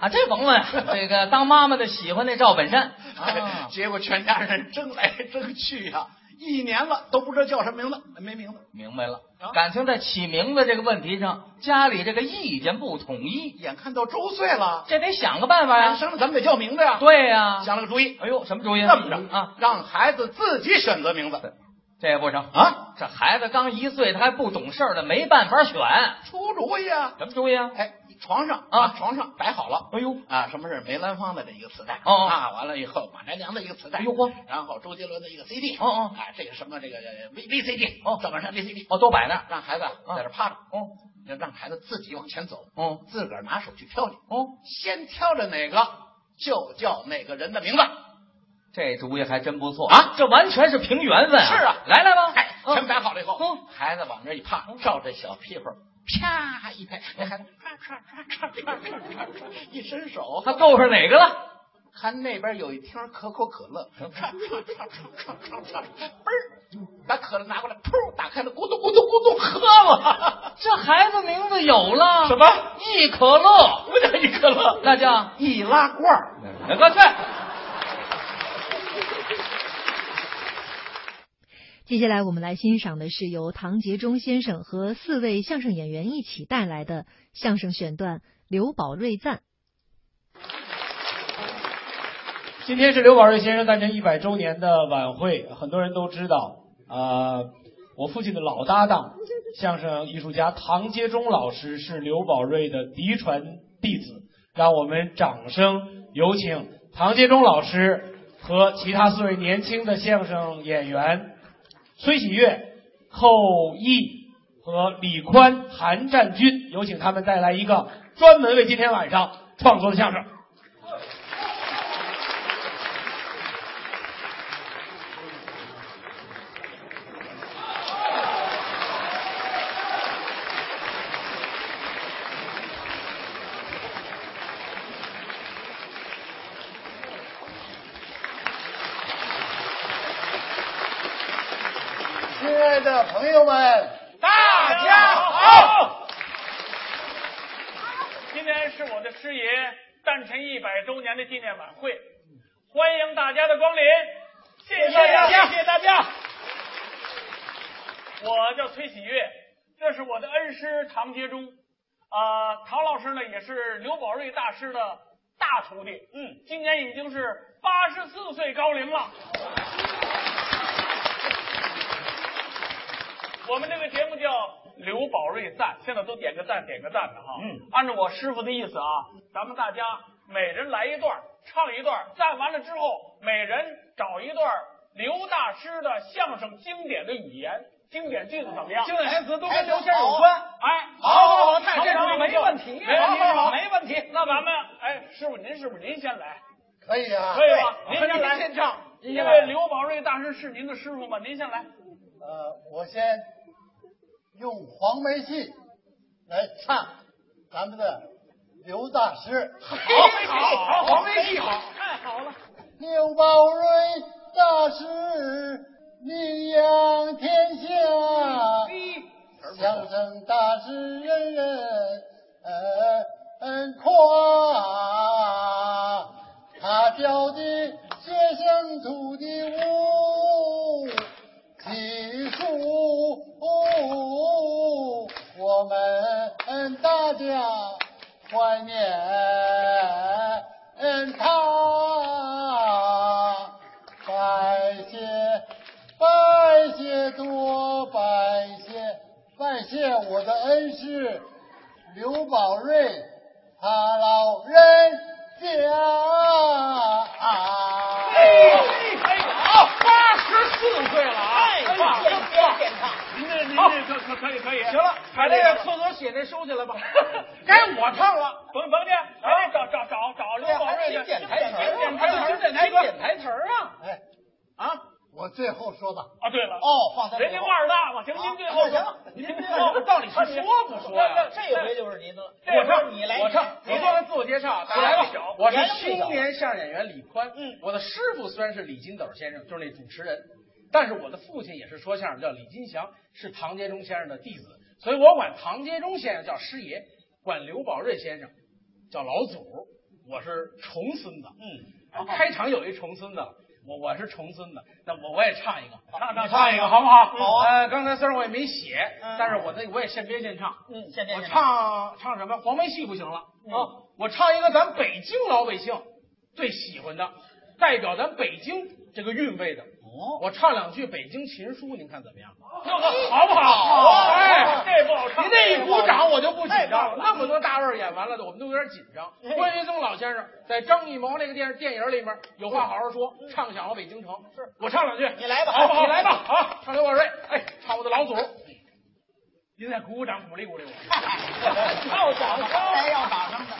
[SPEAKER 8] 啊，这甭问，这个当妈妈的喜欢那赵本山啊
[SPEAKER 9] 结果全家人争来争去呀、一年了都不知道叫什么名字，没名字，
[SPEAKER 8] 明白了
[SPEAKER 9] 啊。
[SPEAKER 8] 感情在起名字这个问题上，家里这个意见不统一，
[SPEAKER 9] 眼看到周岁了，
[SPEAKER 8] 这得想个办法呀。
[SPEAKER 9] 生了咱们得叫名字呀。，
[SPEAKER 8] 对呀，
[SPEAKER 9] 想了个主意，
[SPEAKER 8] 哎呦，什么主意？
[SPEAKER 9] 这么着
[SPEAKER 8] 啊，，
[SPEAKER 9] 让孩子自己选择名字。
[SPEAKER 8] 这也不成
[SPEAKER 9] 啊！
[SPEAKER 8] 这孩子刚一岁，他还不懂事儿呢，没办法选。
[SPEAKER 9] 出主意啊！
[SPEAKER 8] 什么主意啊？
[SPEAKER 9] 哎，床上
[SPEAKER 8] 啊
[SPEAKER 9] 床上摆好了。
[SPEAKER 8] 哎呦，
[SPEAKER 9] 啊，什么是梅兰芳的这一个磁带？
[SPEAKER 8] 哦哦
[SPEAKER 9] 啊，完了以后马连良的一个磁带，
[SPEAKER 8] 哎呦嚯
[SPEAKER 9] 然后周杰伦的一个 CD，
[SPEAKER 8] 哦哦
[SPEAKER 9] 啊，这个什么这个呃 V V C D，
[SPEAKER 8] 哦
[SPEAKER 9] 赵本山 V C D，
[SPEAKER 8] 哦，都摆那儿。
[SPEAKER 9] 让孩子啊
[SPEAKER 8] 啊
[SPEAKER 9] 在这趴着，
[SPEAKER 8] 哦
[SPEAKER 9] 要让孩子自己往前走，
[SPEAKER 8] 哦
[SPEAKER 9] 自个儿拿手去挑去，
[SPEAKER 8] 哦，
[SPEAKER 9] 先挑着哪个就叫哪个人的名字，
[SPEAKER 8] 这主意还真不错
[SPEAKER 9] 啊
[SPEAKER 8] 这完全是凭缘分啊。
[SPEAKER 9] 是啊
[SPEAKER 8] 来来吧，
[SPEAKER 9] 哎，
[SPEAKER 8] 嗯
[SPEAKER 9] 全摆好了以后
[SPEAKER 8] 嗯，
[SPEAKER 9] 孩子往那儿一趴，照着小屁股。啪一拍，那孩子唰唰唰唰唰唰唰唰，一伸手，
[SPEAKER 8] 他够上哪个了？
[SPEAKER 9] 看那边有一听可口可乐，唰唰唰唰唰唰，嘣儿，把可乐拿过来，噗，打开了，咕咚咕咚咕咚喝了。
[SPEAKER 8] 这孩子名字有了
[SPEAKER 9] 什么？
[SPEAKER 8] 易可乐，
[SPEAKER 9] 不叫一可乐，
[SPEAKER 8] 那叫
[SPEAKER 9] 易拉罐儿。
[SPEAKER 8] 哎
[SPEAKER 34] 啊
[SPEAKER 8] 快快。
[SPEAKER 1] 接下来我们来欣赏的是由唐杰忠先生和四位相声演员一起带来的相声选段《刘宝瑞赞》。
[SPEAKER 34] 今天是刘宝瑞先生诞辰一百周年的晚会，很多人都知道。呃，我父亲的老搭档，相声艺术家唐杰忠老师是刘宝瑞的嫡传弟子。让我们掌声有请唐杰忠老师和其他四位年轻的相声演员崔喜月、寇毅和李宽、韩占军，有请他们带来一个专门为今天晚上创作的相声。
[SPEAKER 35] 亲爱的朋友们，
[SPEAKER 9] 大
[SPEAKER 35] 家
[SPEAKER 9] 好。
[SPEAKER 36] 今天是我的师爷诞辰一百周年的纪念晚会，欢迎大家的光临，谢谢大家，谢谢大家。我叫崔喜月，这是我的恩师唐杰忠。呃，陶老师呢也是刘宝瑞大师的大徒弟，嗯，今年已经是八十四岁高龄了。我们这个节目叫《刘宝瑞赞》，现在都点个赞，点个赞的哈。嗯，按照我师傅的意思啊，咱们大家每人来一段，唱一段，赞完了之后，每人找一段刘大师的相声经典的语言、经典句子怎么样？
[SPEAKER 9] 经典台词都跟
[SPEAKER 36] 哎
[SPEAKER 9] 刘先生有关
[SPEAKER 36] 哎，
[SPEAKER 9] 好好好太这主意没问题好好好没问题
[SPEAKER 36] 那咱们，哎，师傅您是不是您先来？
[SPEAKER 7] 可以啊
[SPEAKER 36] 可以吧？
[SPEAKER 7] 对
[SPEAKER 36] 您
[SPEAKER 7] 我
[SPEAKER 36] 先
[SPEAKER 7] 和
[SPEAKER 36] 来，
[SPEAKER 7] 您先唱您
[SPEAKER 36] 因
[SPEAKER 7] 先
[SPEAKER 36] 为
[SPEAKER 7] 来
[SPEAKER 36] 刘宝瑞大师是您的师傅嘛，您先来。
[SPEAKER 7] 呃，我先用黄梅戏来唱咱们的刘大师。好，
[SPEAKER 36] 好黄梅戏好，
[SPEAKER 7] 太好了。刘宝瑞大师名扬天下，相声大师人人嗯夸。他教的学生徒弟武技术，我们大家怀念他。拜谢，拜谢多，拜谢，拜谢我的恩师刘宝瑞，他老人家。
[SPEAKER 36] 好，八十四岁了啊！
[SPEAKER 9] 哎哇
[SPEAKER 36] 哇哇
[SPEAKER 9] 健康
[SPEAKER 36] 您这您
[SPEAKER 9] 好
[SPEAKER 36] 这可可可以可以，
[SPEAKER 9] 行了，把
[SPEAKER 36] 把
[SPEAKER 9] 这
[SPEAKER 36] 这
[SPEAKER 9] 个
[SPEAKER 36] 个
[SPEAKER 9] 厕所血这收起来吧。
[SPEAKER 36] 该我唱了，甭甭介，
[SPEAKER 9] 哎
[SPEAKER 36] 还得找找找找刘宝瑞的
[SPEAKER 9] 还得点台词儿
[SPEAKER 36] 点台词儿，
[SPEAKER 9] 还得点台词儿点台词儿
[SPEAKER 36] 啊！
[SPEAKER 7] 哎，
[SPEAKER 36] 啊，
[SPEAKER 7] 我最后说吧。
[SPEAKER 36] 啊，对了，
[SPEAKER 7] 哦，放在
[SPEAKER 36] 人家腕儿大嘛，行，您最后
[SPEAKER 9] 行了
[SPEAKER 36] 您
[SPEAKER 9] 您
[SPEAKER 36] 最
[SPEAKER 9] 最后
[SPEAKER 36] 后
[SPEAKER 9] 到底是说不说呀
[SPEAKER 36] 那那
[SPEAKER 9] 这回
[SPEAKER 36] 就是您的了
[SPEAKER 9] 这回
[SPEAKER 36] 我唱，
[SPEAKER 9] 你来
[SPEAKER 36] 我唱，
[SPEAKER 9] 你
[SPEAKER 36] 我
[SPEAKER 9] 做
[SPEAKER 36] 来
[SPEAKER 9] 了自我介绍，
[SPEAKER 36] 我来吧
[SPEAKER 9] 我
[SPEAKER 36] 我
[SPEAKER 9] 是
[SPEAKER 36] 是
[SPEAKER 9] 青
[SPEAKER 36] 青
[SPEAKER 9] 年
[SPEAKER 36] 年
[SPEAKER 9] 相声演员李宽，嗯，我的师傅虽然是李金斗先生，就是那主持人，但是我的父亲也是说相声，叫李金祥，是唐杰忠先生的弟子，所以我管唐杰忠先生叫师爷，管刘宝瑞先生叫老祖，我是重孙子，嗯，开场有一重孙子。我我是重孙子，那我我也唱一个，
[SPEAKER 36] 唱唱
[SPEAKER 9] 唱一个好不好？
[SPEAKER 36] 好啊
[SPEAKER 9] 呃，刚才虽然我也没写，但是我那我也现编现哎唱。
[SPEAKER 36] 嗯，现
[SPEAKER 9] 我唱唱什么？黄梅戏不行了啊、我唱一个咱北京老百姓最喜欢的，代表咱北京这个韵味的。哦，我唱两句北京琴书，您看怎么样？
[SPEAKER 36] 哦好啊不好？
[SPEAKER 9] 好啊
[SPEAKER 36] 哎，这不好唱，
[SPEAKER 9] 您这一鼓掌，我就不紧
[SPEAKER 36] 太
[SPEAKER 9] 张
[SPEAKER 36] 棒
[SPEAKER 9] 了。
[SPEAKER 36] 了
[SPEAKER 9] 那么多大腕儿演完了，我们都有点紧张。
[SPEAKER 36] 哎
[SPEAKER 9] 关云松老先生在张艺谋那个电视电影里面有话好好说，唱响了北京城。是我唱两句，
[SPEAKER 36] 嗯你来吧
[SPEAKER 9] 好不好？
[SPEAKER 36] 你来吧
[SPEAKER 9] 好，唱刘宝瑞，哎，唱我 的老祖。您再鼓鼓掌，鼓励鼓励我。
[SPEAKER 36] 要掌声
[SPEAKER 9] 哎要掌声的，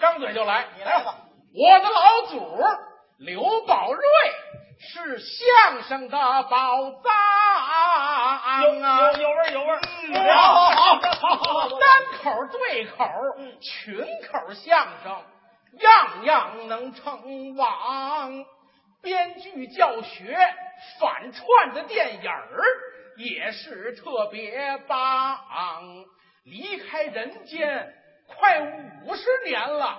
[SPEAKER 9] 张嘴就来，你来吧。我的老祖刘宝瑞是相声的宝藏
[SPEAKER 36] 有
[SPEAKER 9] 啊，
[SPEAKER 36] 有有味儿有味儿，哎
[SPEAKER 9] 好好好好 好，单口对口，群口相声，样样能称王。编剧教学反串的电影儿也是特别棒。离开人间快五十年了，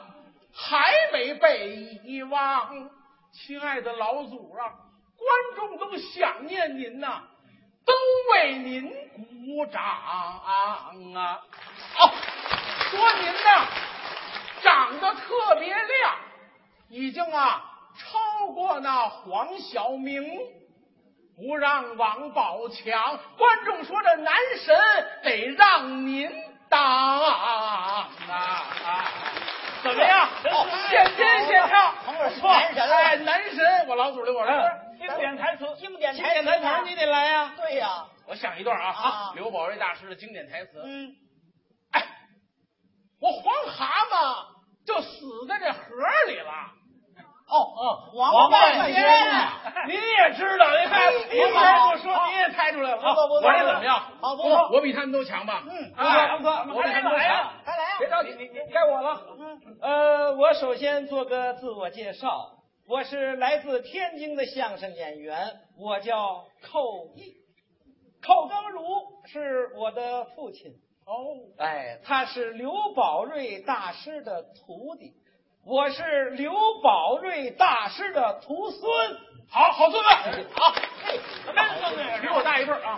[SPEAKER 9] 还没被遗忘。亲爱的老祖啊，观众都想念您呐、都为您鼓掌啊！哦，说您呐，长得特别亮，已经啊超过那黄晓明，不让王宝强。观众说这男神得让您当啊！怎么样？现编现唱，哦哎，男神，我老祖刘宝瑞，
[SPEAKER 36] 经典台词，经典
[SPEAKER 9] 经典台词你得来呀。
[SPEAKER 36] 对呀，
[SPEAKER 9] 我想一段啊，
[SPEAKER 36] 啊
[SPEAKER 9] 刘宝瑞大师的经典台词。嗯，哎，我黄蛤蟆就死在这盒里了。哦哦，
[SPEAKER 36] 黄半仙
[SPEAKER 9] 您也知道，您看，
[SPEAKER 36] 嗯
[SPEAKER 9] 您刚我说，您也猜出来了。
[SPEAKER 36] 不错不错
[SPEAKER 9] 我这怎么样？
[SPEAKER 36] 好不错
[SPEAKER 9] 我比他们都强吧？嗯
[SPEAKER 36] 啊，
[SPEAKER 9] 我比他们都
[SPEAKER 36] 来
[SPEAKER 9] 强
[SPEAKER 36] 呀。，来呀，别着急，该我了。
[SPEAKER 9] 嗯
[SPEAKER 4] 呃，我首先做个自我介绍，我是来自天津的相声演员，我叫寇毅，寇刚如是我的父亲。哦，哎，他是刘宝瑞大师的徒弟，我是刘宝瑞大师的徒孙。
[SPEAKER 9] 好好孙
[SPEAKER 4] 子，哎好，
[SPEAKER 8] 哎
[SPEAKER 9] 真孙子呀比我大一辈儿啊。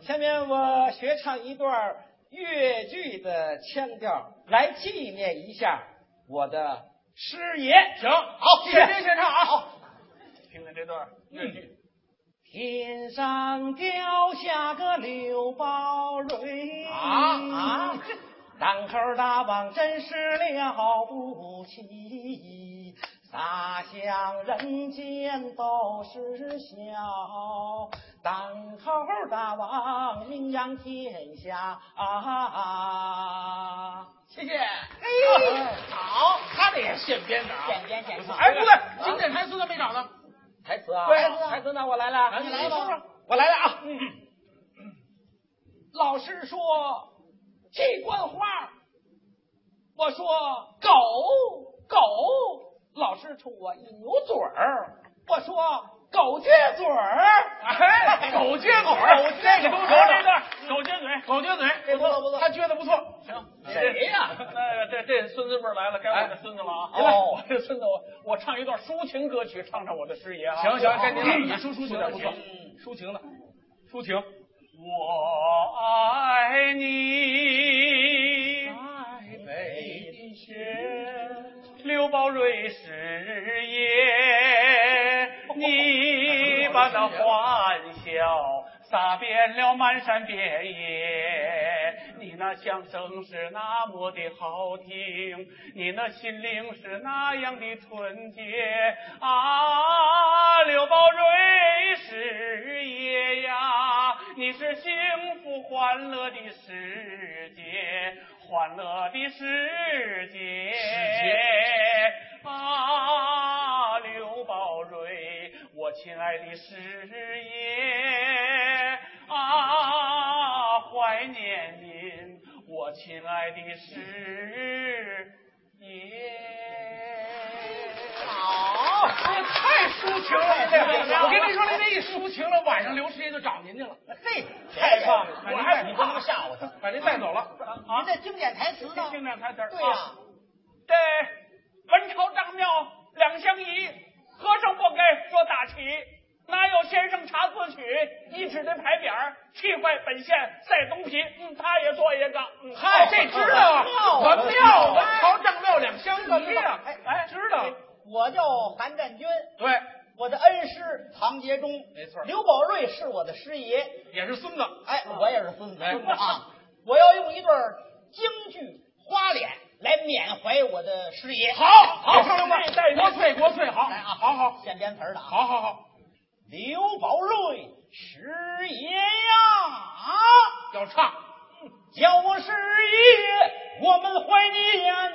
[SPEAKER 4] 下面我学唱一段
[SPEAKER 9] 越剧的腔调来纪念一下我的师爷。
[SPEAKER 8] 行，好，谢谢先生啊，好，
[SPEAKER 36] 听听这段
[SPEAKER 9] 嗯
[SPEAKER 36] 越剧。
[SPEAKER 9] 天上掉下个刘宝瑞
[SPEAKER 8] 啊啊，
[SPEAKER 9] 当口大王真是了不起，撒向人间都是笑。当口大王名扬天下啊！
[SPEAKER 8] 谢谢。
[SPEAKER 9] 嘿
[SPEAKER 8] 好，他这也现编的啊，
[SPEAKER 9] 现编现唱
[SPEAKER 8] 哎，不对，经典台词都没找呢。
[SPEAKER 9] 台词啊，
[SPEAKER 8] 对
[SPEAKER 9] 台词呢？我来了，
[SPEAKER 8] 啊你来吧
[SPEAKER 9] 说说，我来了啊。老师说
[SPEAKER 8] 鸡冠花，我说狗狗，老师冲我一扭嘴儿，我说狗撅嘴儿，
[SPEAKER 36] 哎，狗撅嘴儿，
[SPEAKER 8] 狗撅
[SPEAKER 36] 这
[SPEAKER 8] 嘴
[SPEAKER 36] 个
[SPEAKER 8] 儿，
[SPEAKER 36] 这
[SPEAKER 8] 哎
[SPEAKER 36] 段狗撅嘴，狗撅嘴，
[SPEAKER 8] 这不错不错
[SPEAKER 36] 他撅的不错。行，
[SPEAKER 8] 谁 呀
[SPEAKER 36] 那这这孙子辈儿来了，该我这孙子了啊！
[SPEAKER 8] 哎 哦
[SPEAKER 36] 我这孙子，我我唱一段抒情歌曲，唱唱我的师爷啊！
[SPEAKER 8] 行行该您了嗯
[SPEAKER 36] 嗯
[SPEAKER 8] 你
[SPEAKER 36] 抒抒情
[SPEAKER 8] 抒抒情
[SPEAKER 36] 的
[SPEAKER 8] 的
[SPEAKER 36] 不
[SPEAKER 8] 不
[SPEAKER 36] 错
[SPEAKER 8] 错，
[SPEAKER 36] 抒情的，抒情。我爱你，爱北的雪，刘宝瑞师爷，你把那欢笑撒遍了满山遍野，你那相声是那么的好听，你那心灵是那样的纯洁啊，刘宝瑞师爷呀，你是幸福欢乐的世界，欢乐的世界啊，刘宝瑞，我亲爱的师爷啊，怀念您，我亲爱的师
[SPEAKER 8] 好，这哎太抒情了，这我跟你说，您这一抒情了，晚上刘师爷就找您去了。
[SPEAKER 9] 嘿，
[SPEAKER 36] 太棒了
[SPEAKER 8] 我还
[SPEAKER 36] 哎你
[SPEAKER 8] 不
[SPEAKER 36] 不
[SPEAKER 8] 能
[SPEAKER 36] 能
[SPEAKER 8] 吓
[SPEAKER 36] 吓
[SPEAKER 8] 唬
[SPEAKER 36] 唬
[SPEAKER 8] 他
[SPEAKER 36] 他，
[SPEAKER 8] 把您带走了。
[SPEAKER 36] 啊，
[SPEAKER 9] 这经典台词呢？
[SPEAKER 36] 经典台词儿
[SPEAKER 9] 对呀
[SPEAKER 36] 啊这文朝张庙两相宜，和尚不该说打旗，哪有先生查字曲？一指那牌匾儿，气坏本县赛东皮。嗯，他也哦做一个。嗯，
[SPEAKER 8] 嗨，这知道啊，我庙文朝丈庙两相
[SPEAKER 9] 哎知
[SPEAKER 8] 宜
[SPEAKER 9] 道
[SPEAKER 8] 啊，
[SPEAKER 9] 哎，
[SPEAKER 8] 知道。
[SPEAKER 9] 我叫韩占军，
[SPEAKER 8] 对，
[SPEAKER 9] 我的恩师唐杰忠，
[SPEAKER 8] 没错
[SPEAKER 9] 刘宝瑞是我的师爷，
[SPEAKER 8] 也是孙子。
[SPEAKER 9] 哎，我也是孙子
[SPEAKER 8] 哎
[SPEAKER 9] 啊！我要用一段京剧花脸来缅怀我的师爷。哎
[SPEAKER 8] 好好朋友们国粹国粹好
[SPEAKER 9] 来啊，好好，现编词儿的，
[SPEAKER 8] 好好好。
[SPEAKER 9] 刘宝瑞师爷呀，
[SPEAKER 8] 要唱，
[SPEAKER 9] 叫我师爷，我们怀念